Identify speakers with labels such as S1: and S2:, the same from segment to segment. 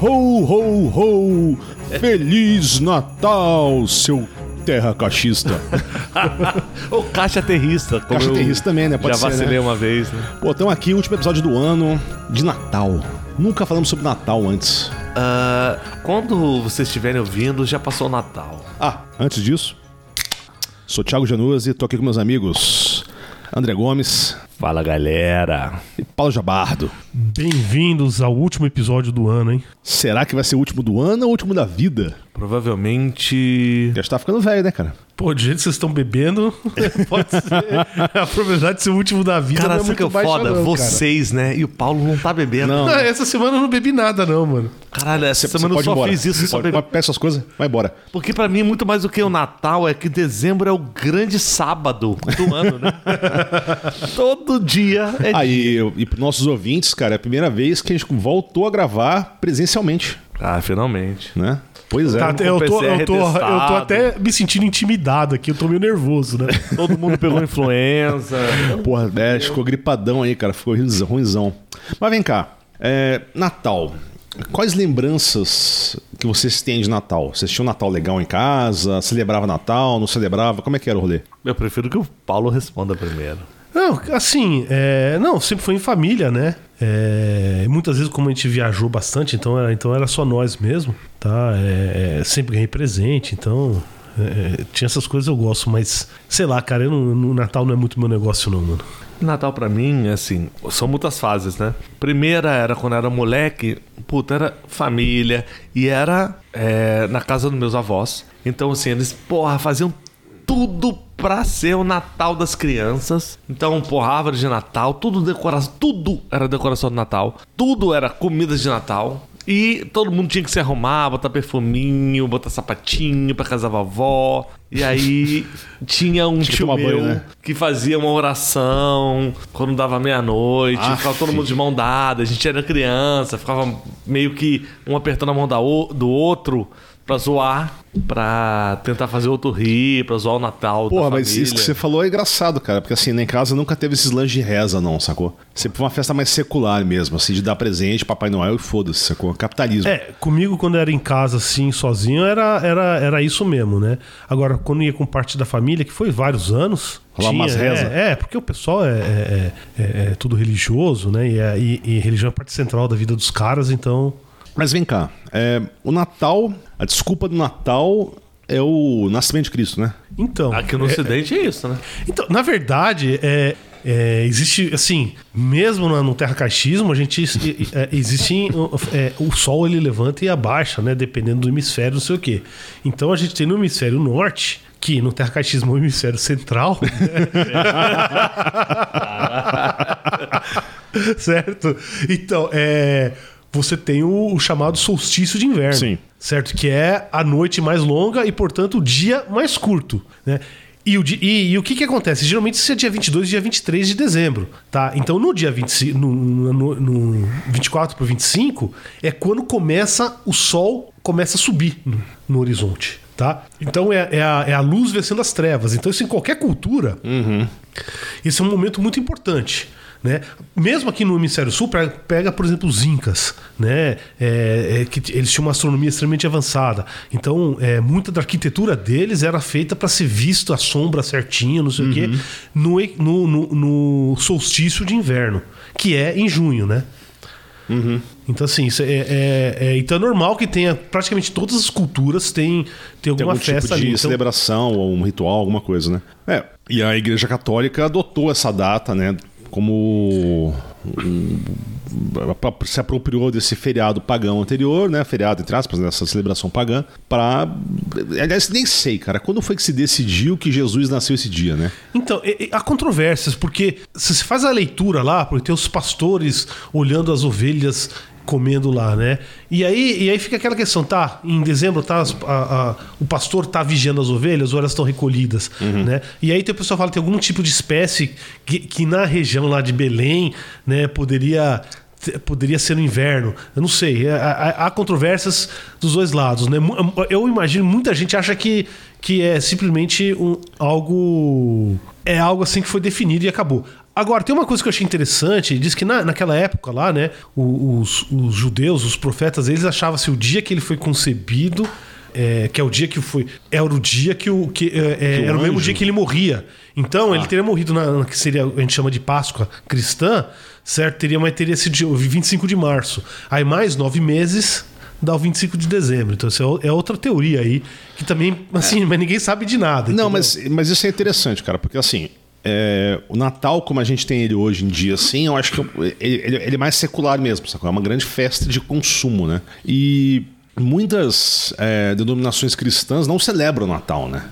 S1: Ho, ho, ho! Feliz Natal, seu terra caixista.
S2: Ou caixa terrista. Como
S1: Caixa
S2: eu
S1: terrista também, né? Pode
S2: já
S1: ser,
S2: vacilei
S1: né?
S2: uma vez, né?
S1: Pô, estamos aqui, último episódio do ano de Natal. Nunca falamos sobre Natal antes.
S2: Ah, quando vocês estiverem ouvindo, já passou o Natal.
S1: Ah, antes disso, sou Thiago Januzzi, tô aqui com meus amigos André Gomes
S2: Fala, galera.
S1: e Paulo Jabardo.
S3: Bem-vindos ao último episódio do ano, hein?
S1: Será que vai ser o último do ano ou o último da vida?
S2: Provavelmente...
S1: Já está ficando velho, né, cara?
S3: Pô, do jeito que vocês estão bebendo, pode ser. É A probabilidade de ser o último da vida
S2: Cara,
S3: não é
S2: sabe
S3: muito
S2: que é o
S3: baixa,
S2: foda?
S3: não,
S2: vocês, né? E o Paulo não tá bebendo.
S1: Não.
S3: cara. Ah, essa semana eu não bebi nada, não, mano.
S2: Caralho, essa
S1: Você
S2: semana eu
S1: pode ir
S2: só
S1: embora.
S2: fiz isso. Só
S1: Pode,
S2: bebi.
S1: pode pegar suas coisas, vai embora.
S2: Porque pra mim, é muito mais do que o Natal, é que dezembro é o grande sábado do ano, né? Todo dia é
S1: Aí, Ah, e pros nossos ouvintes, cara, é a primeira vez que a gente voltou a gravar presencialmente,
S2: Ah, finalmente.
S1: né? Pois é.
S3: Tá, eu, tô,
S2: PCR
S3: eu, tô, eu tô
S2: testado.
S3: até me sentindo intimidado aqui, eu tô meio nervoso, né?
S2: Todo mundo pegou influenza.
S1: Porra, é, ficou gripadão aí, cara. Ficou ruimzão. ruimzão. Mas vem cá. é, Natal. Quais lembranças que vocês têm de Natal? Vocês tinham Natal legal em casa? Celebrava Natal? Não celebrava? Como é que era o rolê?
S2: Eu prefiro que o Paulo responda primeiro.
S3: Não, assim, é, não, sempre foi em família, né? É, muitas vezes, como a gente viajou bastante, então era, então era só nós mesmo, tá? É, é, sempre ganhei presente, então. é, tinha essas coisas eu gosto, mas sei lá, cara, eu não- no Natal não é muito meu negócio, não, mano.
S2: Natal pra mim, assim, são muitas fases, né? Primeira era quando eu era moleque, puta, era família e era é, na casa dos meus avós. Então, assim, eles, porra, faziam tudo pra ser o Natal das crianças. Então, porra, árvore de Natal, tudo decoração, tudo era decoração de Natal, tudo era comida de Natal. E todo mundo tinha que se arrumar, botar perfuminho, botar sapatinho pra casar vovó. E aí tinha um
S1: que
S2: tio
S1: tomar
S2: meu
S1: banho, né?
S2: que fazia uma oração quando dava meia-noite,
S1: Aff.
S2: ficava todo mundo de mão dada, a gente era criança, ficava meio que um apertando a mão da o- do outro pra zoar, pra tentar fazer o outro rir, pra zoar o Natal
S1: Porra,
S2: da
S1: mas
S2: família.
S1: isso que você falou é engraçado, cara. Porque assim, lá em casa nunca teve esses lanches de reza, não, sacou? Sempre foi uma festa mais secular mesmo, assim, de dar presente, Papai Noel e foda-se, sacou? Capitalismo.
S3: É, comigo quando eu era em casa, assim, sozinho, era, era, era isso mesmo, né? Agora, quando eu ia com parte da família, que foi vários anos.
S1: Rolava umas reza.
S3: É, é, porque o pessoal é, é- é- é- é tudo religioso, né? E, é- e- e religião é a parte central da vida dos caras, então.
S1: Mas vem cá. é, o Natal, a desculpa do Natal é o nascimento de Cristo, né?
S3: Então.
S2: Aqui no
S3: é-
S2: Ocidente é isso, né?
S3: Então, na verdade, é, é, existe, assim, mesmo no, no terracaixismo, a gente. é, existe. é, o sol ele levanta e abaixa, né? Dependendo do hemisfério, não sei o quê. Então a gente tem no hemisfério norte. Que no terracaixismo é o hemisfério central. né? certo? Então, é, você tem o, o chamado solstício de inverno.
S1: Sim.
S3: Certo? Que é a noite mais longa e, portanto, o dia mais curto, né? E o, di- e, e o que que acontece? Geralmente isso é dia 22 e dia 23 de dezembro, tá? Então no dia 25, no, no, no 24 para 25 é quando começa o sol começa a subir no, no horizonte, tá? Então é, é a, é a luz vencendo as trevas. Então isso em qualquer cultura esse é um momento muito importante. Né? Mesmo aqui no Hemisfério Sul, pra- pega, por exemplo, os Incas, né? É, é, que t- eles tinham uma astronomia extremamente avançada. Então, é, muita da arquitetura deles era feita para ser visto a sombra certinha, não sei o
S1: Uhum.
S3: quê, no, e- no- no- no solstício de inverno, que é em junho, né?
S1: Uhum.
S3: Então, assim, isso é, é- é- então é normal que tenha. Praticamente todas as culturas têm, têm
S1: Tem
S3: alguma
S1: algum
S3: festa
S1: tipo de
S3: ali. Então,
S1: celebração ou um ritual, alguma coisa, né? É. E a Igreja Católica adotou essa data, né? Como. um- Se apropriou desse feriado pagão anterior, né? Feriado, entre aspas, dessa celebração pagã, pra. Aliás, nem sei, cara. Quando foi que se decidiu que Jesus nasceu esse dia, né?
S3: Então, e- e há controvérsias, porque se você faz a leitura lá, porque tem os pastores olhando as ovelhas comendo lá, né? E aí, e aí fica aquela questão, tá? Em dezembro tá as- a- a- o pastor tá vigiando as ovelhas ou elas estão recolhidas, né? E aí tem o pessoal fala que tem algum tipo de espécie que, que na região lá de Belém, né, poderia te- poderia ser no inverno. Eu não sei. É, Há, há- há controvérsias dos dois lados, né? Mu- Eu imagino muita gente acha que, que é simplesmente um- algo é algo assim que foi definido e acabou. A Agora, tem uma coisa que eu achei interessante, diz que na, naquela época lá, né, o- os, os judeus, os profetas, eles achavam-se o dia que ele foi concebido, é, que é o dia que foi. Era o dia que o. Que, é, é,
S1: Que o
S3: era o mesmo
S1: anjo-
S3: dia que ele morria. Então,
S1: Ah.
S3: ele teria morrido na, na que seria, a gente chama de Páscoa cristã, certo? Teria, mas teria sido 25 de março. Aí mais nove meses. Dá o 25 de dezembro. Então, isso é o- é outra teoria aí, que também, assim, mas ninguém sabe de nada.
S1: É. Não,
S3: entendeu?
S1: mas, mas isso é interessante, cara, porque assim. é, o Natal, como a gente tem ele hoje em dia, assim, eu acho que ele, ele- ele é mais secular mesmo, sacou? É uma grande festa de consumo, né? E muitas é, denominações cristãs não celebram o Natal, né?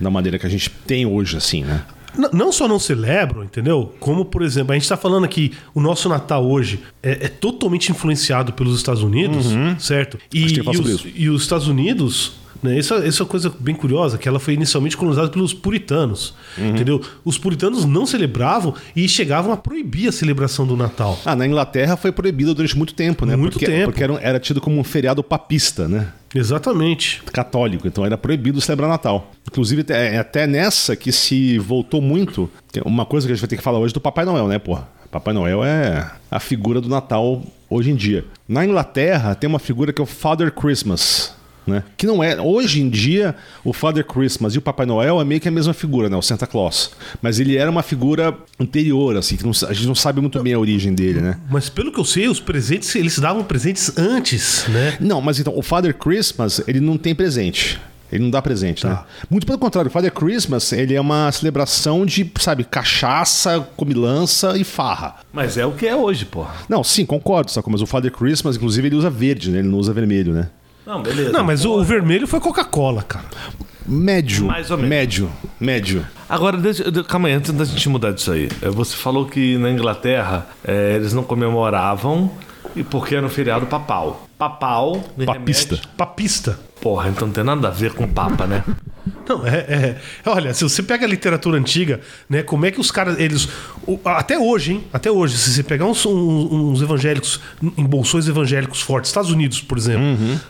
S1: Da maneira que a gente tem hoje, assim, né?
S3: N- Não só não celebram, entendeu? Como, por exemplo, a gente tá falando aqui, o nosso Natal hoje é, é totalmente influenciado pelos Estados Unidos, certo? E,
S1: Uhum. Acho que tem que falar
S3: e
S1: sobre
S3: os,
S1: isso.
S3: e os Estados Unidos. Né, isso, é- isso é uma coisa bem curiosa, que ela foi inicialmente colonizada pelos puritanos.
S1: Uhum.
S3: Entendeu? Os puritanos não celebravam e chegavam a proibir a celebração do Natal.
S1: Ah, na Inglaterra foi proibido durante muito tempo, né?
S3: Muito
S1: porque,
S3: tempo.
S1: Porque era, era tido como um feriado papista, né?
S3: Exatamente.
S1: católico, então era proibido celebrar Natal. Inclusive, é é até nessa que se voltou muito. que é Uma coisa que a gente vai ter que falar hoje do Papai Noel, né, porra? Papai Noel é a figura do Natal hoje em dia. Na Inglaterra tem uma figura que é o Father Christmas. Né? Que não é. Hoje em dia, o Father Christmas e o Papai Noel é meio que a mesma figura, né? O Santa Claus. Mas ele era uma figura anterior, assim, que não sa- a gente não sabe muito bem a origem dele, né?
S3: Mas pelo que eu sei, os presentes, eles davam presentes antes, né?
S1: Não, mas então, o Father Christmas, ele não tem presente. Ele não dá presente, né? Muito pelo contrário, o Father Christmas, ele é uma celebração de, sabe, cachaça, comilança e farra.
S2: Mas é o que é hoje, porra.
S1: Não, sim, concordo, sacou? Mas o Father Christmas, inclusive, ele usa verde, né? Ele não usa vermelho, né?
S2: Não, beleza.
S3: Não, mas o, o vermelho foi Coca-Cola, cara.
S1: Médio.
S2: Mais ou menos.
S1: Médio. Médio.
S2: Agora, deixa, de- calma aí, antes da gente mudar disso aí. É, Você falou que na Inglaterra é, eles não comemoravam e porque era um feriado papal. Papal. me
S1: Papista.
S2: remete-
S3: Papista.
S2: Porra, então não tem nada a ver com papa, né?
S3: Não, é, é- Olha, se você pega a literatura antiga, né? Como é que os caras. Eles. o- até hoje, hein? Até hoje, se você pegar uns, uns- uns evangélicos, em bolsões evangélicos fortes, Estados Unidos, por exemplo,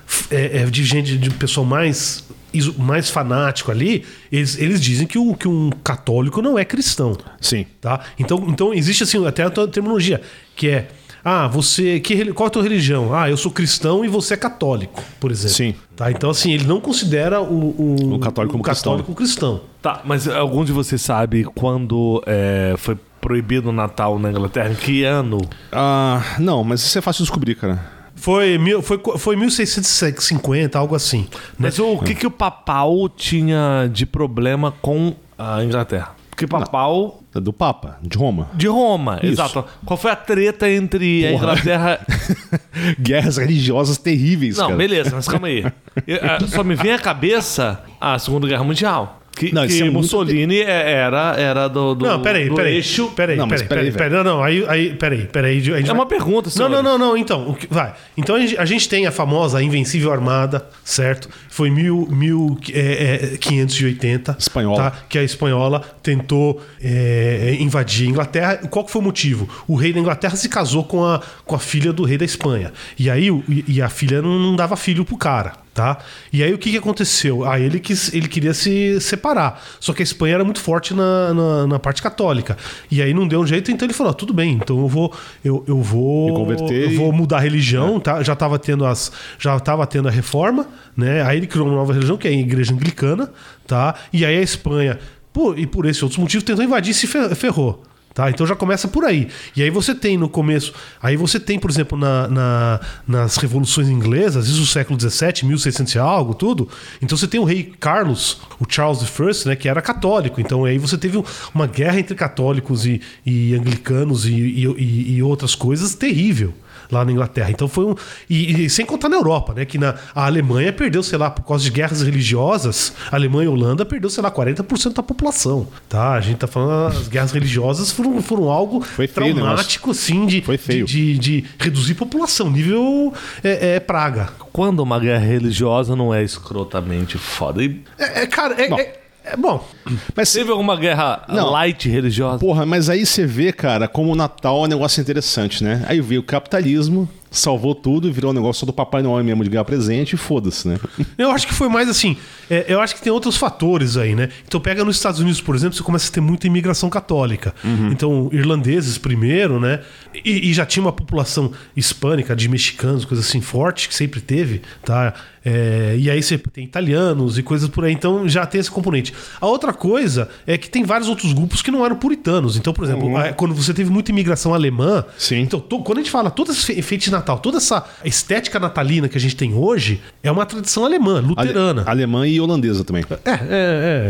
S3: f- é, é de gente, de pessoal mais. iso- Mais fanático ali, eles, eles dizem que, o, que um católico não é cristão.
S1: Sim.
S3: Tá? Então, então existe assim, até a tua terminologia, que é. Ah, você. Que, reli- qual é a tua religião? Ah, eu sou cristão e você é católico, por exemplo.
S1: Sim.
S3: Tá? Então, assim, ele não considera o,
S1: O católico como cristão.
S3: católico cristão.
S2: Tá, mas algum de vocês sabe quando é, foi proibido o Natal na Inglaterra? Em que ano?
S1: Ah, não, mas isso é fácil de descobrir, cara.
S3: Foi, mil, foi, co- foi 1650, algo assim. né?
S2: Mas o que, que o papal tinha de problema com a Inglaterra? Porque papal
S1: É Do Papa, de Roma.
S2: de Roma,
S1: Isso.
S2: exato. Qual foi a treta entre a
S1: Porra.
S2: Inglaterra
S1: Guerras religiosas terríveis,
S2: Não,
S1: cara.
S2: beleza, mas calma aí. Eu, ah, só me vem à cabeça a Segunda Guerra Mundial. Que,
S1: Não, isso
S2: que
S1: é muito-
S2: Mussolini é- era, era do, do.
S3: Não, peraí,
S2: do
S3: peraí.
S2: eixo.
S3: Peraí,
S1: Não, mas
S3: peraí, peraí,
S1: peraí,
S3: peraí. Não, não, aí, aí, peraí, peraí. a gente
S2: É
S3: vai-
S2: uma pergunta,
S3: Não,
S2: senhor.
S3: não, não, não, então, o que- vai. Então a gente, a gente tem a famosa Invencível Armada, certo? Foi mil, mil, é, é, 580.
S1: Espanhola.
S3: tá? Que a espanhola tentou é, invadir a Inglaterra. Qual que foi o motivo? O rei da Inglaterra se casou com a, com a filha do rei da Espanha. E aí o- e e a filha não, não dava filho pro cara. Tá? E aí o que, que aconteceu? Aí ele, quis, ele queria se separar. Só que a Espanha era muito forte na, na, na parte católica. E aí não deu um jeito, então ele falou: "Ah, tudo bem, então eu vou. Eu, eu vou.
S1: Me converter
S3: eu
S1: e-
S3: vou mudar a religião, tá? Já estava tendo as já tava tendo a reforma, né? Aí ele criou uma nova religião que é a igreja anglicana, tá? E aí a Espanha, por, e por esse outros motivos tentou invadir e se fer- ferrou. Tá? Então já começa por aí. E aí você tem no começo. Aí você tem, por exemplo, na, na- nas revoluções inglesas, isso no século XVII, 1600 e algo, tudo. Então você tem o rei Carlos, o Charles I, né, que era católico. Então aí você teve um- uma guerra entre católicos e, e anglicanos e- e- e- e outras coisas terrível lá na Inglaterra. Então foi um. E, e sem contar na Europa, né? Que na, a Alemanha perdeu, sei lá, por causa de guerras religiosas, a Alemanha e a Holanda perdeu, sei lá, 40% da população. Tá? A gente tá falando, as guerras religiosas foram, foram algo
S1: Foi feio o
S3: traumático, assim, de,
S1: Foi feio.
S3: De, de- de reduzir população, nível é, é, praga.
S2: Quando uma guerra religiosa não é escrotamente foda. E
S3: É, é, cara, é.
S1: Bom.
S3: é- é bom,
S1: Mas
S2: teve alguma guerra
S1: Não.
S2: light religiosa?
S1: Porra, mas aí você vê, cara, como o Natal é um negócio interessante, né? Aí veio o capitalismo, salvou tudo e virou um negócio só do Papai Noel mesmo de ganhar presente e foda-se, né?
S3: Eu acho que foi mais assim. é, eu acho que tem outros fatores aí, né? Então pega nos Estados Unidos, por exemplo, você começa a ter muita imigração católica. Então, irlandeses primeiro, né? E, e já tinha uma população hispânica, de mexicanos, coisa assim, forte, que sempre teve, tá? É, e aí você tem italianos e coisas por aí, então já tem esse componente. A outra coisa é que tem vários outros grupos que não eram puritanos. Então, por exemplo, a- quando você teve muita imigração alemã,
S1: Sim.
S3: então to- quando a gente fala todo esse efeito de Natal, toda essa estética natalina que a gente tem hoje, é uma tradição alemã,
S1: Ale-
S3: luterana.
S1: Alemã e holandesa também.
S3: É, é,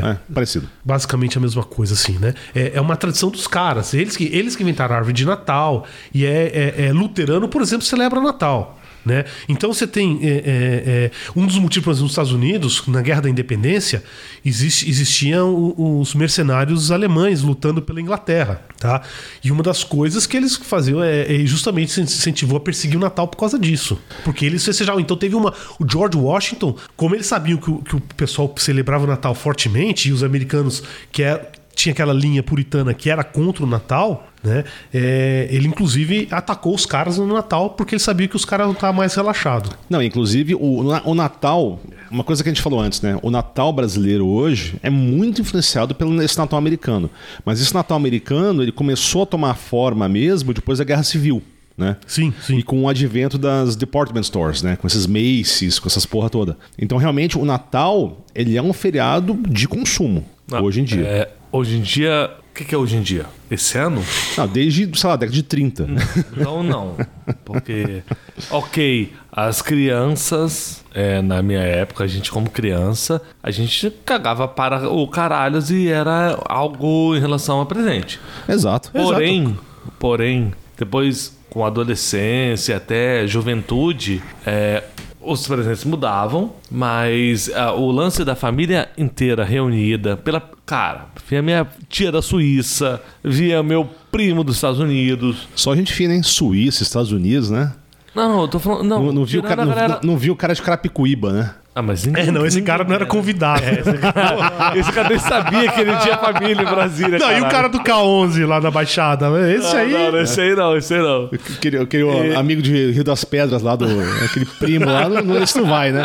S3: é.
S1: É, parecido.
S3: Basicamente a mesma coisa, assim, né? É, é uma tradição dos caras. Eles que, eles que inventaram a árvore de Natal. E é, é- é luterano, por exemplo, celebra Natal. Né? Então você tem é, é, é, um dos motivos por exemplo, nos Estados Unidos na Guerra da Independência existe, existiam o- os mercenários alemães lutando pela Inglaterra, tá? E uma das coisas que eles faziam é, é justamente se incentivou a perseguir o Natal por causa disso, porque eles festejavam. Então teve uma o George Washington, como eles sabiam que o, que o pessoal celebrava o Natal fortemente e os americanos que é tinha aquela linha puritana que era contra o Natal, né? É, ele inclusive atacou os caras no Natal porque ele sabia que os caras não estavam mais relaxados.
S1: Não, inclusive o, na- o Natal, uma coisa que a gente falou antes, né? O Natal brasileiro hoje é muito influenciado pelo esse Natal americano. Mas esse Natal americano, ele começou a tomar forma mesmo depois da Guerra Civil, né?
S3: Sim, sim.
S1: E com o advento das department stores, né? Com esses Macy's, com essas porra toda. Então, realmente, o Natal, ele é um feriado de consumo,
S2: Não,
S1: hoje em dia.
S2: é, hoje em dia. O que, que é hoje em dia? Esse ano?
S1: Não, desde, sei lá, década de 30.
S2: Então não. Porque. Ok, as crianças. é, na minha época, a gente, como criança, a gente cagava para o caralhos e era algo em relação a presente.
S1: Exato.
S2: Porém, porém, depois com a adolescência até juventude, é, os presentes mudavam, mas ah, o lance da família inteira reunida pela cara, via minha tia da Suíça, via meu primo dos Estados Unidos.
S1: Só gente fina, hein? Suíça, Estados Unidos, né?
S2: Não, não, eu tô falando, não,
S1: Não, não viu o
S2: tirando
S1: cara,
S2: a
S1: não,
S2: galera-
S1: não- não viu o cara de Carapicuíba, né?
S2: Ah, mas ninguém- né?
S3: É, não, esse cara não era convidado.
S2: esse é, cara nem sabia que ele tinha família em Brasília.
S3: Não, e o
S2: caralho.
S3: cara do K11 lá da Baixada, né? esse aí.
S2: Não, não, esse aí não, esse aí não.
S1: Aquele, aquele um amigo de Rio das Pedras lá, do, aquele primo lá, não- não, esse não vai, né?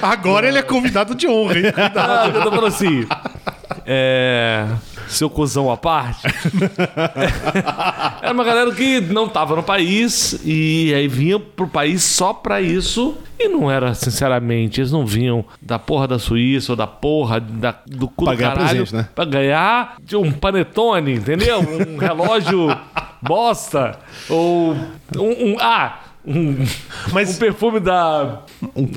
S3: Agora ele é convidado de honra, hein?
S2: Ah, eu tô falando assim. É. Seu cuzão à parte. Era uma galera que não tava no país e aí vinha pro país só pra isso. E não era, sinceramente, eles não vinham da porra da Suíça ou da porra da, do cu
S1: Pra
S2: do
S1: ganhar
S2: caralho
S1: presente, né?
S2: pra ganhar de um panetone, entendeu? Um relógio bosta. Ou um. um ah! Um,
S3: Mas-
S2: um perfume da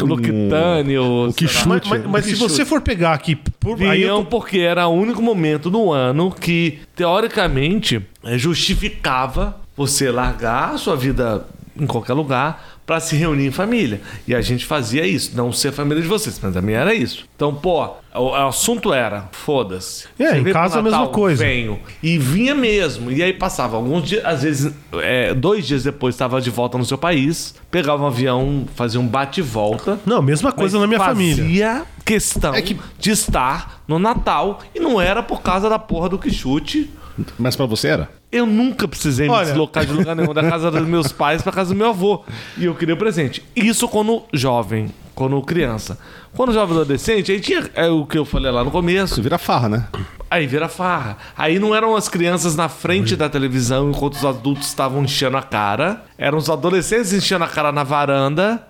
S2: L'Occitane ou
S1: Um, que
S2: sei lá.
S3: Mas, mas- mas se
S1: Bicho.
S3: você for pegar aqui, por aí eu
S2: Vinham
S3: tô-
S2: porque era o único momento do ano que, teoricamente, eh, justificava você largar a sua vida em qualquer lugar pra se reunir em família. E a gente fazia isso, não ser família de vocês, mas a minha era isso. Então, pô, o, o assunto era, foda-se.
S3: É,
S2: Você
S3: em
S2: veio
S3: casa
S2: pro
S3: a mesma coisa.
S2: Venho. E vinha mesmo. E aí passava alguns dias, às vezes, eh, dois dias depois estava de volta no seu país, pegava um avião, fazia um bate-volta.
S3: Não, mesma coisa
S2: Mas
S3: na minha família.
S2: Fazia questão
S1: que-
S2: de estar no Natal e não era por causa da porra do que chute.
S1: Mas pra você era?
S2: Eu nunca precisei me
S3: Olha-
S2: deslocar de lugar nenhum da casa dos meus pais pra casa do meu avô. E eu queria o presente. Isso quando jovem, quando criança. Quando jovem adolescente, aí tinha é o que eu falei lá no
S1: Você
S2: começo.
S1: vira farra, né?
S2: Aí vira farra. Aí não eram as crianças na frente da televisão enquanto os adultos estavam enchendo a cara. Eram os adolescentes enchendo a cara na varanda.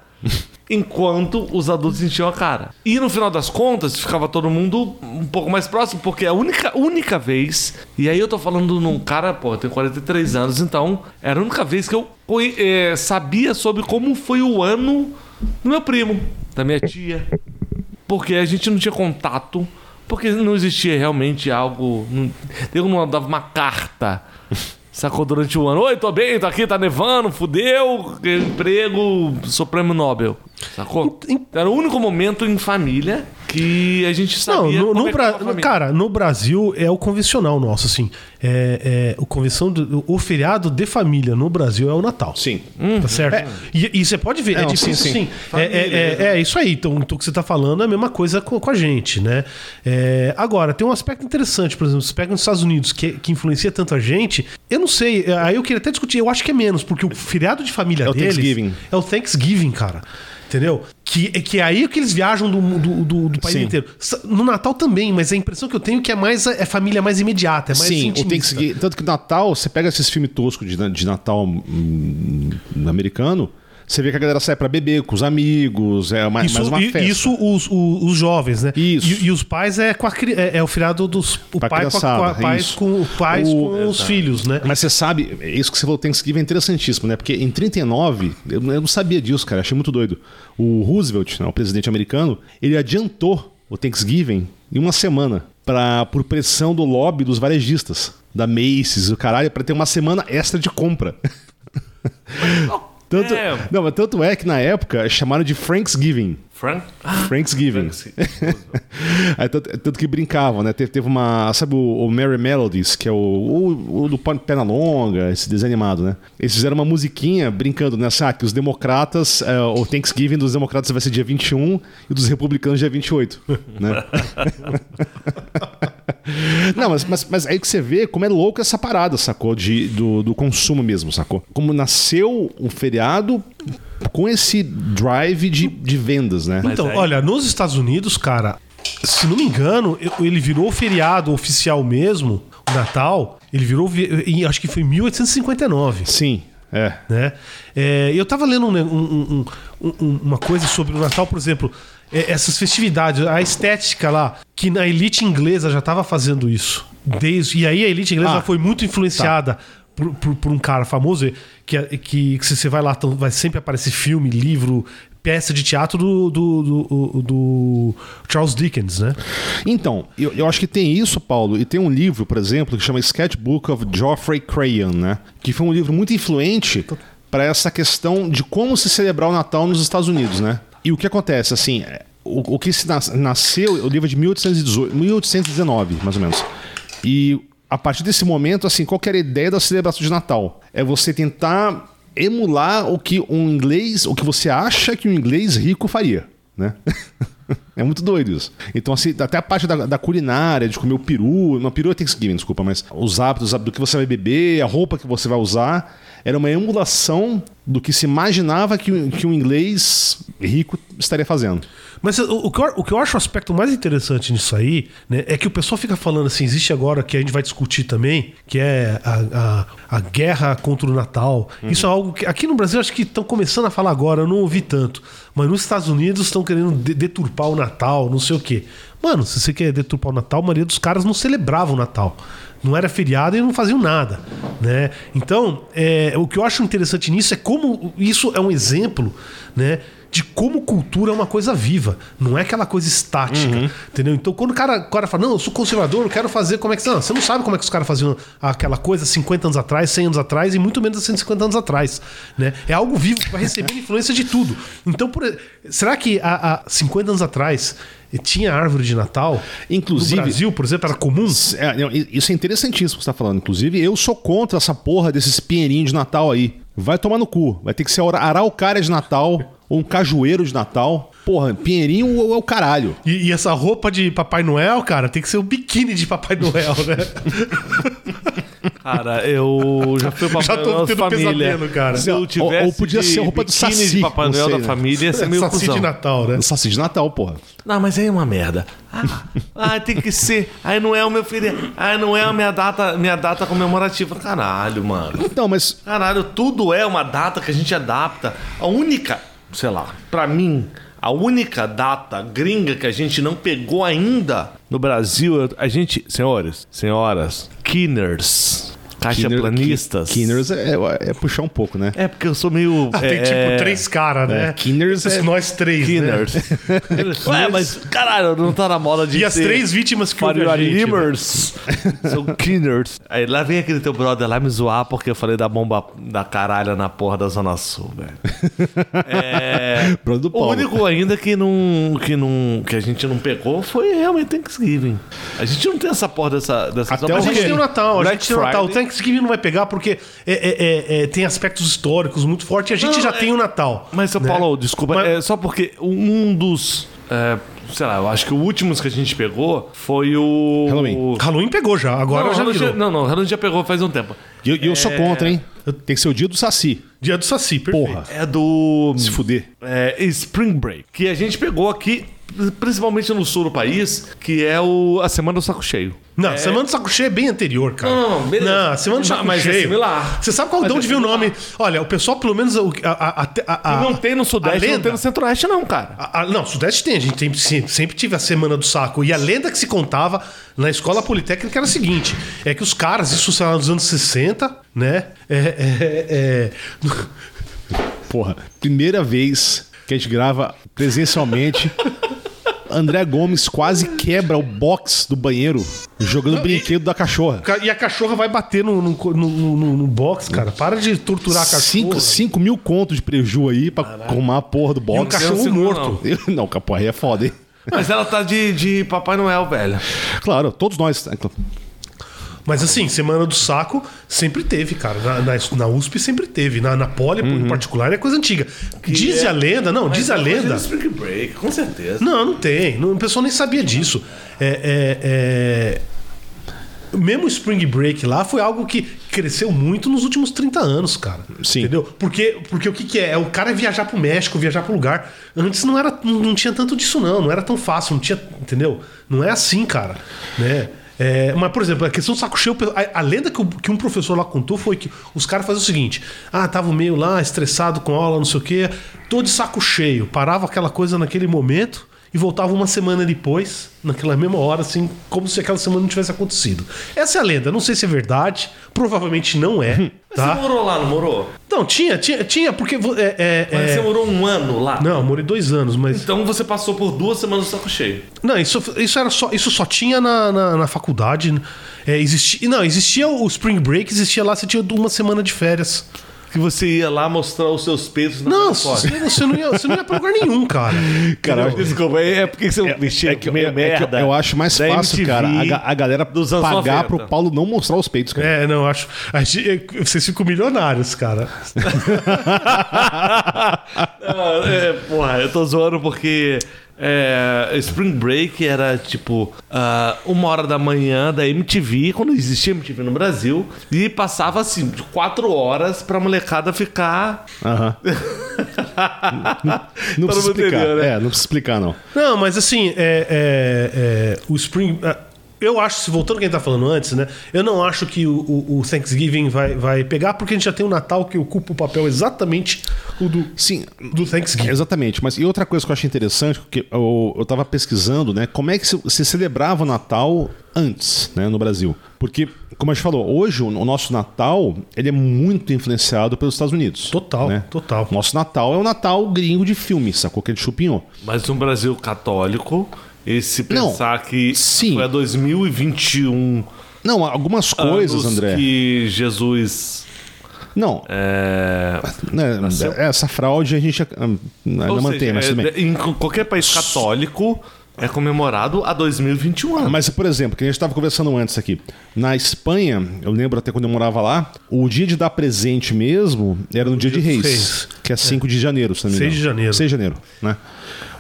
S2: Enquanto os adultos enchiam a cara. E no final das contas, ficava todo mundo um pouco mais próximo, porque a única, única vez. E aí eu tô falando num cara, pô, eu tenho 43 anos, então era a única vez que eu conhe- eh, sabia sobre como foi o ano do meu primo, da minha tia. Porque a gente não tinha contato, porque não existia realmente algo. não- Eu não dava uma carta. Sacou durante o ano. Oi, tô bem, tô aqui, tá nevando, fudeu, emprego, sou prêmio Nobel. Sacou?
S3: Ent-
S2: Era o único momento em família que a gente
S3: Não,
S2: sabia.
S3: no, no
S2: como é que
S3: Bra-
S2: tava a família.
S3: cara, no Brasil é o convencional nosso, assim. É, é, o, convenção do- o feriado de família no Brasil é o Natal.
S1: Sim.
S3: Tá certo? É, e, e você pode ver, é,
S1: Hum. Não,
S3: difícil
S1: sim,
S3: sim.
S1: sim.
S3: É, é, é, é isso aí. Então, então o que você tá falando é a mesma coisa com, com a gente, né? É, agora, tem um aspecto interessante, por exemplo, você pega nos Estados Unidos, que, que influencia tanto a gente, eu não sei, é, aí eu queria até discutir, eu acho que é menos, porque o feriado de família
S1: É o
S3: deles
S1: Thanksgiving.
S3: é o Thanksgiving, cara. Entendeu? Que, que é aí que eles viajam do, do, do- do país
S1: Sim.
S3: inteiro. S- No Natal também, mas a impressão que eu tenho é que é mais é família mais imediata, é mais
S1: Sim, o
S3: intimista.
S1: Thanksgiving. Tanto que Natal, você pega esses filmes toscos de, de Natal hum, americano, você vê que a galera sai pra beber com os amigos, é mais,
S3: Isso,
S1: mais uma
S3: i-
S1: festa.
S3: isso os, o- os jovens, né?
S1: Isso.
S3: E, e os pais é, com a, cri- é, é o feriado dos o
S1: Pra
S3: pai com, a, com, a,
S1: criançada,
S3: pais
S1: isso.
S3: com, pais
S1: O-
S3: com os filhos, né?
S1: Mas você sabe, é isso que você falou, Thanksgiving é interessantíssimo, né? Porque em 39, eu, eu não sabia disso, cara, achei muito doido. O Roosevelt, né, o presidente americano, ele adiantou o Thanksgiving em uma semana pra, por pressão do lobby dos varejistas, da Macy's, o caralho, pra ter uma semana extra de compra. Tanto,
S2: É.
S1: Não, mas tanto é que na época chamaram de Thanksgiving.
S2: Frank?
S1: Thanksgiving. Aí, tanto, tanto que brincavam, né? Teve, teve uma. Sabe o, o Mary Melodies, que é o, o, o do Pan- Pernalonga, esse desenho animado, né? Eles fizeram uma musiquinha brincando, né? Assim, ah, que os democratas, eh, o Thanksgiving dos democratas vai ser dia 21 e dos republicanos dia 28, né? Não, mas, mas, mas aí que você vê como é louco essa parada, sacou? De, do, do consumo mesmo, sacou? Como nasceu o feriado com esse drive de, de vendas, né?
S2: Mas
S3: Então,
S2: aí-
S3: olha, nos Estados Unidos, cara, se não me engano, eu- ele virou o feriado oficial mesmo, o Natal, ele virou, vi- em- acho que foi em 1859.
S1: Sim, é.
S3: né? É, eu tava lendo um ne- um- um- um- um- uma coisa sobre o Natal, por exemplo, é, essas festividades, a estética lá, que na elite inglesa já tava fazendo isso. Desde, e aí a elite inglesa
S1: Ah,
S3: já foi muito influenciada por, por- por um cara famoso, que, é- que, que se você vai lá, tão- vai sempre aparecer filme, livro, peça de teatro do, do- do- do Charles Dickens, né?
S1: Então, eu, eu acho que tem isso, Paulo, e tem um livro, por exemplo, que chama Sketchbook of Geoffrey Crayon, né? Que foi um livro muito influente para essa questão de como se celebrar o Natal nos Estados Unidos, né? E o que acontece, assim, é, o, o que se nas- nasceu, o livro é de 1818, 1819, mais ou menos. E a partir desse momento, assim, qual que era a ideia da celebração de Natal? É você tentar emular o que um inglês, o que você acha que um inglês rico faria, né? É muito doido isso. Então, assim, até a parte da, da culinária, de comer o peru. Não, peru é Thanksgiving, desculpa, mas os hábitos, do que você vai beber, a roupa que você vai usar. Era uma emulação do que se imaginava que, um- que um inglês rico estaria fazendo.
S3: Mas o, o que eu, o que eu acho o aspecto mais interessante nisso aí, né, é que o pessoal fica falando assim, existe agora que a gente vai discutir também, que é a, a, a guerra contra o Natal. Isso é algo que aqui no Brasil acho que estão começando a falar agora, eu não ouvi tanto. Mas nos Estados Unidos estão querendo de- deturpar o Natal, não sei o quê. Mano, se você quer deturpar o Natal, a maioria dos caras não celebrava o Natal. Não era feriado e não faziam nada, né? Então, é, o que eu acho interessante nisso é como isso é um exemplo, né? de como cultura é uma coisa viva, não é aquela coisa estática,
S2: Uhum.
S3: entendeu? Então quando o cara, o cara fala, não, eu sou conservador, eu quero fazer como é que... Não, você não sabe como é que os caras faziam aquela coisa 50 anos atrás, 100 anos atrás e muito menos há 150 anos atrás, né? É algo vivo que vai receber influência de tudo. Então, por... será que há, há 50 anos atrás tinha árvore de Natal?
S1: Inclusive-
S3: No Brasil, por exemplo, era comum?
S1: É, não, i- isso é interessantíssimo que você tá falando. Inclusive, eu sou contra essa porra desses pinheirinhos de Natal aí. Vai tomar no cu. Vai ter que ser ara- araucária de Natal ou um cajueiro de Natal. Porra, pinheirinho é o caralho.
S3: E, e essa roupa de Papai Noel, cara, tem que ser o biquíni de Papai Noel, né?
S2: Cara, eu já fui o Papai
S3: Já tô
S2: Noel da
S3: tendo
S2: família.
S3: pesadelo, cara.
S2: Se eu
S1: Ou-
S2: tivesse
S1: ou podia
S2: de
S1: ser roupa do
S2: biquíni
S1: saci,
S2: de Papai
S1: não
S2: Noel
S1: sei,
S2: da
S1: né?
S2: família, ia ser meio
S3: Saci
S2: é cuzão.
S3: de Natal, né?
S1: Saci de Natal, porra.
S2: Não, mas aí é uma merda. Ah, ah, tem que ser. Aí não é o meu filho. Aí não é a minha data, minha data comemorativa. Caralho, mano.
S1: Então, mas
S2: Caralho, tudo é uma data que a gente adapta. A única, sei lá, pra mim, a única data gringa que a gente não pegou ainda no Brasil, eu- a gente, senhores, senhoras, kinners. Caixaplanistas.
S1: Kinners é, é- é puxar um pouco, né?
S2: É porque eu sou meio.
S3: Ah, tem
S2: é,
S3: tipo três caras, né?
S1: Kinners é-
S3: Nós três, né?
S2: Kinners. Ué, mas caralho, não tá na moda de.
S3: E as
S2: ser
S3: três vítimas que houve
S2: Fario
S3: a gente, né?
S2: Animers. São Kinners. Aí lá vem aquele teu brother lá me zoar porque eu falei da bomba da caralho na porra da Zona Sul, velho. É.
S1: Brother do
S2: O
S1: Paulo.
S2: único ainda que não, que não. que a gente não pegou foi realmente Thanksgiving. A gente não tem essa porra dessa. dessa
S1: Até
S2: só-
S1: o
S3: A
S2: mas
S1: quê?
S3: gente tem o Natal, a
S2: Black
S3: gente tem o Natal. O
S2: Friday.
S3: Thanksgiving não vai pegar porque é- é- é- é, tem aspectos históricos muito fortes e a gente
S2: Não,
S3: já
S2: é-
S3: tem o Natal.
S2: Mas, seu
S3: né?
S2: Paulo, desculpa,
S3: Mas-
S2: é só porque um dos. é, sei lá, eu acho que o último que a gente pegou foi o.
S1: Halloween.
S2: o-
S3: Halloween pegou já, agora
S2: não,
S3: já
S2: Halloween
S3: virou.
S2: já, não, não, Halloween já pegou faz um tempo.
S1: E eu, e eu
S3: é,
S1: sou contra, hein? Tem que ser o dia do Saci.
S3: Dia do Saci, perfeito.
S1: Porra.
S2: É do.
S1: Se fuder.
S2: é, Spring Break, que a gente pegou aqui, principalmente no sul do país, que é o, a Semana do Saco Cheio.
S3: Não, Semana do Saco Cheio é bem anterior, cara.
S2: Não, não, beleza.
S3: Não, Semana do Saco
S2: Mas é
S3: Cheio.
S2: similar.
S3: Você sabe qual de
S2: Mas é
S3: onde veio o
S2: similar.
S3: nome? Olha, o pessoal, pelo menos. o- A, a- a- a- a-
S2: não tem no
S3: a
S2: Sudeste,
S3: lenda,
S2: não tem no Centro-Oeste, não, cara.
S3: A- a- não, Sudeste tem, a gente tem- sempre, sempre tive a Semana do Saco. E a lenda que se contava na escola politécnica era a seguinte: é que os caras, isso sei lá, nos anos 60, né? É, é, é,
S1: Porra, primeira vez que a gente grava presencialmente. André Gomes quase quebra o box do banheiro jogando brinquedo da cachorra.
S3: Ca- é, E a cachorra vai bater no, no, co- no, no- no- no box, cara. Para de torturar a cachorra.
S1: Cinco, cinco mil contos de preju aí pra arrumar a porra do box.
S3: E um cachorro
S2: Eu não seguro,
S3: morto.
S2: não.
S1: Eu- Não, porra, aí é foda, hein?
S2: Mas ela tá de, de Papai Noel, velho.
S1: Claro, todos nós. né?
S3: Mas assim, Semana do Saco sempre teve, cara. Na, na, na USP sempre teve. Na, na Poli,
S1: Uhum.
S3: em particular, é coisa antiga. diz
S2: é-
S3: a lenda, não, diz a lenda.
S2: Spring Break, com certeza.
S3: Não, não tem. Não, o pessoal nem sabia disso. É, é, é... Mesmo o Spring Break lá foi algo que cresceu muito nos últimos 30 anos, cara.
S1: Sim.
S3: Entendeu? Porque, porque o que, que é? É o cara viajar pro México, viajar pro lugar. Antes não era, não, não tinha tanto disso, não. Não era tão fácil, não tinha. Entendeu? Não é assim, cara. Né? É, mas, por exemplo, a questão do saco cheio, a, a lenda que, o- que um professor lá contou foi que os caras faziam o seguinte: ah, tava meio lá, estressado com aula, não sei o quê, todo de saco cheio, parava aquela coisa naquele momento e voltava uma semana depois, naquela mesma hora, assim, como se aquela semana não tivesse acontecido. Essa é a lenda, não sei se é verdade, provavelmente não é,
S2: Você
S3: tá?
S2: morou lá, não morou?
S3: Não, tinha, tinha, tinha, porque. vo- É, é,
S2: Mas
S3: é-
S2: você morou um ano lá?
S3: Não, eu morei dois anos, mas.
S2: Então você passou por duas semanas do saco cheio.
S3: Não, isso, isso, era só, isso só tinha na, na, na faculdade. É, existi, não, existia o Spring Break, existia lá, você tinha uma semana de férias.
S2: Que você ia lá mostrar os seus peitos na
S3: Não,
S2: foto.
S3: você, você não ia, você não ia pra lugar nenhum, cara.
S1: Cara,
S2: Desculpa, é é porque você é,
S1: é que, eu- é- é que eu- eu acho mais
S2: da
S1: fácil,
S2: MTV,
S1: cara, a, ga- a galera
S2: dos anos
S1: pagar
S2: 90.
S1: pro Paulo não mostrar os peitos, cara.
S3: É, não, acho. a gente- é, vocês ficam milionários, cara.
S2: É. Ah, é, porra, eu tô zoando porque é, Spring Break era tipo ah, uma hora da manhã da MTV, quando existia MTV no Brasil, e passava assim, de quatro horas pra molecada ficar.
S1: Aham. Não
S2: Todo
S1: precisa
S2: mundo
S1: explicar.
S2: entendeu, né?
S1: É, não precisa explicar, não.
S3: Não, mas assim, é, é, é, o Spring. é, Eu acho, se voltando ao que a gente tá falando antes, né? Eu não acho que o, o- o Thanksgiving vai, vai pegar, porque a gente já tem o Natal que ocupa o papel exatamente o do,
S1: Sim,
S3: do Thanksgiving.
S1: É Exatamente, mas e outra coisa que eu achei interessante, porque eu, eu tava pesquisando, né, como é que se, se celebrava o Natal antes, né, no Brasil. Porque, como a gente falou, hoje o, o nosso Natal, ele é muito influenciado pelos Estados Unidos.
S3: Total,
S1: né?
S3: total.
S1: Nosso Natal é o Natal gringo de filme, sacou? Que é de chupinhou.
S2: Mas no Brasil católico, e se
S1: Não,
S2: pensar que
S1: sim.
S2: foi a 2021
S1: Não, algumas coisas,
S2: anos
S1: André.
S2: que Jesus.
S1: Não,
S2: É,
S1: né, essa fraude a gente hum,
S2: ou
S1: não
S2: seja,
S1: mantém, mas
S2: é,
S1: tudo bem.
S2: Em qualquer país católico é comemorado a 2021 anos.
S1: Mas, por exemplo, que a gente estava conversando antes aqui. Na Espanha, eu lembro até quando eu morava lá, o dia de dar presente mesmo era no dia, de
S3: dia dos
S1: Reis,
S3: Reis.
S1: que é 5 de janeiro, se não me engano.
S3: Seis de janeiro.
S1: 6 de janeiro, né?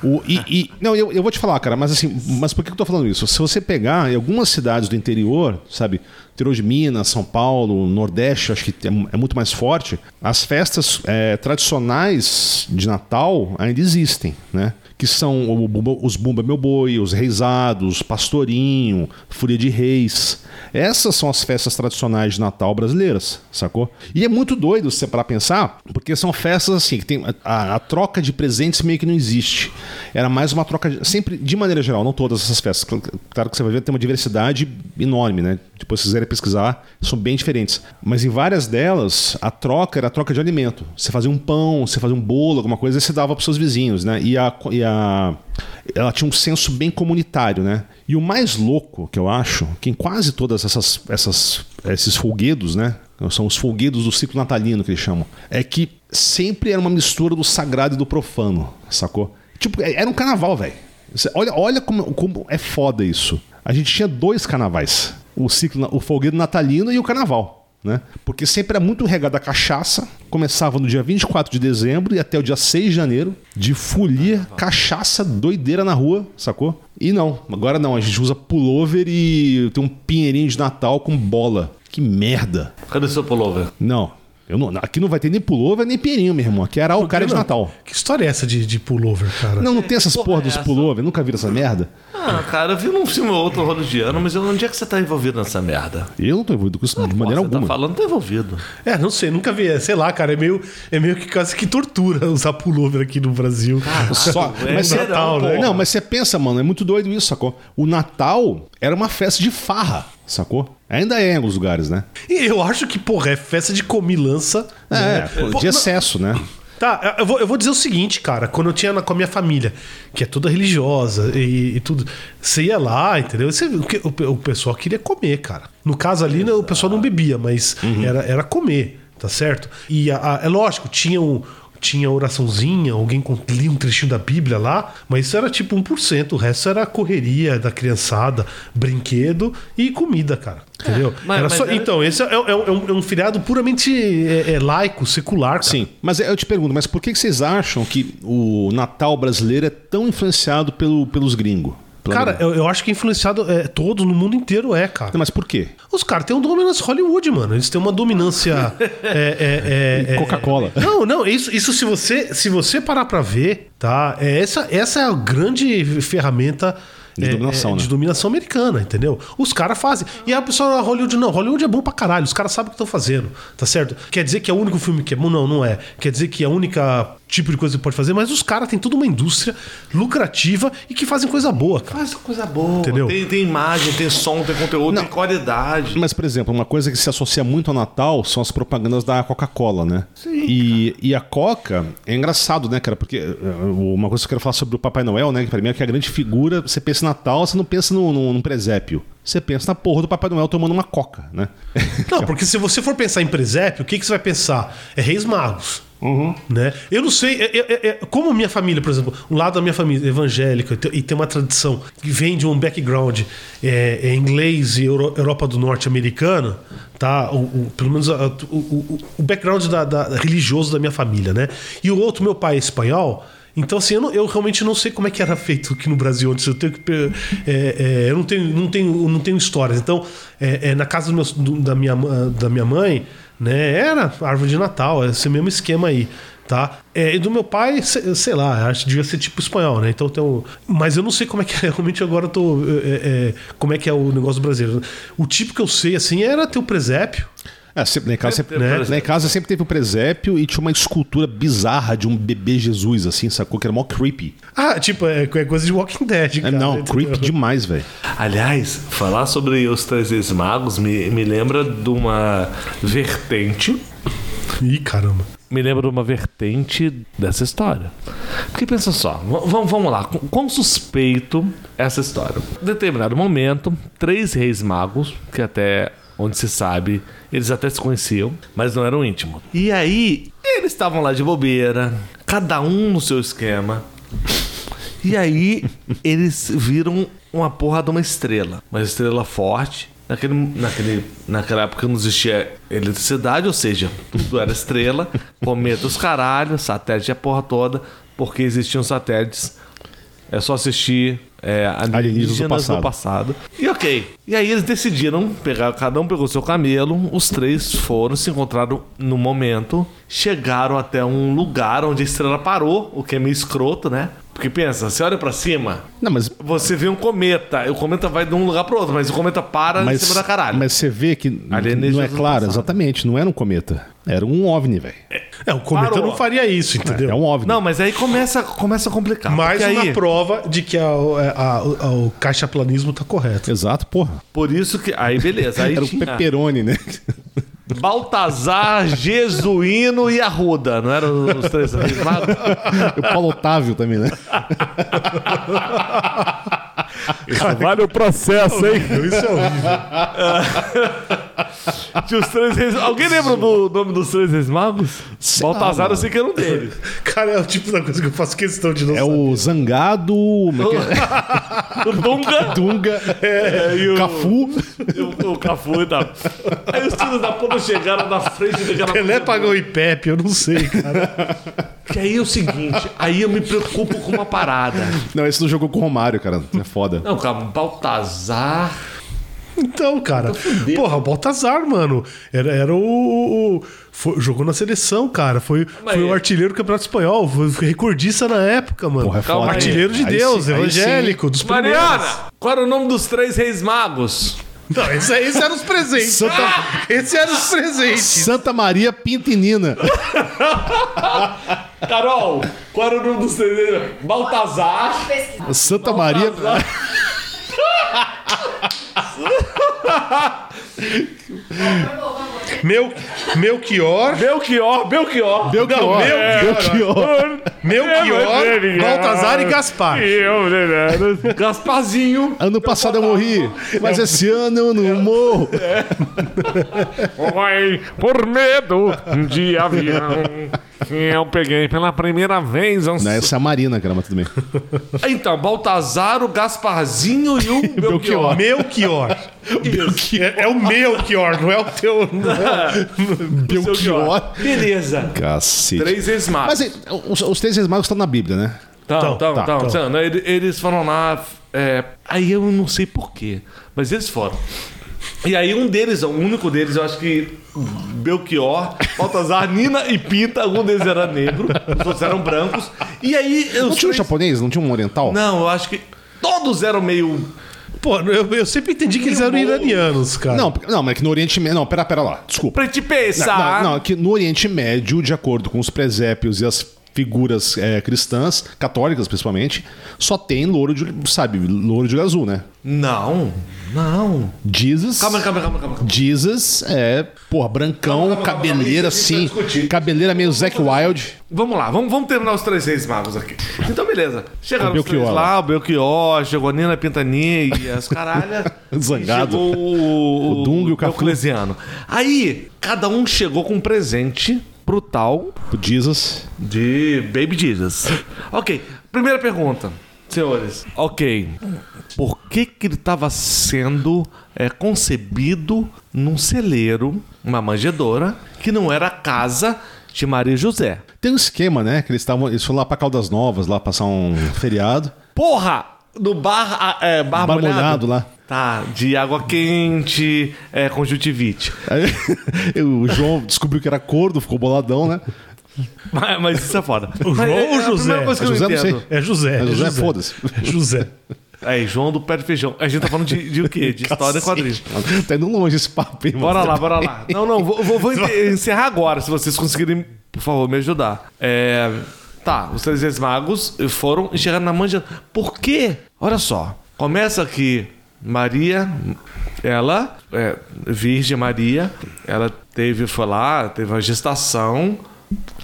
S1: O, e, e- não, eu, eu vou te falar, cara, mas assim, mas por que que eu tô falando isso? Se você pegar em algumas cidades do interior, sabe, interior de Minas, São Paulo, Nordeste, acho que é, mu- é muito mais é, forte, as festas eh, tradicionais de Natal ainda existem, né? que são o Bumba- os Bumba Meu Boi, os Reisados, Pastorinho, Fúria de Reis. Essas são as festas tradicionais de Natal brasileiras, sacou? E é muito doido você para pensar, porque são festas assim, que tem a, a troca de presentes meio que não existe. Era mais uma troca, de, sempre, de maneira geral, não todas essas festas. Cl- Claro que você vai ver, tem uma diversidade enorme, né? Depois, se vocês quiserem pesquisar, são bem diferentes. Mas em várias delas, a troca era a troca de alimento. Você fazia um pão, você fazia um bolo, alguma coisa, e você dava para seus vizinhos, né? E a, e a- ela tinha um senso bem comunitário, né? E o mais louco que eu acho, que em quase todas essas, essas esses folguedos, né? São os folguedos do ciclo natalino que eles chamam. É que sempre era uma mistura do sagrado e do profano, sacou? Tipo, é- era um carnaval, velho. Você- Olha, olha como, como é foda isso. A gente tinha dois carnavais: o ciclo, na- o folguedo natalino e o carnaval. Né? Porque sempre era muito regada a cachaça. Começava no dia 24 de dezembro e até o dia 6 de janeiro, de folia, cachaça, doideira na rua, sacou? E não, agora não, a gente usa pullover e tem um pinheirinho de Natal com bola. Que merda!
S2: Cadê seu pullover?
S1: Não, eu não aqui não vai ter nem pullover nem pinheirinho, meu irmão. Aqui era o cara de
S3: não?
S1: Natal.
S3: Que história é essa de, de pullover, cara?
S1: Não, não tem essas
S2: porra
S1: porra
S2: é
S1: dos
S2: essa?
S1: pullover, nunca viram essa merda.
S2: Ah, cara, eu vi num filme ou outro hollywoodiano, mas eu- onde é que você tá envolvido nessa merda?
S1: Eu não tô envolvido com isso de maneira
S2: Você
S1: alguma.
S2: tá falando, tá envolvido.
S3: É, não sei, nunca vi. é, Sei lá, cara, é meio, é meio que quase que tortura usar pullover aqui no Brasil.
S1: Só,
S2: É
S1: mas você-
S2: Natal,
S1: não,
S2: né?
S1: Não, mas você pensa, mano, é muito doido isso, sacou? O Natal era uma festa de farra, sacou? Ainda é em alguns lugares, né?
S3: E eu acho que, porra, é festa de comilança.
S1: É, pô,
S3: Pô,
S1: de
S3: não-
S1: excesso, né?
S3: Tá, eu vou, eu vou dizer o seguinte, cara. Quando eu tinha na, com a minha família, que é toda religiosa e, e tudo, você ia lá, entendeu? Você, o, que- o pe- o pessoal queria comer, cara. No caso ali, né, o pessoal não bebia, mas
S2: Uhum.
S3: era, era comer, tá certo? E a- a- é lógico, tinha um. Tinha oraçãozinha, alguém con- lia um trechinho da Bíblia lá, mas isso era tipo 1%. O resto era correria da criançada, brinquedo e comida, cara. Entendeu?
S2: É, mas-
S3: Era
S2: mas
S3: só-
S2: era-
S3: Então, esse é, é- é um, é um feriado puramente é, é, laico, secular, cara.
S1: Sim. Mas eu te pergunto, mas por que que vocês acham que o Natal brasileiro é tão influenciado pelo, pelos gringos? Pela-
S3: Cara, eu, eu acho que influenciado é, todo no mundo inteiro é, cara.
S1: Não, mas por quê?
S3: Os caras têm um dominância Hollywood, mano. Eles têm uma dominância. é, é, é, é,
S1: Coca-Cola.
S3: Não, não, isso, isso se você se você parar pra ver, tá? É essa, essa é a grande ferramenta
S1: De
S3: é,
S1: dominação,
S3: é,
S1: né?
S3: de dominação americana, entendeu? Os caras fazem. E a pessoa na Hollywood não, Hollywood é bom pra caralho, os caras sabem o que estão fazendo, tá certo? Quer dizer que é o único filme que é bom? Não, não é. Quer dizer que é a única tipo de coisa que pode fazer, mas os caras têm toda uma indústria lucrativa e que fazem coisa boa, cara.
S2: Faz coisa boa.
S3: Entendeu?
S2: Tem, tem imagem, tem som, tem conteúdo, tem qualidade.
S1: Mas, por exemplo, uma coisa que se associa muito ao Natal são as propagandas da Coca-Cola, né? Sim. E, e a Coca é engraçado, né, cara? Porque eh, uma coisa que eu quero falar sobre o Papai Noel, né? Que pra mim é que a grande figura, você pensa em Natal, você não pensa num, num, num presépio. Você pensa na porra do Papai Noel tomando uma Coca, né?
S3: Não, porque se você for pensar em presépio, o que, que você vai pensar? É Reis Magos. Né? Eu não sei, é- é- é- é- como a minha família, por exemplo, um lado da minha família é evangélica e tem- e tem uma tradição que vem de um background é, é inglês e Euro- Europa do Norte americano, tá? O, o- pelo menos a- o, o- o background da- da- religioso da minha família, né? E o outro, meu pai é espanhol. Então, assim, eu, não- eu realmente não sei como é que era feito aqui no Brasil antes. Eu tenho que. pe- é, é, eu não tenho, não tenho, não tenho histórias. Então, é, é, na casa do meus- do- da, minha, ma- da minha mãe, né? Era árvore de Natal, é esse mesmo esquema aí, tá? É, e do meu pai, se- sei lá, acho que devia ser tipo espanhol, né? Então tem um- Mas eu não sei como é que é, realmente agora eu tô. é, é, como é que é o negócio brasileiro. O tipo que eu sei, assim, era ter o presépio.
S1: É, sempre, lá, em casa, sempre,
S2: Sempre teve
S1: né?
S2: presépio.
S1: lá em casa sempre teve o presépio e tinha uma escultura bizarra de um bebê Jesus, assim, sacou? Que era mó creepy.
S3: Ah, tipo, é, é coisa de Walking Dead,
S1: É,
S3: cara. né? Tipo,
S1: não,
S3: entendeu?
S1: creepy demais, velho.
S2: Aliás, falar sobre os Três Reis Magos me, me lembra de uma vertente.
S3: Ih, caramba.
S2: Me lembra de uma vertente dessa história. Porque pensa só, v- v- vamos lá, qu- quão suspeito é essa história? Em determinado momento, três reis magos, que até onde se sabe, eles até se conheciam, mas não eram íntimos. E aí, eles estavam lá de bobeira, cada um no seu esquema, E aí eles viram uma porra de uma estrela. Uma estrela forte. Naquele, naquele, naquela época não existia eletricidade, ou seja, tudo era estrela, cometa os caralhos, satélite a porra toda, porque existiam satélites. É só assistir é,
S1: Alienígenas do
S2: Alienígenas do
S1: Passado.
S2: passado. E ok. E aí eles decidiram pegar, cada um pegou seu camelo, os três foram, se encontraram no momento, chegaram até um lugar onde a estrela parou, o que é meio escroto, né? Porque Porque pensa, você olha pra cima,
S1: Não, mas
S2: você vê um cometa. E o cometa vai de um lugar pro outro, mas o cometa para em cima da caralho.
S1: Mas você vê que
S2: Alienígenas
S1: não é
S2: do
S1: claro,
S2: passado.
S1: exatamente, não era um cometa. Era um OVNI, velho.
S3: É, o cometa
S2: Parou.
S3: não faria isso, entendeu?
S1: É um OVNI.
S2: Não, mas aí começa, começa a complicar.
S3: Mais
S2: porque
S3: uma
S2: aí,
S3: prova de que a- a- a- o caixa-planismo tá correto.
S1: Exato, porra.
S2: Por isso que. Aí beleza. Aí
S1: Era um
S2: tinha
S1: peperoni, né?
S2: Baltazar, Jesuíno e Arruda. Não eram os três amigos lá?
S1: o Paulo Otávio também, né?
S4: Vale o processo, hein?
S3: Isso é horrível.
S2: Tinha os três reis- Alguém lembra do nome dos três reis magos? Baltazar, eu sei que era um deles.
S3: Cara, é o tipo da coisa que eu faço questão de não
S1: É
S3: saber.
S1: o Zangado, como é que é?
S2: O Dunga É,
S1: Dunga,
S2: e o,
S1: Cafu.
S2: e o, o Cafu e tal. Aí os filhos da porra chegaram na frente daquela.
S3: Pelé pagou o Pepe, eu não sei, cara.
S2: Que aí é o seguinte, aí eu me preocupo com uma parada.
S1: Não, esse não jogou com o Romário, cara. É foda.
S2: Não, cara, Baltazar.
S3: Então, cara. Porra, o Baltazar, mano. Era, era o. o- foi- jogou na seleção, cara. Foi,
S2: Mas-
S3: foi o artilheiro do Campeonato Espanhol. Foi, foi recordista na época, mano.
S1: Porra, é
S2: Calma
S1: foda.
S2: aí.
S3: Artilheiro de
S1: Aí
S3: Deus,
S1: sim, aí
S3: evangélico, dos primeiros.
S2: Mariana, qual era o nome dos três reis magos?
S3: Não, esse, esse era os presentes.
S1: Santa-
S3: Esse era os presentes.
S1: Santa Maria Pintinina.
S2: Carol, qual era o nome dos três reis magos? Baltazar.
S1: Santa Maria.
S3: Meu, Melchior,
S2: Belchior, Belchior.
S1: Belchior.
S3: meu-
S1: Belchior.
S3: Melchior, Baltazar e Gaspar.
S2: Gasparzinho.
S1: Ano passado eu morri, mas esse ano eu não morro.
S5: Oi, por medo de avião. Eu peguei pela primeira vez um
S1: Não, essa é a Marina, cara, mas tudo bem.
S2: Então, Baltazar, o Gasparzinho e o Belchior.
S3: Melchior. É, é o Melchior, não é o teu. não é
S1: Belchior.
S2: Beleza.
S1: Cacete.
S2: Três reis magos.
S1: Mas eh, os, os três reis magos estão na Bíblia, né?
S2: Então, então,
S3: tá,
S2: então,
S3: tá.
S2: então, né, ele- Eles foram lá. é, aí eu não sei porquê, mas eles foram. E aí um deles, o único deles, eu acho que Belchior, Baltazar, Nina e Pinta, algum deles era negro, os outros eram brancos. E aí eu
S1: Não tinha um japonês? Não tinha um oriental?
S2: Não, eu acho que todos eram meio.
S3: Pô, eu, eu sempre entendi que eles eram iranianos,
S2: Tá.
S3: cara.
S1: Não, porque- não, mas é que no Oriente Médio. Não, pera, pera lá. Desculpa.
S2: Pra te
S1: Não,
S2: pensar.
S1: não, é que no Oriente Médio, de acordo com os presépios e as figuras eh, cristãs, católicas principalmente, só tem louro de, sabe, louro de olho azul, né?
S2: Não, não.
S1: Jesus.
S2: Calma, calma, calma, calma. calma.
S1: Jesus é, porra, brancão, cabeleira
S2: é
S1: assim, cabeleira meio Zack Wild.
S2: Vamos lá, vamos, vamos terminar os três reis magos aqui. Então, beleza. Chegaram
S1: O
S2: os três
S1: Belchior lá.
S2: lá, o Belchior, chegou a Nina Pintani e as caralhas.
S1: Zangado.
S2: E chegou o,
S1: O Dunga e o Cafu.
S2: Diocleciano. Aí, cada um chegou com um presente pro tal
S1: Jesus.
S2: de Baby Jesus. ok, primeira pergunta, senhores. Ok, por que que ele estava sendo é, concebido num celeiro, uma manjedoura, que não era a casa de Maria José?
S1: Tem um esquema, né? Que eles estavam. Eles foram lá pra Caldas Novas, lá passar um feriado.
S2: Porra! No bar, ah, é, bar,
S1: Bar
S2: molhado?
S1: molhado lá.
S2: Tá, de água quente, é, conjuntivite.
S1: Aí, o João descobriu que era corno, ficou boladão, né?
S2: Mas, mas isso é foda.
S3: O
S2: Mas
S3: João
S2: é-
S3: ou o
S2: é a
S3: José?
S2: primeira coisa que eu
S1: José, não
S2: entendo.
S1: sei.
S3: É José.
S1: É
S3: É
S1: José,
S3: José,
S1: foda-se.
S3: É José.
S2: É, João do pé de feijão. A gente tá falando de, de o quê? De história e quadrinhos.
S1: Tá indo longe esse papo, hein,
S2: Bora
S1: mano?
S2: lá, bora lá. Não, não, vou, vou- vou encerrar agora, se vocês conseguirem, por favor, me ajudar. É, tá, os três reis magos foram e chegaram na manja. Por quê? Olha só. Começa aqui. Maria, ela, é, Virgem Maria, ela teve, foi lá, teve a gestação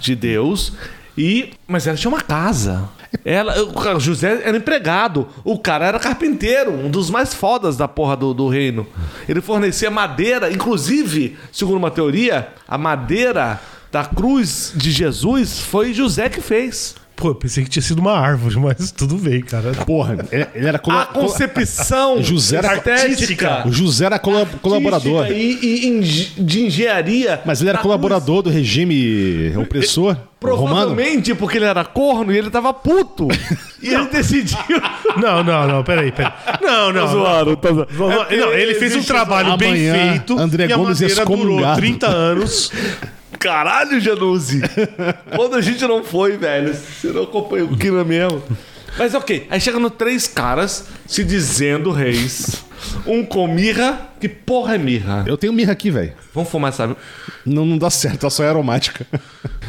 S2: de Deus. E, mas ela tinha uma casa. Ela, o cara- José era empregado. O cara era carpinteiro, um dos mais fodas da porra do, do reino. Ele fornecia madeira, inclusive, segundo uma teoria, a madeira da cruz de Jesus foi José que fez.
S3: Pô, eu pensei que tinha sido uma árvore, mas tudo bem, cara.
S1: Porra, ele, ele era. colo-
S2: a concepção
S1: José era
S2: estética,
S1: O José era colo-
S2: Ah,
S1: colaborador.
S2: artística E, e engi- de engenharia.
S1: Mas ele era
S2: da
S1: colaborador do regime opressor
S2: cruz.
S1: romano.
S2: Provavelmente porque ele era corno e ele tava puto. e ele decidiu.
S3: Não, não, não, peraí, peraí. Não, não.
S4: Zoado, tá zoado.
S3: Não, não, não, ele fez um trabalho bem
S1: Amanhã,
S3: feito.
S1: André
S3: e a
S1: Gomes
S3: madeira durou
S1: excomungado.
S3: 30 anos.
S2: Caralho, Januzzi! Quando a gente não foi, velho, você não acompanhou o Kina mesmo. Mas ok, aí chegando três caras se dizendo reis. Um com mirra, que porra é mirra?
S1: Eu tenho mirra aqui, velho.
S2: Vamos fumar essa
S1: Não, não dá certo, ela só é aromática.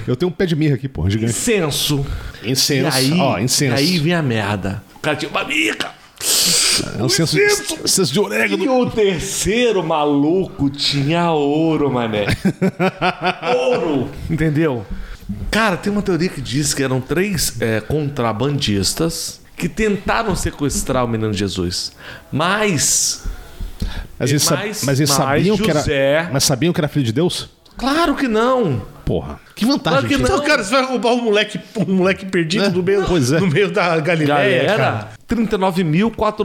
S1: Eu tenho um pé de mirra aqui, porra, gigante.
S2: incenso.
S1: Incenso, ó, incenso.
S2: e aí vem a merda. O cara tinha uma mirra.
S1: É um senso, de, senso de orégano.
S2: E o terceiro maluco tinha ouro, mané. ouro! Entendeu? Cara, tem uma teoria que diz que eram três é, contrabandistas que tentaram sequestrar o menino Jesus. Mas,
S1: Mas eles, sa-
S2: mais-
S1: mas eles
S2: mais
S1: sabiam que
S2: José.
S1: era. Mas sabiam que era filho de Deus?
S2: claro que não.
S1: Porra. Que vantagem.
S2: Claro que
S1: gente.
S3: Então, cara, você vai roubar um moleque, um moleque perdido
S1: É.
S3: no, meio,
S1: Pois é.
S3: no meio da Galileia, cara.
S2: Galera,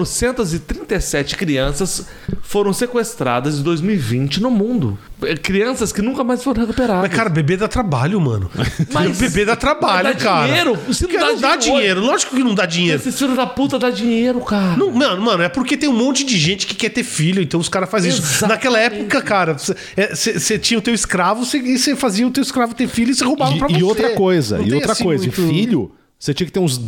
S2: 39.437 crianças foram sequestradas em 2020 no mundo. É, Crianças que nunca mais foram recuperadas.
S3: Mas, cara, bebê dá trabalho, mano.
S2: Mas-
S3: bebê dá trabalho,
S2: Mas dá
S3: cara.
S2: dinheiro? Você não
S3: Porque
S2: dá dinheiro.
S3: Lógico que não dá dinheiro.
S2: Esses filhos da puta dá dinheiro, cara.
S3: Não, mano, mano, é porque tem um monte de gente que quer ter filho, então os caras fazem isso.
S2: Exatamente.
S3: Naquela época, cara, você tinha o teu escravo cê- e você fazia o teu escravo ter filho e você roubava pra
S1: E,
S3: você.
S1: e outra coisa,
S3: Não
S1: e
S3: tem,
S1: outra
S3: assim,
S1: coisa.
S3: muito-
S1: E filho, você tinha que ter uns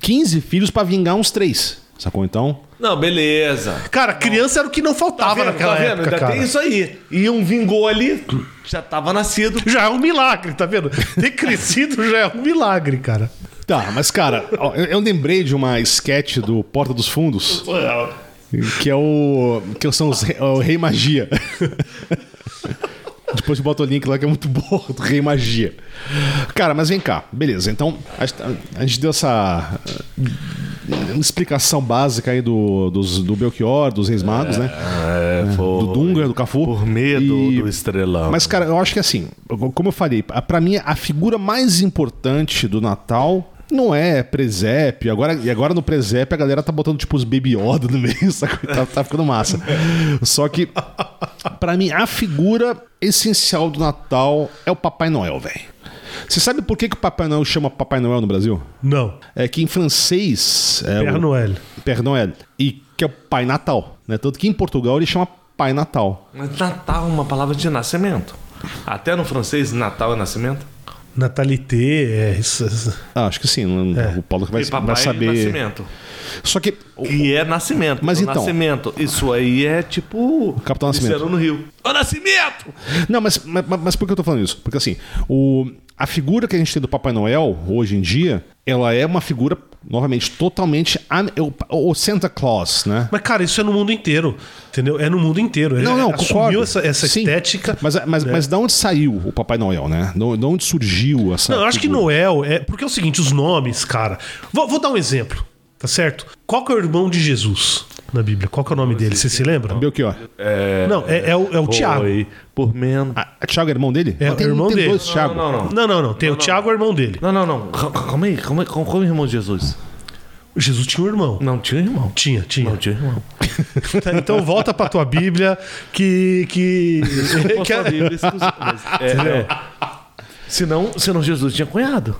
S1: 15 filhos pra vingar uns três. Sacou então?
S2: Não, beleza.
S3: Cara, criança era o que não faltava
S2: Tá vendo,
S3: naquela
S2: tá vendo?
S3: época,
S2: Ainda
S3: cara.
S2: tem isso aí. E um vingou ali, já tava nascido.
S3: Já é um milagre, tá vendo? Ter crescido já é um milagre, cara.
S1: Tá, mas cara, ó, eu, eu lembrei de uma sketch do Porta dos Fundos. Que é o. Que são os rei, o Rei Magia. Depois bota o link lá que é muito bom, do Rei Magia. Cara, mas vem cá, beleza. Então, a, gente- a gente deu essa eh, explicação básica aí do, dos, do Belchior, dos Reis Magos, né? do Dunga, do Cafu.
S2: É, Por medo
S1: E-
S2: do estrelão.
S1: Mas, cara, eu acho que assim, como eu falei, pra mim a figura mais importante do Natal não é presépio. Agora, e agora no presépio a galera tá botando tipo os Baby Yoda no meio, saca? Tá, tá ficando massa. Só que, pra mim, a figura essencial do Natal é o Papai Noel, velho. Você sabe por que, que o Papai Noel chama Papai Noel no Brasil?
S3: Não.
S1: É que em francês. É
S3: Père
S1: o-
S3: Noel.
S1: Père Noel. E que é o Pai Natal, né? Tanto que em Portugal ele chama Pai Natal.
S2: Mas Natal é uma palavra de nascimento. Até no francês, Natal é nascimento.
S3: Natalité, é isso. isso.
S1: Ah, acho que sim. não-
S3: É.
S1: O Paulo que vai,
S2: e papai
S1: vai saber.
S2: é nascimento.
S1: Só que.
S2: E é nascimento.
S1: Mas
S2: o
S1: então-
S2: Nascimento. Isso aí é tipo...
S1: Capitão Nascimento.
S2: Serão no Rio. Ô, Nascimento!
S1: Não, mas, mas, mas por que eu tô falando isso? Porque assim, o, a figura que a gente tem do Papai Noel hoje em dia, ela é uma figura, novamente, totalmente. am- é o, o Santa Claus, né?
S3: Mas, cara, isso é no mundo inteiro, entendeu? É no mundo inteiro.
S1: Não,
S3: É-
S1: não,
S3: Assumiu
S1: concordo.
S3: essa, essa
S1: Sim.
S3: estética. né?
S1: Mas, é mas, mas da onde saiu o Papai Noel, né? Da da onde surgiu essa.
S3: Não, eu acho que
S1: figura?
S3: Noel é. Porque é o seguinte, os nomes, cara. Vou, vou dar um exemplo, tá certo? Qual que é o irmão de Jesus na Bíblia? Qual que é o nome dele? Você se lembra?
S1: Belchior.
S3: Não, é, é o, é o Tiago.
S2: Foi por menos...
S1: Ah, Tiago é irmão dele?
S3: É,
S1: Mas tem,
S3: o irmão
S1: tem
S3: dele.
S1: dois Tiago.
S2: não, não, não.
S3: Não, não, não. Tem o Tiago, é o irmão dele.
S2: Não, não, não. Calma aí. Calma aí. Como é irmão de Jesus?
S3: Jesus tinha um irmão.
S2: Não tinha irmão.
S3: Tinha, tinha.
S2: Não tinha irmão.
S3: Tá, Então volta pra tua Bíblia que. que,
S2: Eu posso
S3: que
S2: abrir pra esse curso, mas, é, é. Senão, senão Jesus tinha cunhado.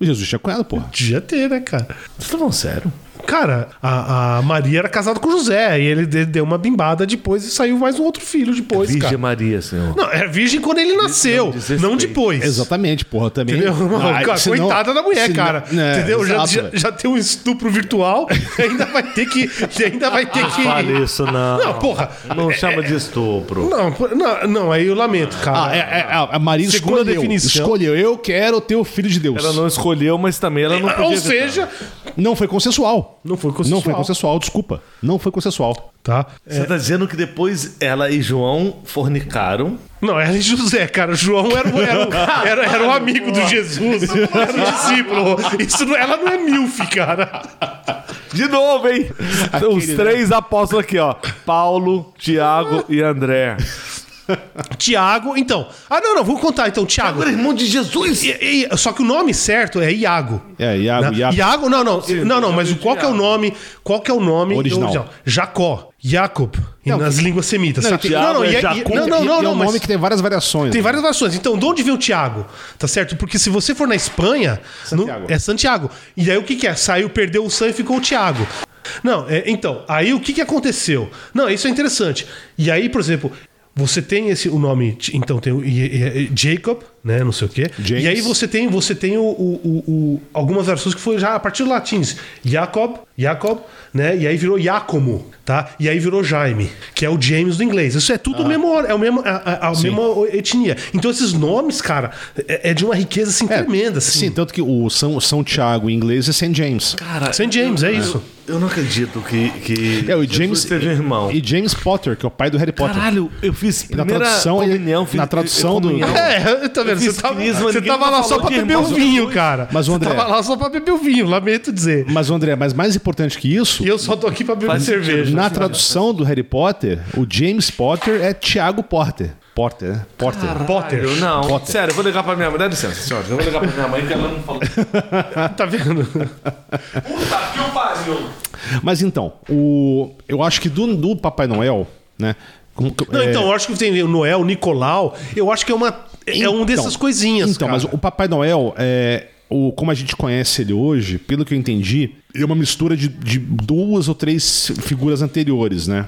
S1: O Jesus tinha cunhado, porra.
S3: Podia ter, né, cara?
S2: Vocês estão falando sério?
S3: Cara, a, a Maria era casada com José e ele de- deu uma bimbada depois e saiu mais um outro filho depois,
S2: Virgem
S3: cara.
S2: Maria, senhor.
S3: Não, era virgem quando ele nasceu,
S2: desrespeito.
S3: não depois.
S1: Exatamente, porra, também.
S3: Entendeu?
S1: Ah,
S3: Cara,
S1: senão-
S3: coitada da mulher,
S1: senão-
S3: cara.
S1: É,
S3: entendeu? Já-
S1: exato,
S3: já,
S1: velho.
S3: já tem um estupro virtual, ainda vai ter que. Ainda vai ter que.
S2: Fale isso, não.
S3: Não, porra.
S2: Não chama de estupro.
S3: Não, pô, não, não, aí eu lamento, cara.
S1: Ah, é, é, a- a Maria
S3: Segundo a
S1: escolheu.
S3: definição-
S1: Escolheu. Eu quero ter o filho de Deus.
S2: Ela não escolheu, mas também ela não podia
S3: Ou
S2: evitar.
S3: seja,
S1: Não foi consensual.
S3: Não foi consensual.
S1: Não foi consensual, desculpa. Não foi consensual.
S3: tá?
S2: Você tá dizendo que depois ela e João fornicaram.
S3: Não, era José, cara. O João era, o- era, o- era, era o amigo do Jesus. Era o discípulo. Isso não, ela não é milf, cara.
S2: De novo, hein? Os três apóstolos aqui, ó. Paulo, Tiago e André.
S3: Tiago, então. Ah, não, não, vou contar então, Tiago.
S2: Irmão de Jesus!
S3: E- e- só que o nome certo é Iago.
S1: É, Iago,
S3: né?
S1: Iago.
S3: Iago, não, não. não, não, mas o- qual que é o nome? Qual que é o nome
S1: Original.
S3: Jacó, Jacob, e nas línguas semitas. tá?
S1: Tiago
S2: é
S3: e- e-
S2: Jacó.
S3: não, não,
S1: E-
S3: não,
S1: e é
S3: não,
S1: um
S3: mas-
S1: nome que tem várias variações.
S3: Tem várias versões. Então, de onde vem o Tiago? Tá certo? Porque se você for na Espanha, no-
S1: Santiago.
S3: é Santiago. E aí o que, que é? Saiu, perdeu o San e ficou o Tiago. Não, é- então, aí o que, que aconteceu? Não, isso é interessante. E aí, por exemplo, você tem esse o nome. Ti- Então, tem o I- I- I- Jacob, né? Não sei o quê.
S1: James.
S3: E aí você tem, você tem o, o- o- o- algumas versões que foi já a partir do latins. Jacob, Jacob, né? E aí virou Iacomo, tá? E aí virou Jaime, que é o James do inglês. Isso é tudo o mesmo, or- é o mesmo, a, a- a mesma etnia. Então esses nomes, cara, é, é de uma riqueza assim, tremenda, assim.
S1: Sim, tanto que o São, São Tiago em inglês é St. James.
S2: Cara,
S3: St. James, é isso.
S2: Eu, não acredito que. que
S1: É, o
S2: Jesus
S1: James.
S2: teve um irmão.
S1: E James Potter, que é o pai do Harry Potter.
S2: Caralho, eu fiz
S1: na
S2: primeira
S1: tradução, ele-
S2: comunhão, fiz
S1: na tradução do-
S2: comunhão.
S3: É, tá vendo?
S2: fiz
S3: Você tava,
S2: quinismo,
S3: você
S2: ninguém
S3: tava lá só
S2: falou
S3: pra
S2: de
S3: beber o
S2: irmãos.
S3: vinho, cara.
S1: Mas o André-
S3: Você tava lá só pra beber o vinho, lamento dizer.
S1: Mas, André, mas mais importante que isso,
S3: E eu só tô aqui pra beber
S2: Faz
S3: cerveja.
S2: sentido.
S1: na tradução do Harry Potter, o James Potter é Tiago Potter. Potter, né? Potter.
S3: Potter.
S2: Eu não.
S1: Potter.
S2: Sério, eu vou ligar pra minha mãe. Dá licença, senhora. Eu vou ligar pra minha mãe que ela não falou.
S3: Tá vendo?
S2: Puta que o pariu.
S1: Mas então, o, eu acho que do, do Papai Noel, né? Como que-
S3: Não,
S1: é-
S3: então, eu acho que tem o Noel, o Nicolau. Eu acho que é uma. É um
S1: Então,
S3: dessas coisinhas.
S1: Então,
S3: cara.
S1: mas o Papai Noel é. O, como a gente conhece ele hoje, pelo que eu entendi, é uma mistura de, de duas ou três figuras anteriores, né?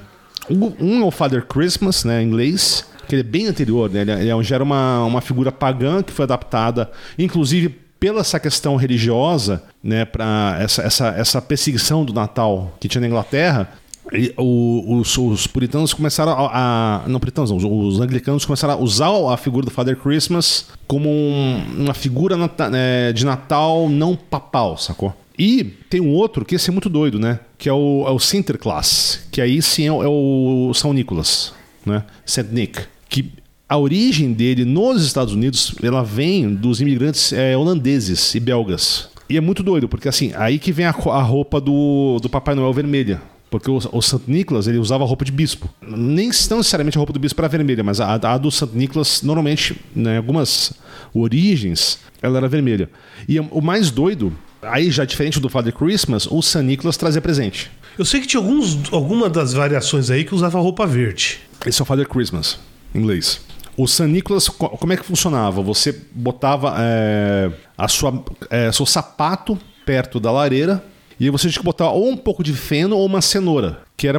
S1: Um, um é o Father Christmas, né, em inglês, que ele é bem anterior, né? Ele, é- ele é- já era uma, uma figura pagã que foi adaptada, inclusive pela essa questão religiosa, né, para essa, essa, essa perseguição do Natal que tinha na Inglaterra, e o- os, os puritanos começaram a, a- Não, puritanos, não, os, os anglicanos começaram a usar a figura do Father Christmas como um- uma figura nata- eh, de Natal não papal, sacou? E tem um outro que esse é muito doido, né? Que é o, é o Sinterklaas, que aí sim é, o- é o São Nicolas, né? Saint Nick. Que a origem dele nos Estados Unidos, ela vem dos imigrantes eh, holandeses e belgas. E é muito doido, porque assim, aí que vem a, co- a roupa do, do Papai Noel vermelha. Porque o, o Santo Nicolas, ele usava roupa de bispo. Nem não necessariamente a roupa do bispo era vermelha, mas a, a do Santo Nicolas, normalmente, né, algumas origens, ela era vermelha. E é, o mais doido, aí já é diferente do Father Christmas, o San Nicolas trazia presente.
S3: Eu sei que tinha alguns, alguma das variações aí que usava roupa verde.
S1: Esse é o Father Christmas, em inglês. O San Nicolas, co- como é que funcionava? Você botava é, a sua, é, seu sapato perto da lareira e aí você tinha que botar ou um pouco de feno ou uma cenoura, que era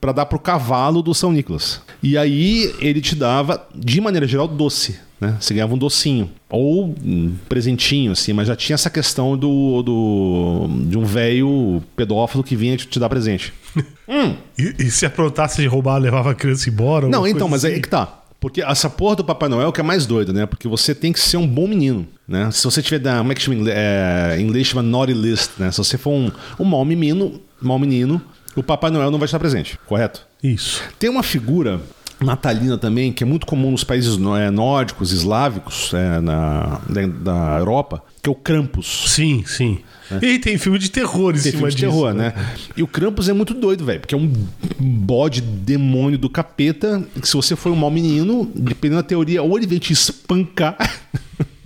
S1: para dar pro cavalo do São Nicolas. E aí ele te dava, de maneira geral, doce. Né? Você ganhava um docinho. Ou um presentinho, assim, mas já tinha essa questão do, do de um velho pedófilo que vinha te te dar presente.
S3: E, e se aprontasse de roubar, levava a criança embora?
S1: Não,
S3: alguma
S1: então,
S3: coisa
S1: mas aí
S3: assim?
S1: que tá. Porque essa porra do Papai Noel que é mais doido, né? Porque você tem que ser um bom menino, né? Se você tiver da. Como é que chama? em inglês? É, em inglês chama naughty list, né? Se você for um, um mau menino, mau menino, o Papai Noel não vai estar presente, correto?
S3: Isso.
S1: Tem uma figura natalina também, que é muito comum nos países nó- é, nórdicos, eslávicos, é, na, da- da Europa, que é o Krampus.
S3: Sim, sim. E tem filme de terror em
S1: É. Tem
S3: cima
S1: filme de
S3: disso,
S1: terror, né? E o Krampus é muito doido, velho, porque é um bode demônio do capeta. Que se você for um mau menino, dependendo da teoria, ou ele vem te espancar,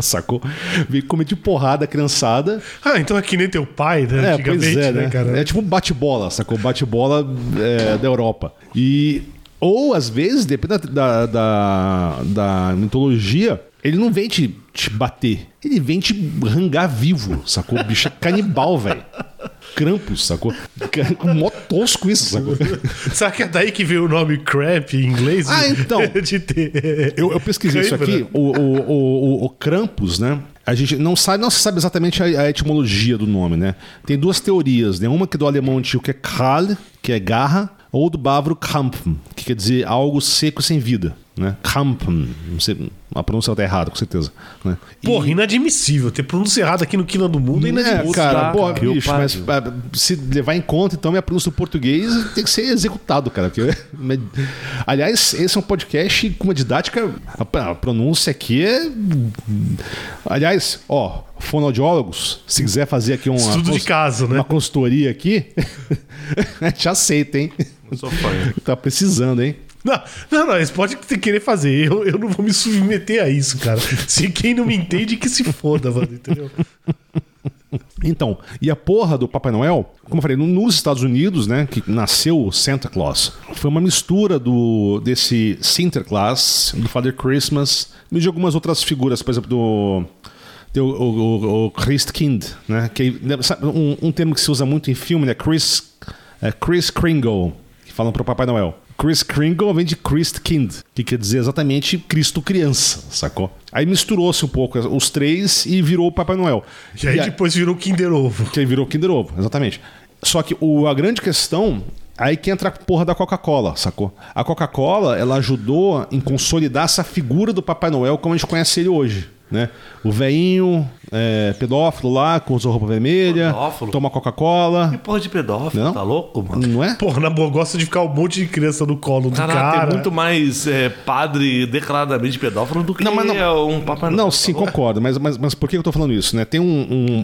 S1: sacou? Vem comer de porrada a criançada.
S3: Ah, então é que nem teu pai, né?
S1: É,
S3: antigamente,
S1: pois é, né?
S3: cara?
S1: É tipo um bate-bola, sacou? Bate-bola é, da Europa. E. Ou, às vezes, dependendo da, da, da mitologia, ele não vem te, te bater. Ele vem te rangar vivo, sacou? O bicho é canibal, velho. Krampus, sacou? Mó tosco isso, sacou?
S3: Será que é daí que veio o nome crap em inglês?
S1: Ah, então.
S3: de ter...
S1: É,
S3: né?
S1: Eu, eu pesquisei isso
S3: Cãibra.
S1: aqui. O, o, o, o- o Krampus, né? A gente não sabe, não se sabe exatamente a, a etimologia do nome, né? Tem duas teorias, né? Uma que é do alemão antigo, que é Kral, que é garra, ou do bávaro Kampfen, que quer dizer algo seco e sem vida, né? Kampfen. Não sei, a pronúncia tá errada, com certeza. Né? E-
S3: Porra, inadmissível. Ter pronúncia errada aqui no Quina do Mundo é
S1: é,
S3: inadmissível.
S1: cara,
S2: cara,
S1: porra,
S2: que eu
S1: bicho, mas
S2: pariu.
S1: ah, se levar em conta, então minha pronúncia do português tem que ser executado, cara. porque eu- Aliás, esse é um podcast com uma didática. A pr- a pronúncia aqui é. Aliás, ó, fonoaudiólogos, se quiser fazer aqui uma,
S3: Estudo de
S1: cons-
S3: caso, né?
S1: uma consultoria aqui, a gente aceita, hein?
S2: Eu sou fã.
S1: Tá precisando, hein?
S3: Não, não, não, eles podem te- querer fazer. Eu, eu não vou me submeter a isso, cara. Se quem não me entende, que se foda, mano, entendeu?
S1: Então, e a porra do Papai Noel, como eu falei, no- nos Estados Unidos, né, que nasceu o Santa Claus, foi uma mistura do desse Sinterklaas, do Father Christmas, e de algumas outras figuras, por exemplo, do tem o, o, o- o Christkind, né, que é- sabe, um, um termo que se usa muito em filme, né, Chris, é Chris Kringle, que falam pro Papai Noel. Chris Kringle vem de Christ Kind, que quer dizer exatamente Cristo criança, sacou? Aí misturou-se um pouco os três e virou o Papai Noel.
S3: E aí depois virou Kinder Ovo.
S1: Que aí virou Kinder Ovo, exatamente. Só que o- a grande questão. Aí que entra a porra da Coca-Cola, sacou? A Coca-Cola, ela ajudou em consolidar essa figura do Papai Noel como a gente conhece ele hoje, né? O veinho, é, pedófilo lá, com sua roupa vermelha,
S2: Pedófilo?
S1: toma Coca-Cola.
S2: Que porra de pedófilo,
S1: Não?
S2: tá louco, mano?
S1: Não é?
S3: Porra, na boa, gosta de ficar um monte de criança no colo do
S2: Cara,
S3: cara.
S2: tem muito mais é, padre declaradamente pedófilo do que
S1: Não, mas não-
S2: é um papai
S1: Não, sim, concordo. Mas, mas, mas por que eu tô falando isso, né? Tem um,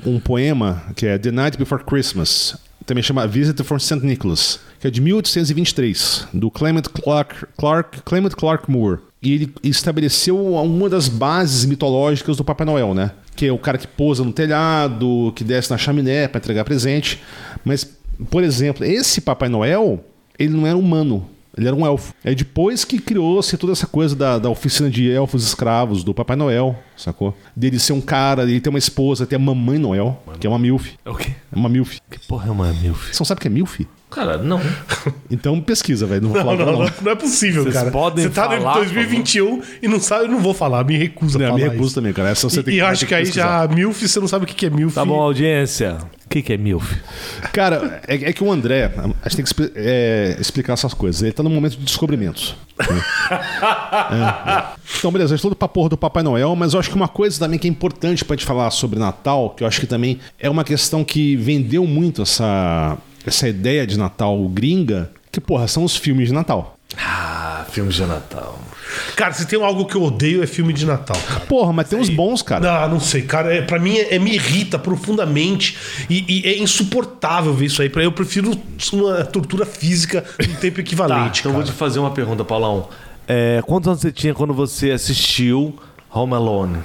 S1: um, um poema que é The Night Before Christmas, também chama Visit from St. Nicholas, que é de 1823, do Clement Clark, Clark, Clement Clark Moore. E ele estabeleceu uma das bases mitológicas do Papai Noel, né? Que é o cara que pousa no telhado, que desce na chaminé para entregar presente. Mas, por exemplo, esse Papai Noel, ele não era humano. Ele era um elfo. É depois que criou-se toda essa coisa da, da oficina de elfos escravos do Papai Noel, sacou? Dele ser um cara, ele ter uma esposa, ter a Mamãe Noel, que é uma MILF.
S2: É o quê?
S1: É uma MILF.
S2: Que porra é uma milf?
S1: Você não sabe o que é MILF?
S2: Cara, não.
S1: Então pesquisa, velho. Não vou
S3: Não,
S1: falar
S3: não,
S1: não.
S3: não, não é possível,
S2: Vocês
S3: cara.
S2: podem
S3: Você tá em
S2: falar,
S3: 2021 e não sabe, eu não vou falar, me recusa a
S1: Não,
S3: falar
S1: me recuso
S3: isso.
S1: também, cara. Essa você
S3: E,
S1: tem
S3: e
S1: vai
S3: acho
S1: ter
S3: que aí
S1: pesquisar.
S3: já, MILF, você não sabe o que que é MILF.
S2: Tá bom, audiência. O que, que é milf?
S1: Cara, é, é que o André, a gente tem que expli- é, explicar essas coisas. Ele tá num momento de descobrimento. É. Então, beleza, a gente falou pra porra do Papai Noel, mas eu acho que uma coisa também que é importante pra gente falar sobre Natal, que eu acho que também é uma questão que vendeu muito essa, essa ideia de Natal gringa, que, porra, são os filmes de Natal.
S2: Ah, filmes de Natal.
S3: Cara, se tem algo que eu odeio é filme de Natal, cara.
S1: Porra, mas tem uns bons, cara.
S3: Ah, não sei, cara. É, pra mim é, é- me irrita profundamente e, e é insuportável ver isso aí. Pra eu prefiro uma tortura física em tempo
S2: Tá,
S3: equivalente.
S2: então eu vou
S3: cara.
S2: te fazer uma pergunta, Paulão. É, quantos anos você tinha quando você assistiu Home Alone?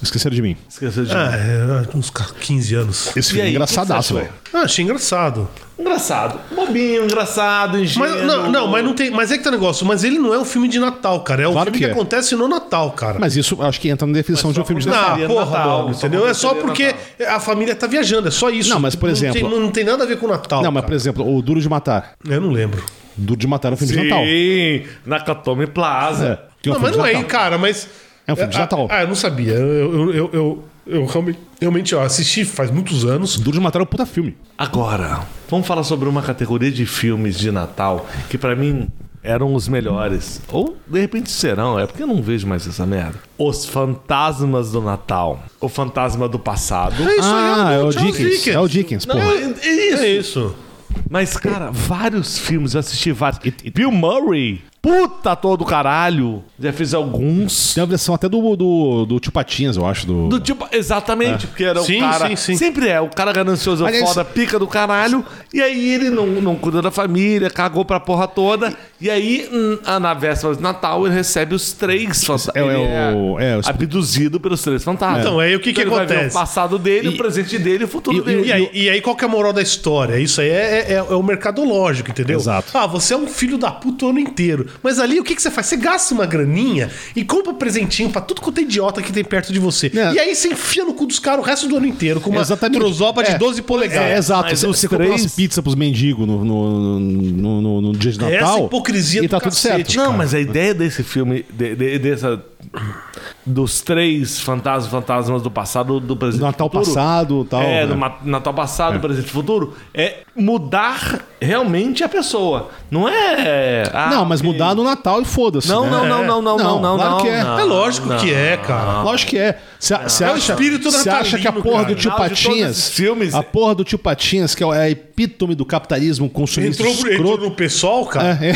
S1: Esqueceram de mim.
S2: Esqueceu de mim.
S3: Ah, é, uns 15 anos.
S1: Esse filme
S2: aí,
S1: é
S2: o que que você
S1: engraçadaço,
S2: achou?
S1: velho.
S3: Ah, achei engraçado.
S2: Engraçado. Bobinho, engraçado, ingênuo.
S3: Mas, não, não, mas não tem. Mas é que tá o negócio. Mas ele não é um filme de Natal, cara. É um
S1: Claro
S3: filme
S1: que
S3: que,
S1: é.
S3: acontece no Natal, cara.
S1: Mas isso acho que entra na definição de um filme de Natal.
S3: Ah,
S2: Seria
S3: porra,
S2: Natal,
S3: mano,
S2: só
S3: entendeu? É só
S2: seria
S3: porque
S2: Natal.
S3: a família tá viajando, é só isso.
S1: Não, mas, por
S3: Não
S1: exemplo-
S3: tem, não tem nada a ver com o Natal.
S1: Não, mas, por
S3: cara.
S1: exemplo, o Duro de Matar.
S3: Eu não lembro.
S1: Duro de Matar é um filme de Natal.
S2: Sim, Nakatomi
S1: É,
S2: Plaza.
S1: que é um
S3: não,
S1: filme
S3: mas
S1: de
S3: não é,
S1: Natal.
S3: cara, mas.
S1: É um filme de
S3: Ah,
S1: Natal.
S3: Ah, eu não sabia. Eu, eu, eu, eu, eu realmente, realmente, ó, assisti faz muitos anos.
S1: Duro de Matar é um puta filme.
S2: Agora, vamos falar sobre uma categoria de filmes de Natal que pra mim eram os melhores. Ou de repente serão, é porque eu não vejo mais essa merda. Os Fantasmas do Natal. O Fantasma do Passado.
S1: ah, é o
S3: Charles
S1: Dickens.
S3: Dickens.
S1: É o Dickens, pô.
S2: É, é isso.
S3: É isso.
S2: Mas, cara, vários filmes, eu assisti vários. Bill Murray, puta todo caralho. Já fiz alguns.
S1: Tem a versão até do, do, do Tio Patinhas, eu acho. Do...
S2: Do tipo, exatamente, porque era
S3: É. Sim,
S2: o cara.
S3: sim, sim.
S2: Sempre é, o cara ganancioso
S1: Aliás-
S2: foda, pica do caralho, e aí ele não, não cuida da família, cagou pra porra toda, e aí hum, ah, na véspera de Natal ele recebe os três
S1: É, é
S2: fantasmas.
S1: o- é, os-
S2: abduzido pelos três fantasmas.
S3: Então, aí o que que
S2: ele vai ver
S3: acontece?
S2: o passado dele,
S3: E-
S2: o presente dele e o futuro dele.
S3: E aí, e aí, qual que é a moral da história? Isso aí é, é, é o mercadológico, entendeu?
S1: Exato.
S3: Ah, você é um filho da puta o ano inteiro. Mas ali, o que, que você faz? Você gasta uma graninha e compra um presentinho pra tudo quanto é idiota que tem perto de você.
S1: É.
S3: E aí você enfia no cu dos caras o resto do ano inteiro com uma
S1: Exatamente.
S3: trozoba de
S1: É.
S3: 12 polegadas.
S1: É, exato.
S2: Mas
S1: Você,
S2: os
S1: você compra
S2: três-
S1: umas pizzas pros mendigos no, no, no, no- no dia de
S3: Essa
S1: Natal.
S3: hipocrisia
S1: E
S3: do
S1: tá tudo
S3: cacete.
S1: certo.
S2: Não, mas
S3: né?
S2: a ideia desse filme, de- de- dessa. Dos três fantasmas, fantasmas do passado, do presente. e
S1: Do Natal
S2: futuro,
S1: passado tal.
S2: É,
S1: né?
S2: do ma- Natal passado, presente e futuro, é mudar realmente a pessoa. Não é. ah,
S1: Não, mas
S2: ok.
S1: mudar no Natal e foda-se.
S2: Não,
S1: né?
S2: não, não, não, não, não,
S1: Não,
S2: não,
S1: claro
S2: não.
S1: que é.
S2: não,
S3: É lógico
S2: não.
S3: que
S1: Ah,
S3: é, cara.
S1: Lógico que é. Você você
S3: É o
S1: acha,
S3: espírito
S1: você
S3: natalino,
S1: acha que a porra
S3: cara.
S1: do tio
S2: Não, de todos
S1: Patinhas.
S2: esses filmes-
S1: A porra do tio Patinhas, que é a epítome do capitalismo consumista.
S3: Entrou, entrou
S1: escroto.
S3: no pessoal, cara.
S1: É, é.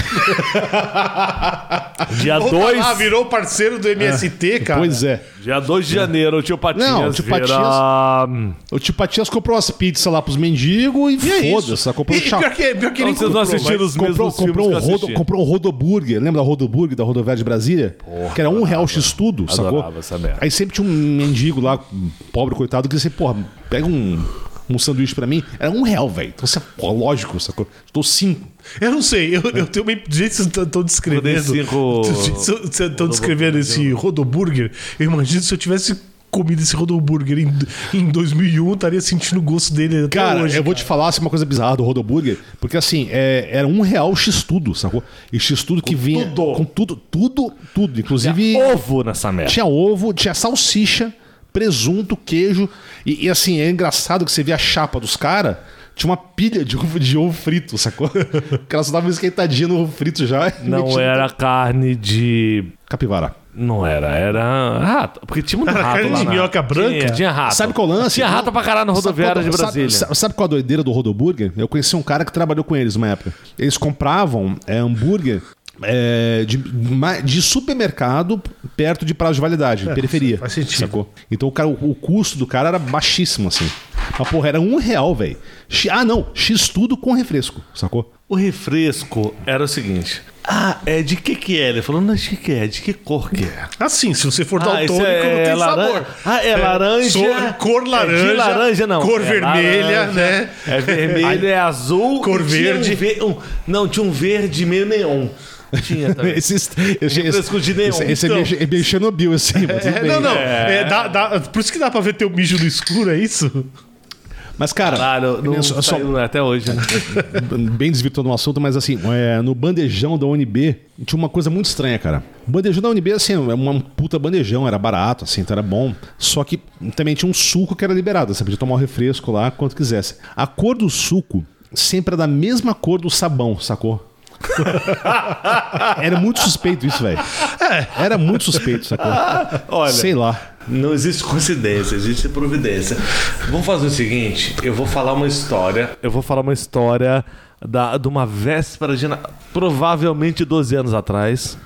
S2: Dia
S3: Opa, lá,
S2: 2.
S3: virou parceiro do MST, cara.
S1: Pois é.
S2: Dia 2 de janeiro, o tio Patinhas.
S1: Não, o tio
S2: vira-
S1: O tio Patias comprou as pizzas lá pros mendigos e,
S3: é
S1: foda-se. ela Comprou
S3: E-
S1: um
S3: e pior
S1: chá.
S3: que, pior que
S2: Então
S3: nem
S2: vocês não
S3: comprou,
S2: assistiram
S3: mas-
S2: os
S1: Comprou, comprou, um
S2: mesmos filmes que eu
S1: rodo,
S2: assisti.
S1: comprou um rodoburger, lembra da rodoburger da rodoviária de Brasília? que era um real x tudo, sacou?
S2: Adorava essa merda.
S1: Aí sempre tinha um mendigo lá, um pobre coitado, que dizia, porra, pega um, um sanduíche pra mim. Era um real, velho. Então você, pô, lógico, sacou? Tô cinco.
S3: Eu não sei, eu, eu tenho uma. Do jeito que vocês estão descrevendo.
S2: Rodecico- né?
S3: Do jeito que Vocês estão descrevendo esse rodoburger, eu imagino se eu tivesse comido esse rodoburger em, em 2001, eu estaria sentindo o gosto dele até
S1: Cara,
S3: hoje.
S1: eu vou te falar assim, uma coisa bizarra do Rodoburger, porque assim, é- era um real o X-Tudo, sacou? E X-Tudo que vinha
S2: tudo.
S1: com tudo, tudo, tudo. Inclusive,
S2: Ovo nessa merda.
S1: tinha ovo, tinha salsicha, presunto, queijo. E, e, assim, é engraçado que você vê a chapa dos caras, tinha uma pilha de ovo, de ovo frito, sacou? que ela só dava uma esquentadinha no ovo frito já. e
S2: Não
S1: metia-
S2: era carne de.
S1: Capivara.
S2: Não era, era rato. Porque tinha muito
S3: Era
S2: rato.
S3: carne
S2: lá
S3: de
S2: na-
S3: minhoca branca?
S2: Tinha, tinha rato.
S1: Sabe qual o lance?
S2: Tinha rato pra caralho na
S1: Sabe qual-
S2: rodoviária de
S1: sabe-
S2: Brasília.
S1: Sabe, sabe qual a doideira do Rodoburger? Eu conheci um cara que trabalhou com eles uma época. Eles compravam é, hambúrguer é, de, ma- de supermercado perto de prazo de validade, periferia.
S3: É, faz sentido.
S1: Sacou? Então o, cara, o, o custo do cara era baixíssimo, assim. Mas, porra, era um real, velho. X- Ah, não. X tudo com refresco, sacou?
S2: O refresco era o seguinte. Ah, é de que que é? Ele falou, não, de que que é? De que cor que é?
S3: Assim, se você for
S2: Ah, isso
S3: daltônico,
S2: é
S3: não tem
S2: laranja.
S3: sabor.
S2: Ah, é, laranja.
S3: sor- cor
S2: É
S3: laranja,
S2: de laranja, não.
S3: cor
S2: É
S3: vermelha,
S2: laranja,
S3: né?
S2: É vermelho, é azul.
S3: Cor
S2: e tinha um
S3: verde.
S2: ve- um- não, tinha um verde meio neon. Tinha também.
S1: Esses- esse,
S2: É. Refresco de neon,
S1: esse- esse é
S2: então.
S1: meio- é meio Chernobyl, assim. mas tudo
S3: É,
S1: bem.
S3: não, não. É, dá- dá- por isso que dá pra ver teu mijo no escuro, é isso?
S1: Mas, cara...
S2: Caralho, não
S1: só- só-
S2: saiu até hoje. né?
S1: bem desvirtuando o assunto, mas assim, é, no bandejão da UNB tinha uma coisa muito estranha, cara. O bandejão da UNB, assim, é um puta bandejão, era barato, assim, então era bom. Só que também tinha um suco que era liberado, você podia tomar o refresco lá quanto quisesse. A cor do suco sempre era da mesma cor do sabão, sacou? era muito suspeito isso, velho. Era muito suspeito, sacou?
S2: É. Olha,
S1: Sei lá.
S2: não existe coincidência, existe providência. Vamos fazer o seguinte, eu vou falar uma história. Eu vou falar uma história da, de uma véspera de... na- Provavelmente 12 anos atrás.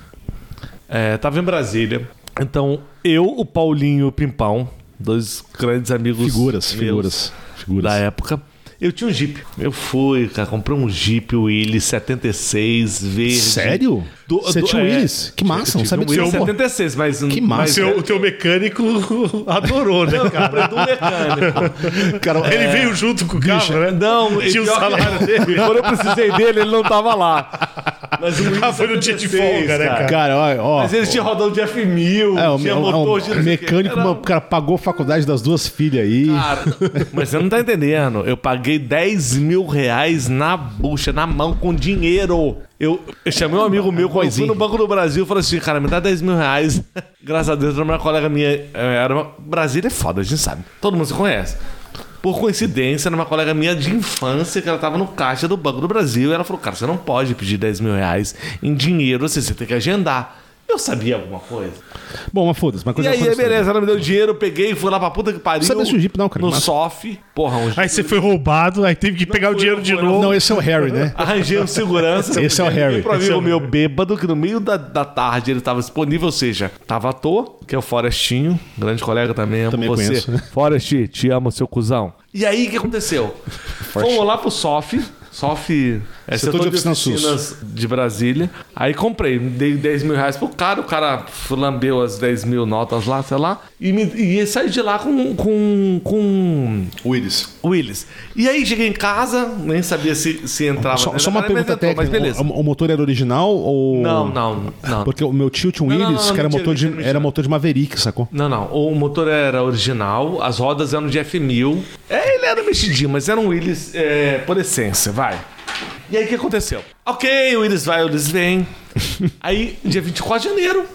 S2: É, tava em Brasília. Então, eu, o Paulinho e o Pimpão, dois grandes amigos
S1: Figuras,
S2: meus
S1: figuras, figuras.
S2: da época... Eu tinha um Jeep. Eu fui, cara, comprei um Jeep Willys 76 verde.
S1: Sério?
S2: Do-
S1: Você
S2: do-
S1: tinha um
S2: é,
S1: Willis? Que massa, não
S2: Tive
S1: sabia
S2: um Willys
S1: disso.
S2: 76, mas...
S1: Que
S3: Mas
S1: massa.
S2: é.
S3: seu- o teu mecânico adorou, né, cara?
S2: Comprei do mecânico.
S1: Cara,
S3: Ele veio junto com o carro, né?
S2: Não,
S3: Tinha o
S2: pior que-
S3: salário dele.
S2: Quando eu precisei dele, ele não tava lá. Mas o Willis
S3: Ah, foi no dia de
S2: 76,
S3: folga, né, cara?
S1: Cara, ó, ó.
S2: Mas ele tinha rodão de F1000,
S1: É, o,
S2: tinha
S1: é um-
S2: motor
S1: é
S2: de...
S1: um mecânico,
S2: Era- Ah.
S1: mano, o cara pagou a faculdade das duas filhas aí.
S2: Cara, mas você não tá entendendo. Eu paguei 10 mil reais na bucha, na mão, com dinheiro. Eu, eu chamei um amigo meu, eu fui
S1: Coisinha.
S2: no Banco do Brasil e falei assim, cara, me dá 10 mil reais. Graças a Deus, era uma colega minha. eh, Era uma... Brasília é foda, a gente sabe. Todo mundo se conhece. Por coincidência, era uma colega minha de infância que ela tava no caixa do Banco do Brasil e ela falou, cara, você não pode pedir 10 mil reais em dinheiro, assim, você tem que agendar. Eu sabia alguma coisa.
S1: Bom, mas foda-se, mas
S2: E
S1: coisa
S2: aí,
S1: coisa estranha.
S2: beleza, ela me deu dinheiro, eu peguei, fui lá pra puta que pariu.
S1: Não sabia se o Jeep não, cara,
S2: No
S1: mas-
S2: SOF, porra, um
S3: Aí você foi roubado, aí teve que pegar o
S2: foi,
S3: dinheiro
S2: não
S3: de
S2: foi,
S3: novo.
S1: Não, esse é o Harry, né?
S2: Arranjei um segurança.
S1: Esse é o Harry.
S2: Pro
S3: Esse é
S2: amigo
S3: o-
S2: meu bêbado, que no meio da, da tarde ele tava disponível, ou seja, tava à toa, que é o Forestinho, grande colega também, amo
S1: Também
S2: você.
S1: conheço.
S2: Forest, te amo, seu cuzão. E aí, o que aconteceu? Fomos lá pro SOF, SOF é
S1: Setor de
S2: setor, de
S1: Oficinas SUS.
S2: oficinas de Brasília. Aí comprei, dei 10 mil reais pro cara, o cara lambeu as 10 mil notas lá, sei lá, e, me, e saí de lá com- com, com
S1: Willis.
S2: Willis. E aí cheguei em casa, nem sabia se, se entrava.
S1: Só,
S2: né?
S1: só uma
S2: Mas
S1: pergunta
S2: entrou,
S1: técnica.
S2: Mas beleza.
S1: O, o motor era original ou.
S2: Não, não, não.
S1: Porque o meu tio tinha um
S2: Não, não,
S1: Willis,
S2: não,
S1: que era,
S2: mentira,
S1: motor, de,
S2: mentira, mentira.
S1: era motor de Maverick, sacou?
S2: Não, não. O motor era original, as rodas eram de F1000. É, ele era mexidinho, mas era um Willis é, por essência, vai. E aí o que aconteceu? Ok, o Willis vai, o Willis vem. aí, dia 24 de janeiro,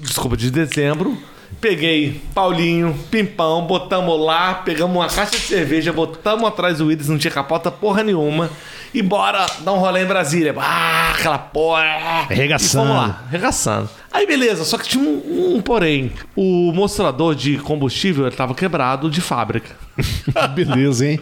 S2: desculpa, de dezembro, peguei Paulinho, Pimpão, botamos lá, pegamos uma caixa de cerveja, botamos atrás do Willis, não tinha capota porra nenhuma. E bora dar um rolê em Brasília. Ah, aquela porra.
S1: Arregaçando.
S2: E vamos lá, arregaçando. Aí beleza, só que tinha um, um porém. O mostrador de combustível ele tava quebrado de fábrica.
S1: Beleza, hein?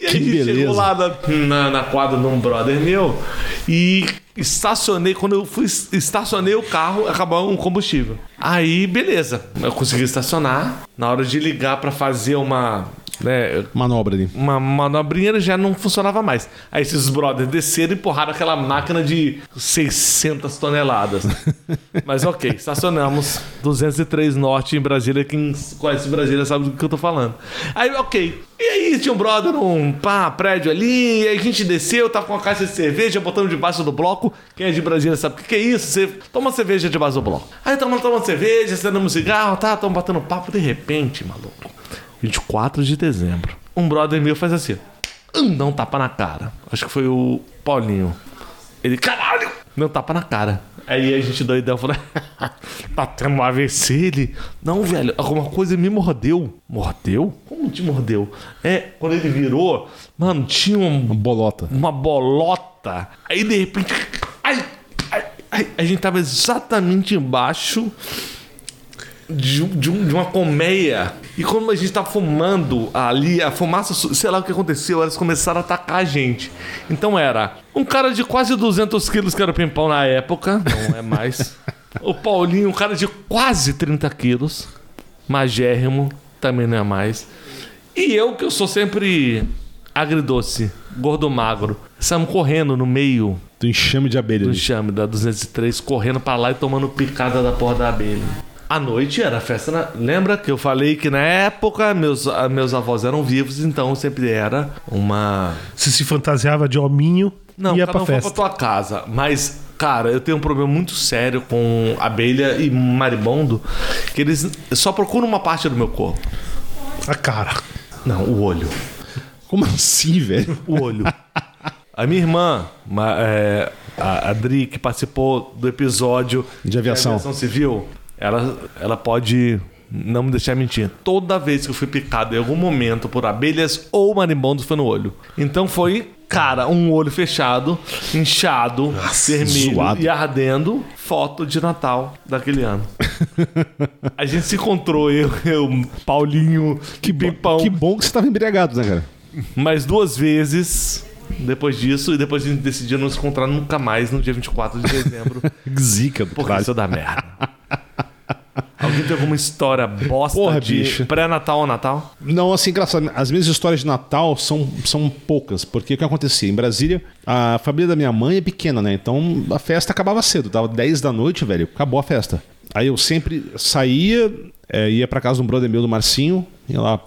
S2: E aí
S1: que beleza.
S2: chegou lá na, na, na quadra de um brother meu e estacionei. Quando eu fui, estacionei o carro, acabou um o combustível. Aí, beleza. Eu consegui estacionar. Na hora de ligar pra fazer uma. né?
S1: Manobra ali.
S2: Uma manobrinha já não funcionava mais. Aí esses brothers desceram e empurraram aquela máquina de 600 toneladas. Mas ok, estacionamos 203 Norte em Brasília. Quem conhece Brasília sabe do que eu tô falando. Aí, ok. E aí, tinha um brother num pá, prédio ali. E aí a gente desceu, tava com uma caixa de cerveja, botamos debaixo do bloco. Quem é de Brasília sabe o que, que é isso. Você toma cerveja debaixo do bloco. Aí estamos tomando cerveja, acendemos cigarro, tá? Estamos batendo papo. De repente, maluco. 24 de dezembro. Um brother meu faz assim. hum, Dá um tapa na cara. Acho que foi o Paulinho. Ele, caralho! Deu um tapa na cara. Aí a gente doidão falou: Tá tendo um AVC ele. Não, velho, alguma coisa me mordeu. Mordeu? Como te mordeu? É, quando ele virou, mano, tinha um
S1: Bolota.
S2: uma bolota. Aí de repente. Ai, ai, ai, a gente tava exatamente embaixo de, um- de um- de uma colmeia. E como a gente tava fumando ali, a fumaça, su- sei lá o que aconteceu, elas começaram a atacar a gente. Então era um cara de quase 200 quilos, que era o Pimpão na época, não é mais. o Paulinho, um cara de quase 30 quilos, magérrimo, também não é mais. E eu, que eu sou sempre agridoce, gordo magro, saímos correndo no meio
S1: Do enxame de abelha
S2: do
S1: ali.
S2: enxame da 203, correndo pra lá e tomando picada da porra da abelha. À noite era festa na... Lembra que eu falei que na época meus, ah, meus avós eram vivos, então sempre era uma...
S3: Você se fantasiava de hominho
S2: Não,
S3: e ia
S2: cada
S3: pra
S2: um
S3: festa.
S2: foi pra tua casa. Mas, cara, eu tenho um problema muito sério com abelha e maribondo, que eles só procuram uma parte do meu corpo.
S3: A Ah, cara.
S2: Não, o olho.
S1: Como assim, velho?
S2: o olho. A minha irmã, ma- é, a, a Dri, que participou do episódio
S1: De aviação.
S2: civil, ela, ela pode não me deixar mentir. Toda vez que eu fui picado em algum momento por abelhas ou marimbondos foi no olho. Então foi, cara, um olho fechado, inchado, vermelho
S1: zoado.
S2: e ardendo. Foto de Natal daquele ano. a gente se encontrou, eu, eu Paulinho, que Pipão.
S1: Que bom que você tava embriagado, né, cara?
S2: Mais duas vezes depois disso, e depois a gente decidiu não se encontrar nunca mais no dia 24 de dezembro,
S1: Zica do
S2: porque
S1: caralho.
S2: isso dá merda. Alguém tem alguma história bosta
S1: Porra,
S2: de
S1: bicho.
S2: pré-natal ou Natal?
S1: Não, assim, engraçado. As minhas histórias de Natal são, são poucas, porque o que acontecia? Em Brasília, a família da minha mãe é pequena, né? Então a festa acabava cedo, dava 10 da noite, velho, acabou a festa. Aí eu sempre saía, eh, ia pra casa de um brother meu do Marcinho, ia lá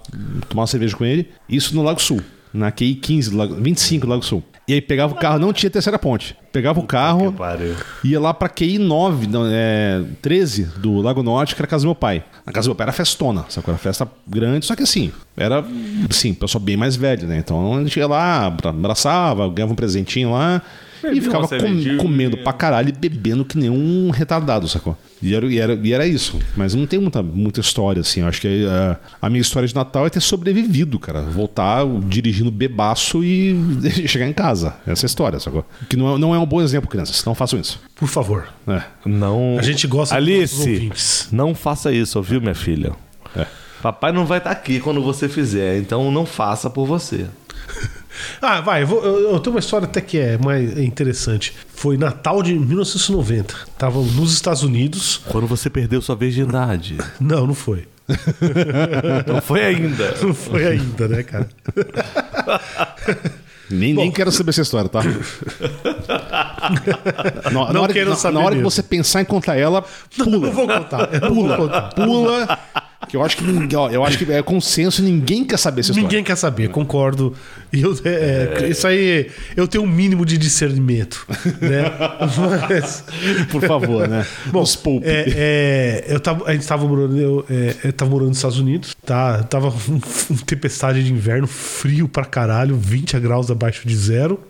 S1: tomar uma cerveja com ele, isso no Lago Sul, na QI 15, do Lago- 25 do Lago Sul. E aí pegava o carro, não tinha terceira ponte. Pegava o carro,
S2: Pariu.
S1: Ia lá pra QI 9, não, é, 13 do Lago Norte, que era a casa do meu pai. A casa do meu pai era festona, sacou? Era festa grande, só que assim, era, sim, pessoa bem mais velha, né? Então a gente ia lá, abra- abraçava, ganhava um presentinho lá e ficava
S2: uma
S1: com-
S2: cervejinha.
S1: comendo pra caralho e bebendo que nem um retardado, sacou? E era, e era, e era isso. Mas não tem muita, muita história, assim. Eu acho que é, a minha história de Natal é ter sobrevivido, cara. Voltar dirigindo bebaço e chegar em casa. Essa é a história, sacou? Que não é, não é um bom exemplo, crianças. Não façam isso.
S3: Por favor.
S1: É.
S2: Não.
S3: A gente gosta dos nossos
S2: Alice,
S3: ouvintes.
S2: não faça isso, ouviu, minha filha?
S1: É.
S2: Papai não vai estar aqui quando você fizer, então não faça por você.
S3: Ah, vai, eu, vou- eu- eu tenho uma história até que é mais interessante. Foi Natal de 1990. Tava nos Estados Unidos.
S2: Quando você perdeu sua virgindade.
S3: Não, não foi.
S2: Não foi ainda.
S3: Não foi ainda, né, cara?
S1: Nem, nem quero saber essa história, tá? Na, na hora, que-
S3: quero
S1: na,
S3: saber
S1: na hora que
S3: mesmo.
S1: você pensar em contar ela,
S3: Não, não vou contar. Eu não vou contar.
S1: pula. Que eu acho que ninguém- ó, eu acho que é consenso, ninguém quer saber essa história.
S3: Ninguém quer saber, concordo. E eu- é, é, Isso aí, eu tenho um mínimo de discernimento. Né? Mas,
S1: Por favor, né?
S3: Bom,
S1: Os poupe.
S3: é, é, eu tava, a gente tava morando, eu, é, eu tava morando nos Estados Unidos, tá? Tava um, um tempestade de inverno, frio pra caralho, 20 graus abaixo de zero.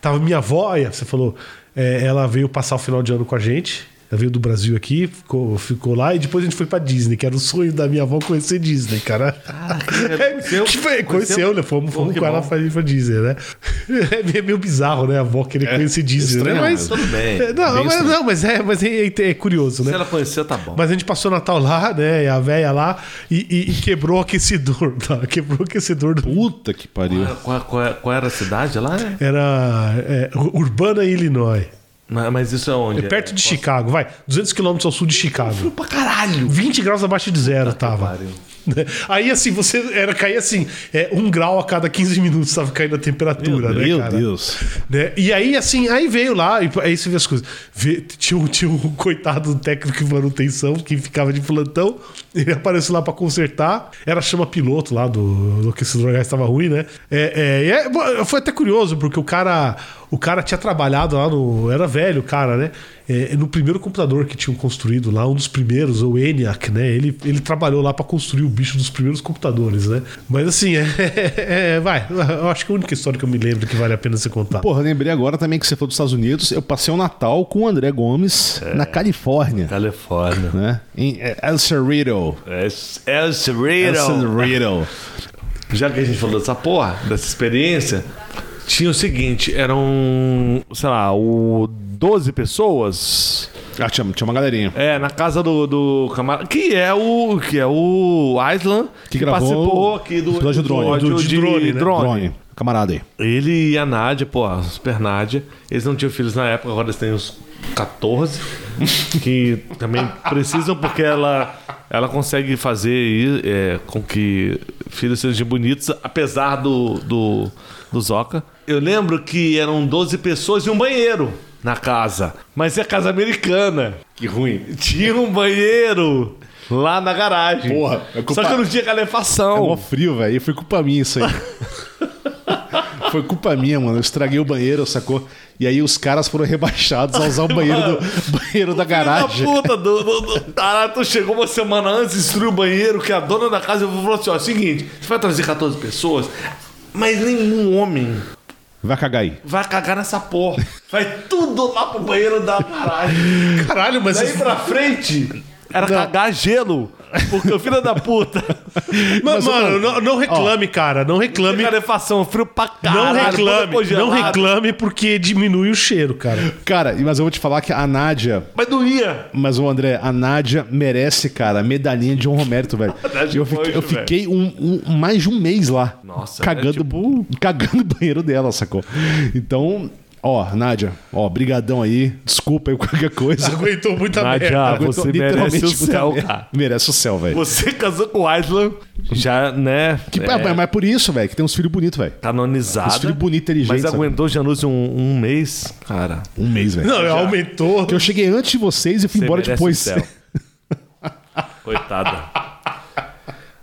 S3: Tava minha avó, aí você falou, é, ela veio passar o final de ano com a gente. Ela veio do Brasil aqui, ficou, ficou lá, e depois a gente foi pra Disney, que era o sonho da minha avó conhecer Disney, cara.
S2: Conheceu?
S3: Que foi- conheceu, né? Fomos,
S2: Pô,
S3: fomos
S2: que
S3: com ela
S2: bom.
S3: pra, pra Disney, né? É meio- meio bizarro, né? A avó querer conhecer Disney,
S1: estranho,
S3: né? Mas,
S2: Tudo bem.
S3: é, não, mas,
S1: estranho.
S3: não, mas, é, mas é, é curioso, né?
S2: Se ela conheceu, tá bom.
S3: Mas a gente passou o Natal lá, né? E a véia lá e, e- e quebrou o aquecedor. Tá? Quebrou o aquecedor do.
S1: Puta que pariu.
S2: Qual, é, qual- qual era a cidade lá?
S3: Era é, Ur- Urbana, Illinois.
S2: Mas mas isso é onde?
S3: É perto de Chicago, vai. 200 quilômetros ao sul de Chicago.
S2: Pra caralho!
S1: Tá,
S3: 20 graus abaixo de zero tava.
S2: pariu.
S3: né? Aí assim, você era cair assim, é, um grau a cada 15 minutos estava caindo a temperatura, né?
S1: Meu
S3: cara?
S1: Deus.
S3: Né? E aí, assim, aí veio lá, e aí você vê as coisas. Vê- tinha, um, tinha um coitado do técnico de manutenção que ficava de plantão, ele apareceu lá pra consertar, era chama piloto lá do, do que esse lugar estava ruim, né? É, é, e é- bo- foi até curioso, porque o cara. O cara tinha trabalhado lá no. Era velho, o cara, né? É, no primeiro computador que tinham construído lá, um dos primeiros, o ENIAC, né? Ele, ele trabalhou lá pra construir o bicho dos primeiros computadores, né? Mas assim, é, é- é- vai. Eu acho que é a única história que eu me lembro que vale a pena você contar.
S1: Porra, lembrei agora também que você foi dos Estados Unidos. Eu passei o Natal com o André Gomes na Califórnia,
S2: Califórnia.
S1: né? Em eh, El Cerrito.
S2: É El
S1: El
S2: Cerrito.
S1: Cerrito.
S2: Já que a gente falou dessa porra, dessa experiência, tinha o seguinte, eram, sei lá, o 12 pessoas.
S1: Ah, tinha, tinha uma galerinha.
S2: É, na casa do, do camarada. Que é o. Que é o Island,
S1: Que gravou
S2: participou aqui do
S1: o episódio do drone.
S2: episódio
S3: Do- de
S2: de
S3: drone, né?
S2: drone.
S1: Drone. Camarada aí.
S2: Ele e a Nádia, pô, a super Nádia. Eles não tinham filhos na época, agora eles têm uns 14. que também precisam, porque ela, ela consegue fazer aí, é, com que filhos sejam bonitos, apesar do, do, do Zoca. Eu lembro que eram 12 pessoas e um banheiro na casa. Mas é casa americana.
S1: Que ruim.
S2: Tinha um banheiro lá na garagem.
S1: Porra, é culpa-
S2: Só que não tinha
S1: É mó
S2: calefação.
S1: frio, velho. E Foi culpa minha isso aí. Foi culpa minha, mano. Eu estraguei o banheiro, sacou? E aí os caras foram rebaixados a usar o banheiro, do, banheiro da garagem.
S2: Filho da puta do, do, do Tarato chegou uma semana antes, destruiu o banheiro, que a dona da casa falou assim: ó, seguinte, você vai trazer 14 pessoas, mas nenhum homem
S1: Vai cagar aí.
S2: vai cagar nessa porra. Vai tudo lá pro banheiro da garagem.
S3: Caralho, mas
S2: Daí pra frente, era cagar gelo. Porque o filho da puta.
S3: Mas, mano, não, não reclame, cara. Não reclame.
S2: Calefação, frio pra caralho.
S3: Não reclame.
S2: todo
S3: Não
S2: congelado.
S3: reclame porque diminui o cheiro, cara.
S1: Cara, mas eu vou te falar que a Nádia.
S2: Mas doía.
S1: Mas, o André, a Nádia merece, cara, a medalhinha de honra ao mérito, velho.
S2: Nádia
S1: Eu fiquei, eu
S2: foi,
S1: fiquei um- um- mais de um mês lá.
S2: Nossa,
S1: cagando,
S2: é tipo-
S1: cagando o banheiro dela, sacou? Então, ó, Nádia, ó, brigadão aí. Desculpa aí qualquer coisa. É,
S3: Aguentou muita merda.
S1: Aguentou
S2: você
S1: literalmente
S2: merece o
S1: muita
S2: céu,
S1: merda.
S2: cara.
S1: Merece o céu, velho.
S2: Você casou com o Island, já, né?
S1: Que-
S3: ah,
S1: é, mas por isso, velho, que tem uns filhos bonitos, velho.
S2: canonizada.
S1: Esse filho bonito, inteligente,
S2: Mas
S1: sabe?
S2: aguentou Januzzi um, um mês, cara.
S1: Um mês, velho.
S3: Não, aumentou.
S1: Eu cheguei antes de vocês e fui
S2: Você
S1: embora
S2: merece
S1: depois.
S2: o céu. Coitada.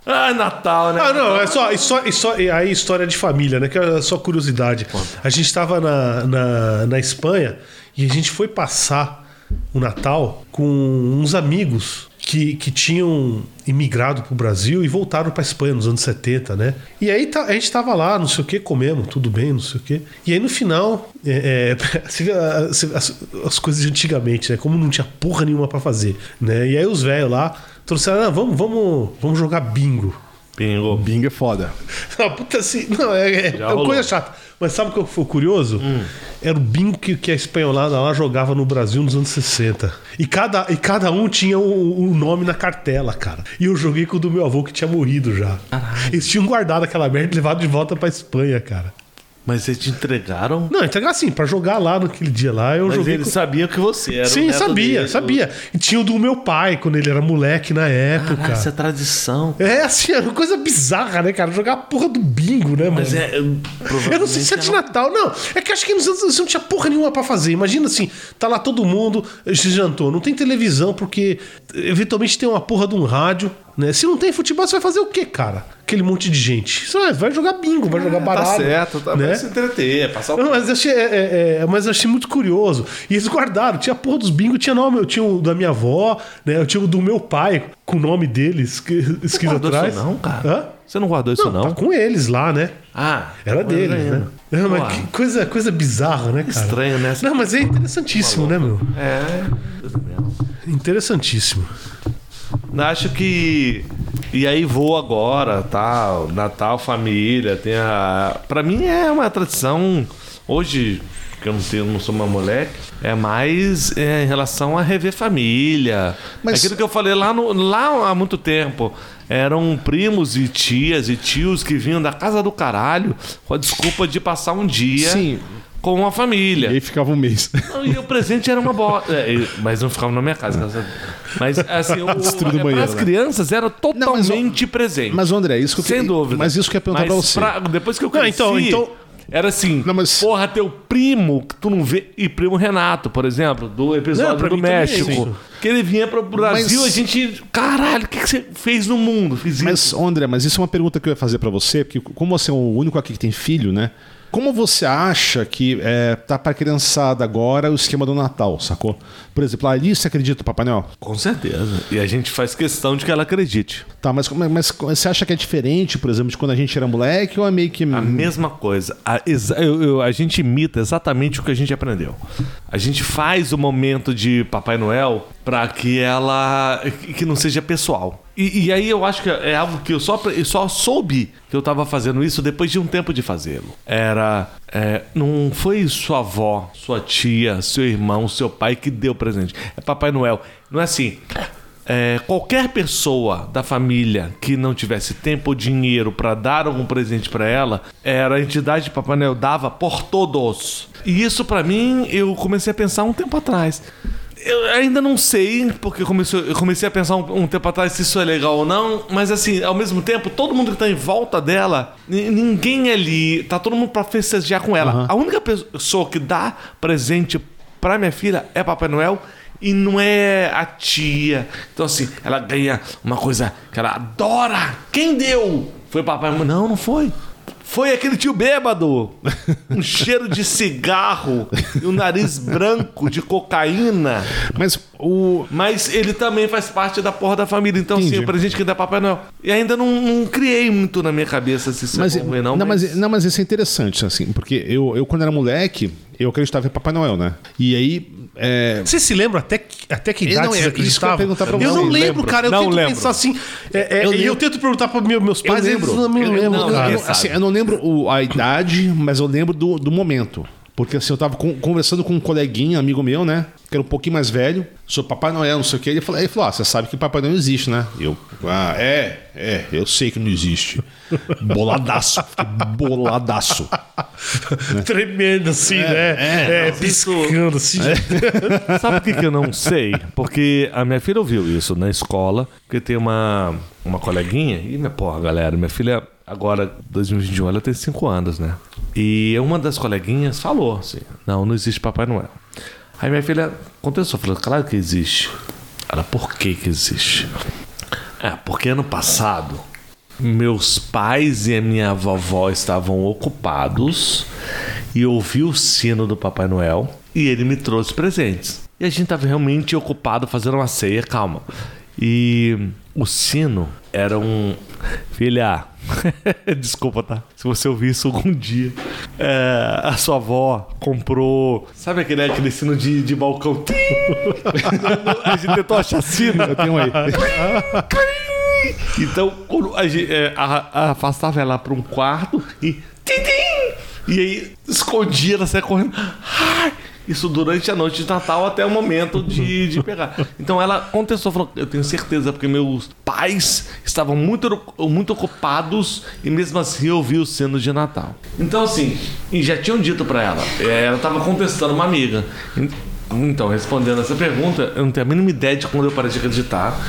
S2: Ah, Natal, né?
S3: Ah, não, é só, é só, é só é aí história de família, né? Que é só curiosidade. A gente tava na, na, na Espanha e a gente foi passar o Natal com uns amigos que, que tinham imigrado pro Brasil e voltaram pra Espanha nos anos 70, né? E aí tá- a gente tava lá, não sei o que, comemos, tudo bem, não sei o que. E aí no final, é, é, você vê a- você vê as, as coisas de antigamente, né? Como não tinha porra nenhuma pra fazer, né? E aí os velhos lá trouxeram, "Ah, vamos, vamos, vamos jogar bingo.
S2: Pingo.
S1: Bingo é foda.
S3: Não, puta assim. Não, é, é, é uma
S2: rolou. Hum.
S3: coisa chata. Mas sabe o que eu fui curioso? Era o bingo que, que a espanholada lá jogava no Brasil nos anos 60. E cada, e cada um tinha o um, um nome na cartela, cara. E eu joguei com o do meu avô que tinha morrido já. Eles tinham guardado aquela merda e levado de volta pra Espanha, cara.
S2: Mas eles te entregaram?
S3: Não, então assim, pra jogar lá naquele dia lá, eu
S2: Mas
S3: joguei.
S2: eles
S3: com-
S2: sabiam que você era o
S3: Sim,
S2: neto
S3: sabia,
S2: dele.
S3: sabia. E tinha o do meu pai, quando ele era moleque na época.
S2: Caralho, essa é tradição.
S3: É assim, era uma coisa bizarra, né, cara? Jogar a porra do bingo, né, mano?
S2: Mas é...
S3: Eu não sei se é de
S2: um-
S3: Natal, não. É que acho que nos anos você não tinha porra nenhuma pra fazer. Imagina assim, tá lá todo mundo, se jantou, não tem televisão, porque eventualmente tem uma porra de um rádio, né? Se não tem futebol, você vai fazer o quê, cara? Aquele monte de gente. Você vai- vai jogar bingo, vai jogar baralho.
S2: Tá certo, tá
S3: né?
S2: pra se entreter, passar
S3: Não,
S2: o
S3: mas eu achei, é, é, é, mas eu achei muito curioso. E eles guardaram, tinha a porra dos bingos, tinha nome, eu tinha o da minha avó, né? Eu tinha o do meu pai, com o nome dele esqui- escrito
S2: guardou
S3: atrás.
S2: isso não, cara?
S3: Hã?
S2: Você não guardou isso, não?
S3: Tá com eles lá, né?
S2: Ah,
S3: Era
S2: não
S3: dele, né?
S2: ainda.
S3: Não,
S2: Pô,
S3: mas que coisa, coisa bizarra, né, cara?
S2: Estranho, né?
S3: Não, mas é interessantíssimo, né, meu?
S2: É...
S3: Interessantíssimo.
S2: Acho que. E aí vou agora, tal, Natal, família, tem a. Pra mim é uma tradição. Hoje, que eu não tenho, não sou uma moleque, é mais é, em relação a rever família.
S1: Mas-
S2: Aquilo que eu falei lá, no, lá há muito tempo. Eram primos e tias e tios que vinham da casa do caralho com a desculpa de passar um dia
S1: Sim.
S2: com a família.
S1: E aí ficava um mês.
S2: Não, e o presente era uma bola. É, e- mas não ficava na minha casa. graças a Deus. Mas assim, o,
S1: Destruindo o
S2: é,
S1: banheiro,
S2: as
S1: né?
S2: crianças era
S1: Não, mas o-
S2: totalmente presente.
S1: Mas, André, isso que eu
S2: sem
S1: que-
S2: dúvida.
S1: Mas isso que eu ia perguntar pra
S2: Mas
S1: você.
S2: depois que eu
S3: Não,
S2: cresci,
S3: então- então-
S2: era assim,
S1: Não, mas-
S2: porra, teu primo que tu não vê... E primo Renato, por exemplo, do
S3: Não,
S2: episódio
S3: pra
S2: do
S3: mim também é
S2: México.
S3: isso.
S2: que ele vinha pro Brasil
S1: Mas-
S2: a gente... Caralho, o que, que você fez no mundo? Fiz isso.
S1: Mas, André, mas isso é uma pergunta que eu ia fazer pra você, porque como você é o único aqui que tem filho, né? Como você acha que é, tá pra criançada agora o esquema do Natal, sacou? Por exemplo, a Alice acredita no Papai Noel?
S2: Com certeza. E a gente faz questão de que ela acredite.
S1: Tá, mas, como é- mas você acha que é diferente, por exemplo, de quando a gente era moleque ou é meio que.
S2: A mesma coisa. A, exa- eu- eu- a gente imita exatamente o que a gente aprendeu. A gente faz o momento de Papai Noel pra que ela. que não seja pessoal. E, e aí eu acho que é algo que eu só, apre- eu só soube que eu tava fazendo isso depois de um tempo de fazê-lo. Era. é, não foi sua avó, sua tia, seu irmão, seu pai que deu presente. É Papai Noel. Não é assim. É, qualquer pessoa da família que não tivesse tempo ou dinheiro pra dar algum presente pra ela, era a entidade de Papai Noel dava por todos. E isso pra mim eu comecei a pensar um tempo atrás. Eu ainda não sei, porque eu comecei, eu comecei a pensar um, um tempo atrás se isso é legal ou não, mas assim, ao mesmo tempo, todo mundo que tá em volta dela, ni- ninguém ali, tá todo mundo pra festejar com ela. A única pessoa que dá presente pra minha filha é Papai Noel e não é a tia. Então, assim, ela ganha uma coisa que ela adora. Quem deu? Foi Papai Noel? Não, não foi. Foi aquele tio bêbado. Um cheiro de cigarro e um nariz branco de cocaína.
S1: Mas o.
S2: Mas ele também faz parte da porra da família. Então, assim,
S1: Entendi.
S2: o presente que dá Papai Noel. E ainda não, não criei muito na minha cabeça se isso
S1: Mas,
S2: é bom ou não.
S1: não, mas... não, mas isso é interessante, assim, porque eu, eu quando era moleque, eu acreditava em Papai Noel, né? E aí. é,
S3: Você se lembra até que, até que
S1: Eu
S3: idade
S1: não-
S3: você
S1: é isso que eu ia
S3: acreditava?
S1: perguntar pra
S3: eu
S1: você.
S3: não lembro,
S2: Lembro.
S3: cara. Eu
S2: Não
S3: tento
S2: lembro.
S3: pensar assim. é, é,
S1: Eu
S3: e eu
S1: lembro.
S3: tento perguntar para meus pais, eles não me
S1: Eu-
S3: lembram,
S1: não,
S3: cara.
S1: eu, não- assim, eu não lembro o- a idade, mas eu lembro do, do momento. Porque assim, eu tava con- conversando com um coleguinha, amigo meu, né? Que era um pouquinho mais velho, sou Papai Noel, não sei o que. Ele falou, ele falou: ah, você sabe que Papai Noel existe, né? Eu, ah, é, é, eu sei que não existe. Boladaço, fiquei boladaço.
S3: Tremendo assim, né?
S1: é,
S3: É, piscando assim.
S2: Sabe por que, que eu não sei? Porque a minha filha ouviu isso na escola, porque tem uma, uma coleguinha, e minha porra, galera, minha filha agora, 2021, ela tem 5 anos, né? E uma das coleguinhas falou assim, não, não existe Papai Noel. Aí minha filha contestou, falou, claro que existe. Ela, por que que existe? É, porque ano passado meus pais e a minha vovó estavam ocupados e eu ouvi o sino do Papai Noel e ele me trouxe presentes. E a gente estava realmente ocupado fazendo uma ceia, calma. E o sino era um. Filha, desculpa, tá? Se você ouvir isso algum dia. É, a sua avó comprou. Sabe aquele, aquele sino de, de balcão? a gente tentou achar sino.
S1: Eu tenho aí.
S2: Então, quando a gente, é, a- a- afastava ela para um quarto e. Titim! E aí escondia, ela saia correndo. Ai! Isso durante a noite de Natal até o momento de, de pegar. Então ela contestou, falou: Eu tenho certeza, porque meus pais estavam muito, muito ocupados e mesmo assim eu vi o sino de Natal. Então, assim, e já tinham dito para ela, é, ela estava contestando uma amiga. Então, respondendo essa pergunta, eu não tenho a mínima ideia de quando eu parei de acreditar.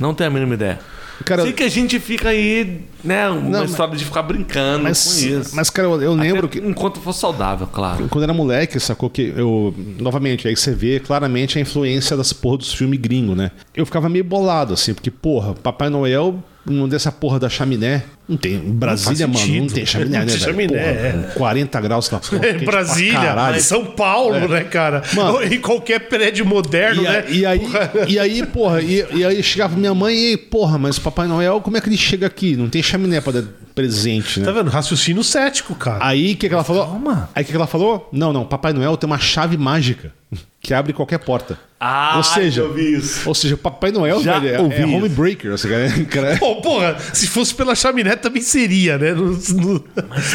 S2: Não tenho a mínima ideia.
S1: Cara,
S2: Sei que a gente fica aí, né? Uma
S1: Não, mas-
S2: história de ficar brincando com
S1: mas,
S2: isso.
S1: mas, cara, eu, eu
S2: Até
S1: lembro que.
S2: Enquanto for saudável, claro.
S1: Quando era moleque, sacou que eu. Novamente, aí você vê claramente a influência das porra dos filmes gringo, né? Eu ficava meio bolado, assim, porque, porra, Papai Noel não dessa porra da chaminé. Não tem. Em Brasília,
S3: Não faz
S1: mano, não
S3: sentido.
S1: tem chaminé,
S3: Não
S1: né?
S3: tem
S1: velho?
S3: chaminé,
S1: Porra, 40 graus na porra.
S3: É,
S1: quente pra
S3: Brasília,
S1: caralho. É.
S3: São Paulo, né, cara?
S1: Mano.
S3: em qualquer prédio moderno,
S1: E, a-
S3: né?
S1: e aí, e aí, porra, e, e aí chegava minha mãe e, porra, mas o Papai Noel, como é que ele chega aqui? Não tem chaminé pra dar presente, né?
S3: Tá vendo? Raciocínio cético, cara.
S1: Aí o que, que ela falou? Aí o que, que ela falou? Não, não, Papai Noel tem uma chave mágica que abre qualquer porta.
S2: Ah,
S1: ou seja,
S2: eu vi isso.
S1: Ou seja, Papai Noel
S2: Já
S1: velho, é-
S2: ouvi
S1: é
S2: isso.
S1: home breaker. Assim, cara, cara.
S3: Pô, porra, se fosse pela chaminé também seria, né? No- no-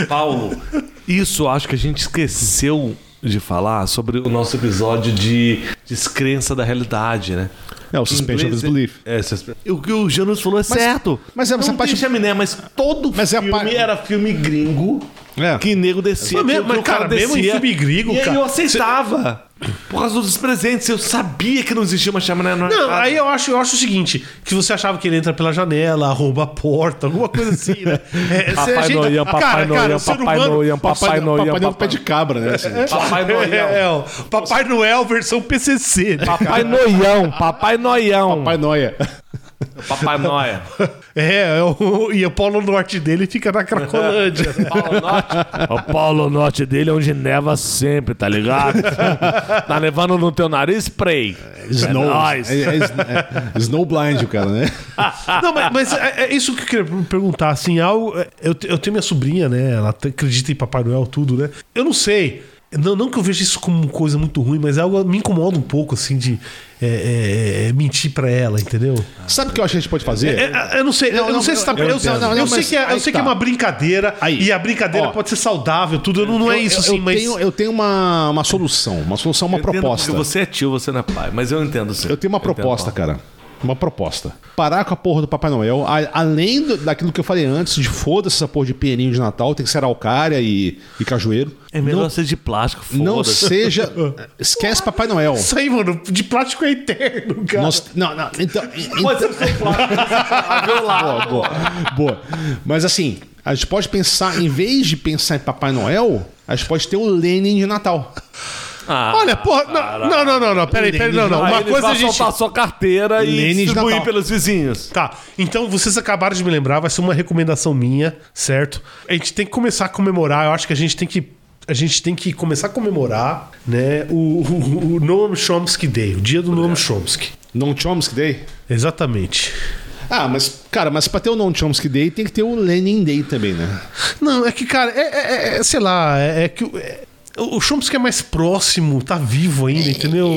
S2: Paulo, isso acho que a gente esqueceu de falar sobre o nosso episódio de descrença da realidade, né?
S1: É o suspension of
S2: Inglês
S1: disbelief.
S2: É, suspe- o que o Janus falou é certo.
S1: mas é-
S2: não
S1: essa
S2: tem
S1: parte-
S2: chaminé, mas todo
S1: Mas é a
S2: filme
S1: parte-
S2: era filme gringo
S1: É.
S2: Que nego descia.
S3: Mas mesmo-
S2: que o
S3: mas, cara, mesmo em filme gringo,
S2: e aí
S3: cara,
S2: eu aceitava. Por causa dos presentes. Eu sabia que não é existia uma chaminé no
S3: Não,
S2: mercado.
S3: aí eu acho, eu acho o seguinte: que você achava que ele entra pela janela, rouba a porta, alguma coisa assim, né? É, se a
S4: Papai
S3: gente-
S4: Noel, Papai Noel,
S3: o ser
S4: Papai
S3: humano-
S4: Noel, Papai
S2: é
S4: Noel,
S1: Papai Noel
S4: Papai-
S1: pé de cabra, né? assim.
S2: Papai Noel.
S3: É, ó, Papai Noel versão PCC. né?
S4: Papai Noião, Papai Noião.
S1: Papai é Noia.
S2: Papai Noia.
S3: É, é o- e o Polo Norte dele fica na Cracolândia.
S2: Paulo Norte.
S4: O Paulo Norte dele é onde neva sempre, tá ligado? tá levando no teu nariz, spray.
S1: Snow.
S4: É nóis.
S1: É, é, é, Snowblind, o cara, né?
S3: Não, mas, mas é, é isso que eu queria perguntar, assim, algo, é, eu, te- eu tenho minha sobrinha, né, ela te- acredita em Papai Noel, tudo, né, eu não sei, não, não que eu veja isso como coisa muito ruim, mas é algo me incomoda um pouco, assim, de é, é, é, mentir pra ela, entendeu?
S1: Sabe o que eu acho que a gente pode fazer?
S3: É, é, eu não sei, eu não sei se tá...
S1: eu
S3: Eu sei-
S1: entendo. Não, não,
S3: eu sei
S1: mas
S3: que é- eu
S1: aí
S3: sei que é
S1: tá.
S3: uma brincadeira,
S1: Aí.
S3: e a brincadeira
S1: Ó.
S3: pode ser saudável, tudo, não, não é isso,
S1: eu,
S3: assim,
S1: eu
S3: mas...
S1: Tenho, eu tenho uma, uma solução, uma solução, uma
S2: Eu entendo
S1: proposta.
S2: porque Você é tio, você não é pai. Mas eu entendo sim.
S1: Eu tenho uma
S2: entendo,
S1: proposta,
S2: Paulo.
S1: cara. Uma proposta. Parar com a porra do Papai Noel, a- além do- daquilo que eu falei antes, de foda-se essa porra de pinheirinho de Natal, tem que ser alcária e, e cajueiro.
S2: É melhor ser de plástico, foda-se.
S1: Não seja. Esquece Papai Noel.
S3: Isso aí, mano, de plástico é eterno, cara.
S1: Nós, não, não, então.
S2: Pode ser de plástico.
S1: Boa, boa, boa. Mas assim, a gente pode pensar, em vez de pensar em Papai Noel, a gente pode ter o Lenin de Natal.
S2: Ah.
S3: Olha, porra, não, não, não, não, não, peraí, peraí, não, não,
S1: Ah,
S2: Aí
S3: uma
S2: eles
S3: coisa a
S2: vão
S3: gente...
S2: soltar sua carteira e
S1: Lênin de
S2: distribuir
S1: Natal.
S2: pelos vizinhos.
S3: Tá, então vocês acabaram de me lembrar, vai ser uma recomendação minha, certo? A gente tem que começar a comemorar, eu acho que a gente tem que. A gente tem que começar a comemorar, né, o, o, o Noam Chomsky Day, o dia do Noam Chomsky.
S1: Non Chomsky Day?
S3: Exatamente.
S1: Ah, mas, cara, mas pra ter o Non Chomsky Day tem que ter o Lenin Day também, né?
S3: Não, é que, cara, é, é- é- é, sei lá, é, é que. o- é- o Chomsky é mais próximo, tá vivo ainda, entendeu?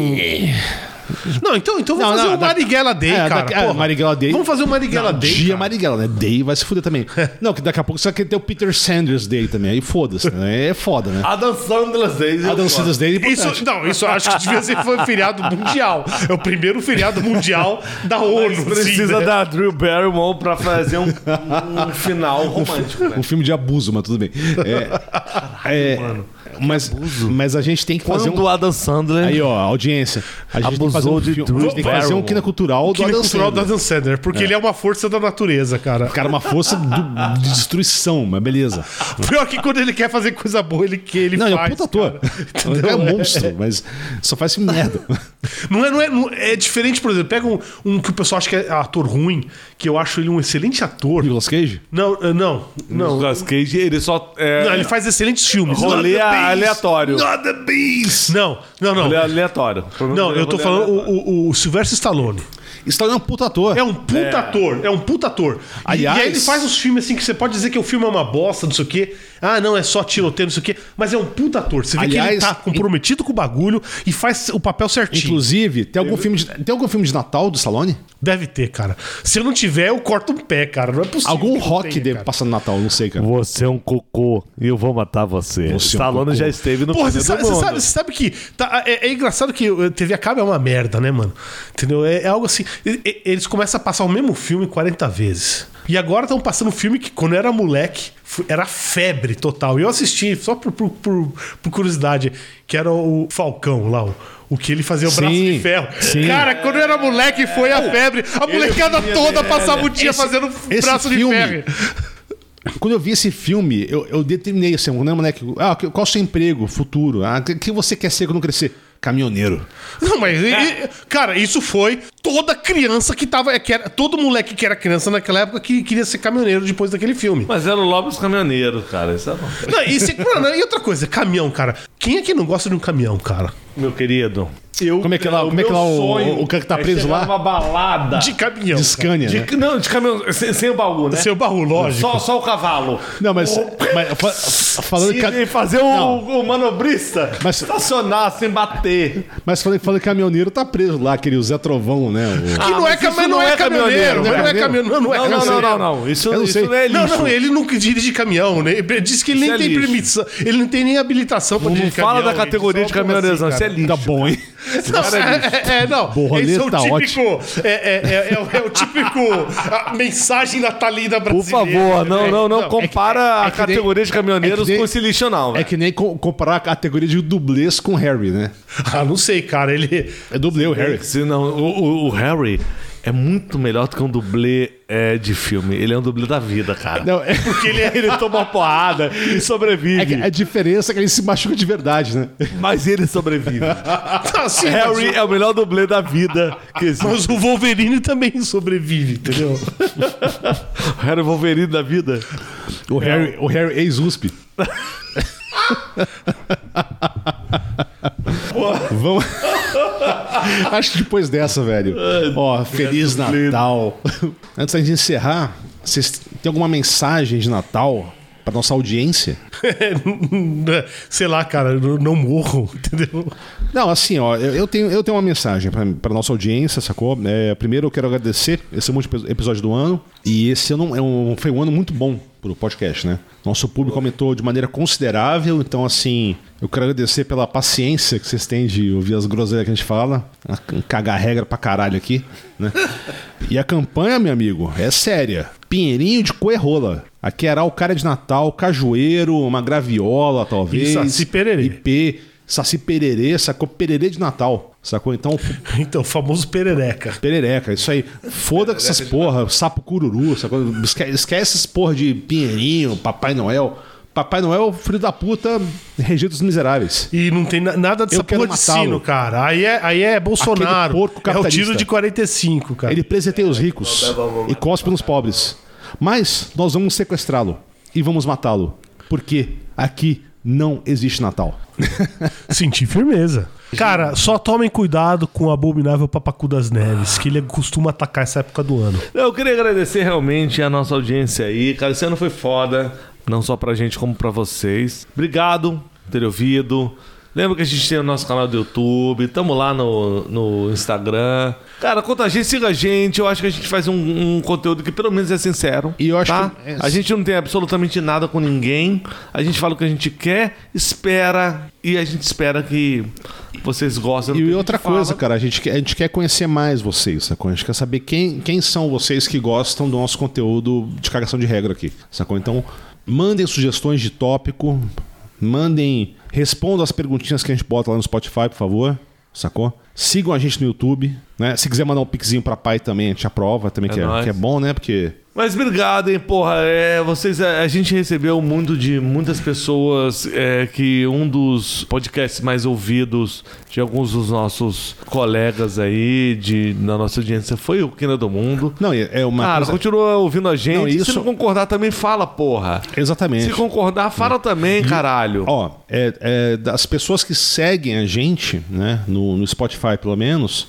S3: Não, então, então vamos
S1: É, Não,
S3: fazer
S1: não,
S3: o
S1: da-
S3: Marighella Day,
S1: é,
S3: cara.
S1: daqui- é,
S3: porra.
S1: Marighella Day.
S3: Vamos fazer o Marighella
S1: Não, um
S3: Day.
S1: Dia
S3: cara.
S1: Marighella, né? Day vai se fuder também. Não, que daqui a pouco você vai querer ter o Peter Sanders Day também. Aí foda-se, né? É foda,
S3: Ah,
S1: né?
S2: Adam Sandler's Days.
S1: A Sanders Day é importante.
S3: Isso, não, isso eu acho que devia ser foi um feriado mundial. É o primeiro feriado mundial da ONU. assim,
S2: Precisa
S3: né?
S2: da Drew Barrymore pra fazer um, um final romântico, né?
S1: Um filme de abuso, mas tudo bem. É, é, mas, mas a gente tem que fazer
S4: Quando o
S1: um.
S4: Adam Sandler...
S1: Aí, ó, audiência. A gente tem que fazer um,
S4: Abusou de
S1: fi-
S4: Drew
S1: a gente tem que fazer um
S4: Barrymore.
S1: quina cultural do
S3: Que ele
S1: Adam
S3: cultural do
S1: Sandler.
S3: Adam Sandler, porque ele é uma força da natureza, cara.
S1: Cara, é uma força do- de destruição, mas beleza.
S3: Pior que quando ele quer fazer coisa boa, ele que ele
S1: Não, ele é um
S3: faz.
S1: puta ator.
S3: cara.
S1: Ele
S3: Entendeu?
S1: é um monstro, mas só faz filme merda.
S3: Não é, não é, não- é diferente, por exemplo, pega um, um que o pessoal acha que é ator ruim, que eu acho ele um excelente ator.
S1: Nicolas Cage?
S3: Não, eh, não, não.
S2: Nicolas Cage, ele só. É,
S3: Não, ele faz excelentes filmes.
S2: Rolê
S3: Not the Beast.
S2: aleatório.
S3: Not the Beast. Não, não, não.
S2: Rolê aleatório.
S3: Não, eu tô
S2: Rolê
S3: falando
S2: aleatório.
S3: o, o, o Sylvester Stallone.
S1: Stallone é um puta ator.
S3: É um puta ator, é um puta ator. E-
S1: Aliás-
S3: e aí ele faz uns filmes assim que você pode dizer que o filme é uma bosta, não sei o quê. Ah, não, é só tiroteio, não sei o quê. Mas é um puta ator. Você vê que ele
S1: Aliás,
S3: tá comprometido com o bagulho e faz o papel certinho.
S1: Inclusive, tem algum, filme de, tem algum filme de Natal do Stallone?
S3: Deve ter, cara. Se eu não tiver, eu corto um pé, cara. Não é possível.
S1: Algum
S3: que não
S1: rock
S3: tenha,
S1: deve
S3: cara.
S1: passar no Natal, não sei, cara.
S4: Você é um cocô e eu vou matar você. O
S1: Você é um
S4: Stallone
S1: cocô.
S4: já esteve no
S3: Porra,
S4: Porra,
S3: você sabe, você sabe- você sabe que. tá- é, é engraçado que eh, TV a cabo é uma merda, né, mano? Entendeu? É, é algo assim. e- e- Eles começam a passar o mesmo filme 40 vezes. E agora estão passando um filme que, quando eu era moleque, fu- era febre total. E eu assisti, só por, por- por- por curiosidade, que era o Falcão lá, o. o que ele fazia o braço
S1: Sim,
S3: de ferro. Cara, quando eu era moleque, foi a febre. A molecada toda passava o dia fazendo
S1: esse
S3: braço de
S1: filme-
S3: ferro.
S1: Quando eu vi esse filme, eu, eu determinei assim, né, moleque? Ah, que- qual o seu emprego, futuro? Ah, o que, que você quer ser quando crescer? Caminhoneiro.
S3: Não, mas. e-
S2: É.
S3: e- cara, isso foi toda criança que tava. é, Que era, todo moleque que era criança naquela época que queria ser caminhoneiro depois daquele filme.
S2: Mas era o Lopes Caminhoneiro, cara. Isso é bom.
S3: Não, e, se- mano, e outra coisa, caminhão, cara. Quem é que não gosta de um caminhão, cara?
S2: Meu querido. Eu,
S1: Como é que é lá- como é que é lá o- o cara que tá preso lá?
S2: Uma balada.
S3: De caminhão.
S1: De Scania, né?
S2: Ah, de- não, de caminhão. Sem, sem o baú, né?
S3: Seu baú, lógico.
S2: Só, só o cavalo.
S1: Não, mas, mas fa- falando, em ca-
S2: E fazer um- o,
S1: Não.
S2: o manobrista
S1: Mas-
S2: estacionar sem bater.
S1: mas falando, falando em caminhoneiro, tá preso lá, aquele Zé Trovão, né? O-
S3: que não
S2: Ah, mas
S3: é,
S2: isso
S3: caminhão, não é caminhoneiro. Não é caminhoneiro. Não, não é
S2: né? Não, não, não,
S3: caminhoneiro.
S2: não, não. Isso,
S1: Eu não
S2: isso
S1: sei.
S2: não é lixo.
S3: Não, não, ele nunca dirige caminhão, né? Ele Diz que ele nem
S2: Isso é
S3: tem
S2: lixo.
S3: permissão. Ele não tem nem habilitação pra
S2: Não
S3: dirigir
S2: fala
S3: caminhão.
S2: da categoria de caminhoneiros, não. Isso é lixo.
S1: Tá bom, hein?
S3: Não, é, é, não.
S1: Borboleta,
S3: Esse é o típico.
S1: ótimo.
S3: É, é, é, é o- é o típico. A mensagem natalina
S2: Por
S3: brasileira.
S2: favor, não, não, não.
S3: é que-
S2: Compara
S1: é
S2: a
S1: que nem-
S2: categoria de
S1: é
S2: caminhoneiros
S1: que nem-
S2: com esse lixo, não,
S1: É
S2: velho.
S1: que nem co- comparar a categoria de dublês com Harry, né?
S3: Ah, não sei, cara. Ele.
S1: É dublê o Harry.
S4: Se não, o, o- o Harry é muito melhor do que um dublê é, de filme. Ele é um dublê da vida, cara.
S1: Não, é,
S4: Porque ele, ele toma uma porrada e sobrevive.
S1: é que a diferença é que ele se machuca de verdade, né?
S2: é,
S4: Mas ele sobrevive.
S3: Tá, sim,
S4: Harry é o melhor dublê da vida que
S2: um
S4: existe.
S3: Mas o Wolverine também sobrevive, entendeu?
S4: Harry Wolverine da vida.
S1: O Harry, o Harry ex-USP. Vamos... Acho que depois dessa, velho. Ó, Feliz Natal. Antes da gente encerrar, vocês têm alguma mensagem de Natal pra nossa audiência?
S3: É, Sei lá, cara, eu não morro, entendeu?
S1: Não, assim, ó, eu eu tenho, eu tenho uma mensagem pra- pra nossa audiência, sacou? É, primeiro eu quero agradecer esse é o último episódio do ano. E esse ano é um- foi um ano muito bom pro podcast, né? Nosso público aumentou de maneira considerável, então assim, eu quero agradecer pela paciência que vocês têm de ouvir as groselhas que a gente fala, a c- cagar regra pra caralho aqui, né? E a campanha, meu amigo, é séria. Pinheirinho de Coerrola. Aqui era o cara de Natal, cajueiro, uma graviola, talvez.
S3: E Saci Pererê.
S1: E P, Saci Pererê, sacou? Pererê de Natal, sacou? Então,
S3: Então, o famoso perereca.
S1: perereca, isso aí. Foda-se essas porra, sapo cururu, sacou? Esque- Esquece essas porra de Pinheirinho, Papai Noel. Papai Noel, filho da puta, regido dos miseráveis.
S3: E não tem na- nada dessa
S1: Eu quero
S3: porra de
S1: matá-lo.
S3: sino, cara. Aí é, aí é Bolsonaro.
S1: Aquele porco
S3: é o
S1: capitalista.
S3: tiro de 45, cara.
S1: Ele presenteia os ricos e cospe nos pobres. Mas nós vamos sequestrá-lo e vamos matá-lo. Porque aqui não existe Natal.
S3: Senti firmeza. Cara, só tomem cuidado com o abominável Papacu das Neves, que ele costuma atacar essa época do ano.
S4: Eu queria agradecer realmente a nossa audiência aí. Cara, esse ano foi foda. Não só pra gente, como pra vocês. Obrigado por ter ouvido. Lembra que a gente tem o nosso canal do YouTube. Tamo lá no, no Instagram. Cara, conta a gente, siga a gente. Eu acho que a gente faz um, um conteúdo que pelo menos é sincero.
S1: E eu acho
S4: tá?
S1: que- é-
S4: A gente não tem absolutamente nada com ninguém. A gente fala o que a gente quer, espera. E a gente espera que vocês gostem do que a
S1: E
S4: gente
S1: outra
S4: fala.
S1: coisa, cara, a gente, quer- a gente quer conhecer mais vocês, sacou? A gente quer saber quem, quem são vocês que gostam do nosso conteúdo de cagação de regra aqui, sacou? Então, mandem sugestões de tópico, mandem. Respondam as perguntinhas que a gente bota lá no Spotify, por favor, sacou? Sigam a gente no YouTube, né? Se quiser mandar um piquezinho pra pai também, a gente aprova também, que, é,
S4: nóis.
S1: que é bom, né? Porque
S4: Mas obrigado, hein, porra. É, vocês, a, a gente recebeu muito de muitas pessoas é, que um dos podcasts mais ouvidos de alguns dos nossos colegas aí, de, na nossa audiência, foi o Quina do Mundo.
S1: Não, é é uma.
S4: Cara,
S1: coisa-
S4: continua ouvindo a gente.
S1: Não, isso-
S4: Se não concordar, também fala, porra.
S1: Exatamente.
S4: Se concordar, fala também, caralho.
S1: Hum. Ó, é, é, das pessoas que seguem a gente, né, no, no Spotify pelo menos,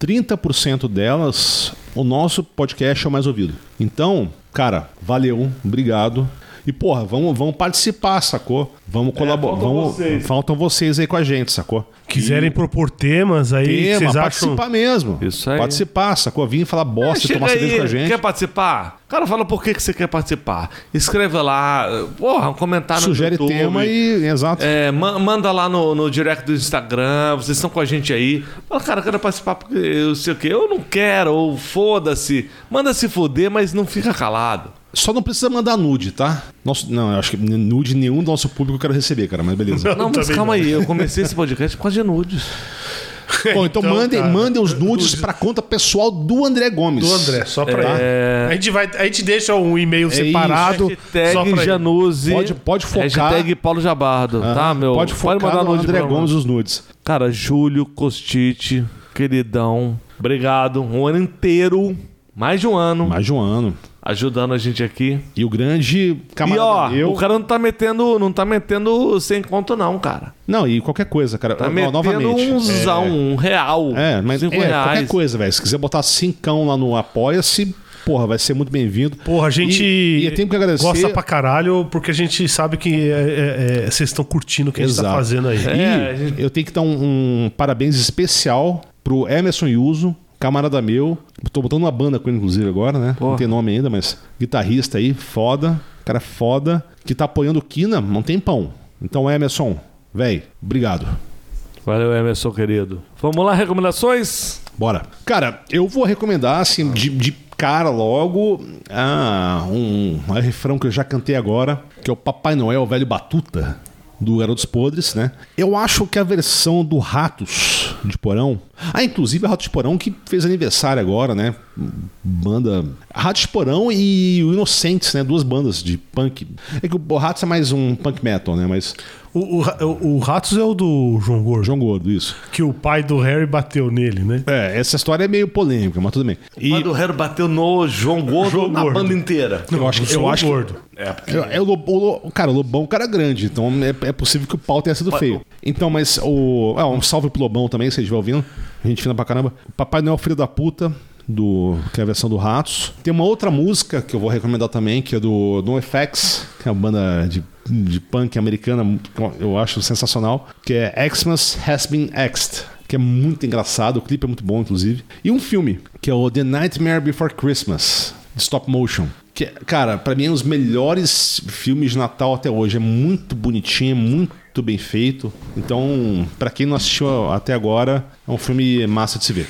S1: 30% delas, o nosso podcast é o mais ouvido. Então, cara, valeu, obrigado. E, porra, vamos, vamos participar, sacou? Vamos colaborar.
S4: É, faltam
S1: vamos,
S4: vocês.
S1: faltam vocês aí com a gente, sacou?
S3: Quiserem propor temas aí,
S1: Tema,
S3: vocês acham.
S1: participar mesmo.
S4: Isso aí.
S1: Participar, sacou? Vim falar bosta e
S4: Chega
S1: tomar cerveja
S4: aí,
S1: com a gente.
S4: Quer participar? Cara, fala por que, que você quer participar. Escreve lá, porra, um comentário
S1: Sugere
S4: no YouTube.
S1: tema e. Exato.
S4: É, ma- manda lá no, no direct do Instagram, vocês estão com a gente aí. Fala, cara, eu quero participar porque eu sei o quê. Eu não quero, ou foda-se. Manda se foder, mas não fica calado.
S1: Só não precisa mandar nude, tá? Nosso, não, eu acho que nude nenhum do nosso público eu quero receber, cara, mas beleza.
S4: Não, mas
S3: também
S4: calma
S3: não.
S4: aí, eu comecei esse podcast com as nudes.
S1: Bom, então,
S3: Então,
S1: mandem,
S3: cara,
S1: mandem os nudes pra conta pessoal do André Gomes.
S3: Do André, só pra ele. A gente, vai, a gente deixa um e-mail separado. só pra
S4: É. Hashtag
S3: ele.
S4: Januse.
S1: Pode- pode focar.
S4: Hashtag Paulo Jabardo,
S1: Aham.
S4: tá, meu?
S1: Pode focar mandar no
S4: nude
S1: André
S4: pra
S1: Gomes os nudes.
S4: Cara, Júlio Costite, queridão, obrigado. Um ano inteiro, mais de um ano,
S1: Mais de um ano.
S4: ajudando a gente aqui.
S1: E o grande
S4: E
S1: camarada
S4: ó,
S1: meu...
S4: o cara não tá metendo, não tá metendo sem conto não, cara.
S1: Não, e qualquer coisa, cara.
S4: Tá
S1: Ó,
S4: metendo
S1: novamente.
S4: um zão, um real,
S1: É, é, mas é,
S4: cinco
S1: qualquer
S4: reais.
S1: coisa, velho. Se quiser botar cincão lá no Apoia-se, porra, vai ser muito bem-vindo.
S3: Porra, a gente
S1: E, e eu tenho que agradecer...
S3: gosta pra caralho, porque a gente sabe que é- é- é- vocês estão curtindo o que a gente tá
S1: Exato.
S3: fazendo aí.
S1: E
S4: É, a gente-
S1: eu tenho que dar um, um parabéns especial pro Emerson Yuso, camarada meu. Tô botando uma banda com ele, inclusive, agora, né? Não tem nome ainda, mas guitarrista aí, foda. Cara foda, que tá apoiando o Kina há um tempão. Então, Emerson, véi, obrigado.
S6: Valeu, Emerson, querido. Vamos lá, recomendações?
S1: Bora. Cara, eu vou recomendar, assim, de, de cara logo, ah, um, um refrão que eu já cantei agora, que é o Papai Noel, o velho Batuta, do Era dos Podres, né? Eu acho que a versão do Ratos de Porão. Ah, inclusive a Ratos de Porão que fez aniversário agora, né? Banda. Ratos de Porão e o Inocentes, né? Duas bandas de punk. É que o Ratos é mais um punk metal, né? Mas.
S3: O, o, Ra- o- o Ratos é o do João Gordo,
S1: João Gordo, isso.
S3: que o pai do Harry bateu nele, né?
S1: É, essa história é meio polêmica, mas tudo bem. E
S4: Quando o Harry bateu no João Gordo
S3: João
S4: na
S3: Gordo.
S4: banda inteira.
S1: eu acho que. Eu acho que
S3: Gordo.
S1: É, é o Lobão, o Lo- cara, o Lobão é um cara grande, então é, é possível que o pau tenha sido feio. Então, mas o. Ah, um salve pro Lobão também, se vocês estiver ouvindo. Gente fina pra caramba. Papai Noel Filho da Puta, do, que é a versão do Ratos. Tem uma outra música que eu vou recomendar também, que é do NoFX, que é uma banda de, de punk americana, eu acho sensacional, que é Xmas Has Been Xed. Que é muito engraçado, o clipe é muito bom, inclusive. E um filme, que é o The Nightmare Before Christmas, de stop motion. Que, cara, pra mim é um dos melhores filmes de Natal até hoje. É muito bonitinho, é muito bem feito. Então, pra quem não assistiu até agora, é um filme massa de se ver.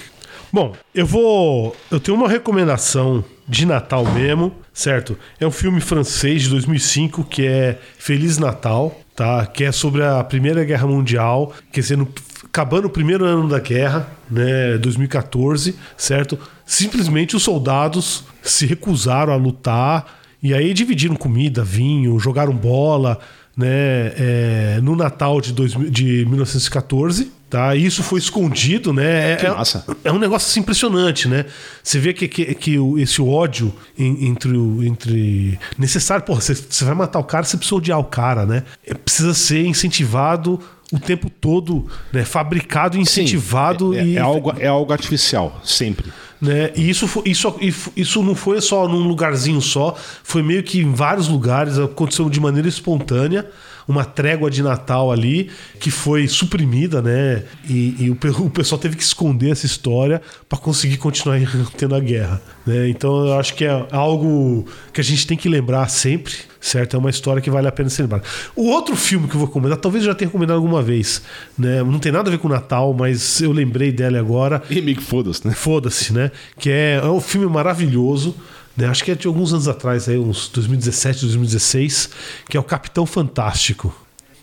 S3: Bom, eu vou. Eu tenho uma recomendação de Natal mesmo, certo? É um filme francês de 2005 que é Feliz Natal, tá? Que é sobre a Primeira Guerra Mundial, que é sendo acabando o primeiro ano da guerra, né? 2014, certo? Simplesmente os soldados se recusaram a lutar e aí dividiram comida, vinho, jogaram bola, né? é, no Natal de, 2000 de 1914, tá? E isso foi escondido, né? É-
S1: Que
S3: é-
S1: massa.
S3: é um negócio assim, impressionante, né? Você vê que, que, que o- esse ódio en- entre, o- entre. Necessário, porra, você, você vai matar o cara, você precisa odiar o cara, né? É, Precisa ser incentivado o tempo todo, né? Fabricado,
S1: Sim,
S3: incentivado
S1: é,
S3: e.
S1: é algo, é algo artificial, sempre.
S3: né? E isso, foi, isso, e f- isso não foi só num lugarzinho só, foi meio que em vários lugares, aconteceu de maneira espontânea. Uma trégua de Natal ali que foi suprimida, né? E, e o, pe- o pessoal teve que esconder essa história para conseguir continuar tendo a guerra, né? Então eu acho que é algo que a gente tem que lembrar sempre, certo? É uma história que vale a pena ser lembrada. O outro filme que eu vou recomendar, talvez eu já tenha recomendado alguma vez, né? Não tem nada a ver com o Natal, mas eu lembrei dela agora,
S1: E meio que foda-se, né?
S3: Foda-se, né? Que é, é um filme maravilhoso, né? Acho que é de alguns anos atrás, aí, uns 2017, 2016, que é o Capitão Fantástico.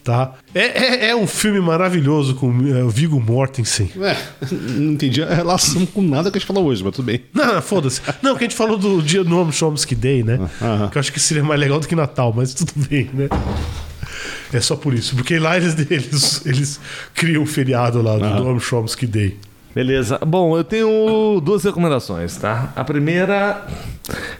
S3: Tá? É, é, é um filme maravilhoso com é, o Viggo Mortensen.
S1: É, não entendi a relação com nada que a gente falou hoje, mas tudo bem.
S3: Não, não, foda-se. Não, que a gente falou do dia Noam Chomsky Day, né?
S1: Aham.
S3: Que eu acho que seria mais legal do que Natal, mas tudo bem, né? É só por isso. Porque lá eles, eles, eles criam o feriado lá do Noam Chomsky Day.
S4: Beleza. Bom, eu tenho duas recomendações, tá? A primeira,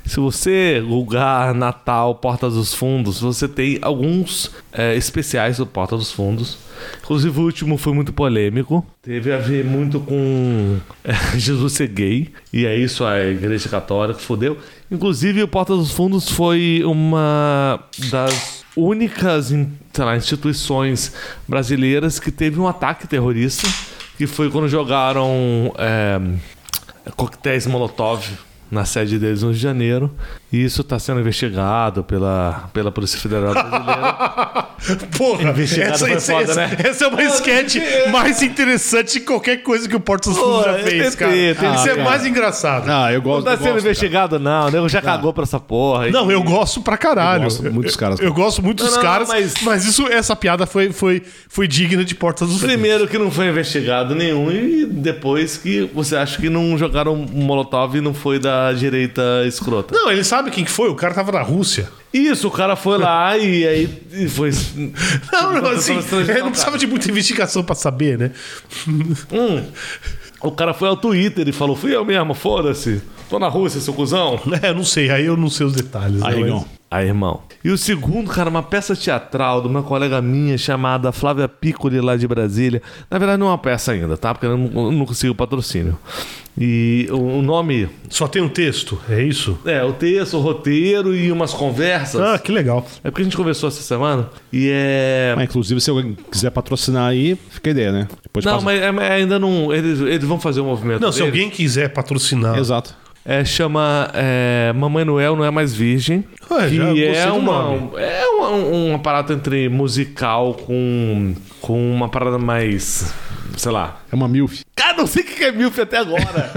S4: se você lugar Natal, Porta dos Fundos, você tem alguns é, especiais do Porta dos Fundos. Inclusive o último foi muito polêmico. Teve a ver muito com é, Jesus ser gay. E é isso, a Igreja Católica fodeu. Inclusive o Porta dos Fundos foi uma das únicas in- sei lá, instituições brasileiras que teve um ataque terrorista que foi quando jogaram é, coquetéis Molotov na sede deles no Rio de Janeiro. E isso está sendo investigado pela, pela Polícia Federal brasileira.
S3: Porra,
S4: Investigado
S3: essa,
S4: foi
S3: essa-
S4: foda,
S3: essa-
S4: né?
S3: essa é uma sketch mais interessante que qualquer coisa que o Porto dos Fundos já
S4: eu
S3: fez,
S4: tentei,
S3: cara.
S4: eu tentei.
S3: Isso é
S4: Ah, cara.
S3: mais engraçado.
S1: Ah, eu
S4: Não
S1: gosto.
S4: tá
S1: eu
S4: sendo
S1: gosto,
S4: investigado, não. O nego já cagou pra essa porra.
S3: Não,
S4: E-
S3: eu gosto pra caralho.
S1: Eu gosto muito dos caras.
S3: Eu, eu gosto muito dos
S4: Não, não,
S3: caras, mas,
S4: mas-
S3: isso, essa piada foi, foi, foi digna de Porta dos Fundos.
S4: Primeiro que não foi investigado nenhum e depois que você acha que não jogaram um Molotov e não foi da direita escrota.
S3: Não, ele sabe quem que foi, o cara tava na Rússia.
S4: Isso, o cara foi lá e aí e foi...
S3: Não, não, assim,
S4: Tava transitando,
S3: ele não
S4: cara.
S3: precisava de muita investigação pra saber, né?
S4: Hum. O cara foi ao Twitter e falou: fui eu mesmo, foda-se. Tô na Rússia, seu cuzão.
S3: É, eu não sei, aí eu não sei os detalhes. né,
S1: Ah, Aí,
S3: mas-
S1: Igão.
S4: Aí, Ah, irmão. E o segundo, cara, uma peça teatral de uma colega minha chamada Flávia Piccoli, lá de Brasília. Na verdade, não é uma peça ainda, tá? Porque eu não, eu não consigo patrocínio. E o, o nome.
S3: Só tem um texto, é isso?
S4: É, o texto, o roteiro e umas conversas.
S3: Ah, que legal.
S4: É porque a gente conversou essa semana e é.
S1: Mas, Ah, inclusive, se alguém quiser patrocinar aí, fica a ideia, né? Depois
S4: não,
S1: passa-
S4: mas é- mas ainda não. Eles, eles vão fazer o movimento.
S3: Não, se
S4: deles.
S3: alguém quiser patrocinar.
S1: Exato.
S4: É, chama é, Mamãe Noel Não É Mais Virgem.
S3: Ué, já
S4: que
S3: gostei
S4: é
S3: do
S4: uma,
S3: nome.
S4: é uma, um aparato entre musical com, com uma parada mais
S2: sei lá.
S1: É uma MILF.
S2: Cara, não sei o que é MILF até agora.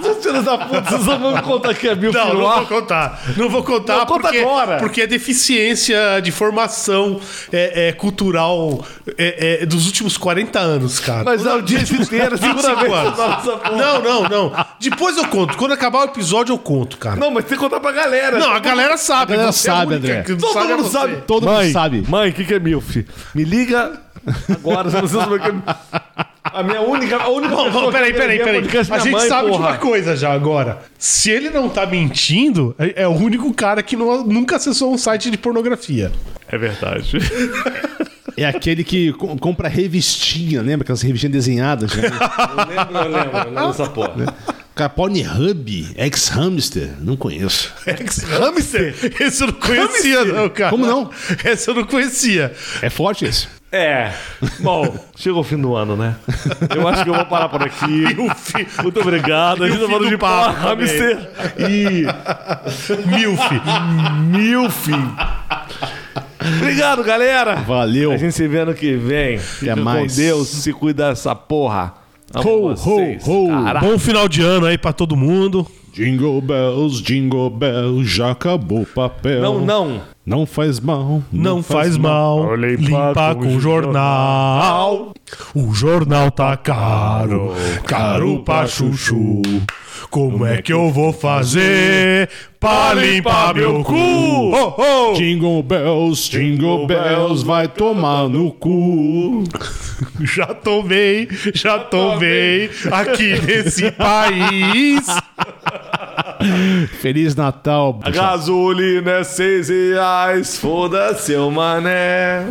S2: Vocês filhos da puta, vocês não vão me contar que é MILF
S3: Não,
S2: no
S3: não
S2: ar?
S3: vou contar. Não vou contar
S2: Não, conta
S3: porque,
S2: agora.
S3: porque é deficiência de formação é, é, cultural é, é, dos últimos 40 anos, cara.
S2: Mas é o dia inteiro, segunda
S3: 25
S2: vez que eu
S3: anos.
S2: falo essa porra.
S3: Não, não, não. Depois eu conto. Quando acabar o episódio, eu conto, cara. Não,
S2: Não, mas tem que contar pra galera.
S3: a galera sabe.
S1: galera
S3: você é a
S1: sabe,
S3: única
S1: André.
S3: que não
S2: Todo
S3: é
S2: mundo
S3: você.
S2: sabe.
S1: Todo
S2: mãe,
S1: mundo sabe.
S2: Mãe, o que, que é MILF? Me liga agora, se vocês não sabem o que é A minha única. A única
S3: Não, não, peraí,
S2: é
S3: peraí, peraí. A gente sabe de uma coisa já agora. Se ele não tá mentindo, é é o único cara que não- nunca acessou um site de pornografia.
S2: É verdade.
S1: É aquele que com- compra revistinha, lembra? Aquelas revistinhas desenhadas. Né?
S2: Eu lembro, eu lembro, eu lembro dessa porra.
S1: Cara, Pornhub, ex-hamster, não conheço.
S3: Hamster? Esse eu não conhecia, não, cara.
S1: Como não?
S3: Esse eu não conhecia.
S1: É forte esse?
S2: É. Bom, chegou o fim do ano, né? Eu acho que eu vou parar por aqui. Muito obrigado. A gente tá falando de papo, hamster e
S3: Milf.
S2: milf. Obrigado, galera.
S1: Valeu.
S2: A gente se vê ano que vem. Fica
S1: mais.
S2: com Deus. Se cuida dessa porra. Amo
S1: Ho,
S2: vocês.
S1: ho, ho.
S2: Caraca.
S3: Bom final de ano aí pra todo mundo.
S1: Jingle bells, jingle bells, já acabou o papel.
S2: Não, não.
S1: Não faz mal.
S3: Não, faz, mal,
S5: Olhei
S3: limpar
S5: pra-
S3: com o jornal. O jornal tá caro, caro pra chuchu. Como é que eu vou fazer pra limpar meu cu? Oh, oh.
S1: Jingle bells, jingle bells, vai tomar no cu.
S3: Já tomei, já tomei aqui nesse país.
S1: Feliz Natal.
S2: A gasolina é seis reais. Foda-se, o mané.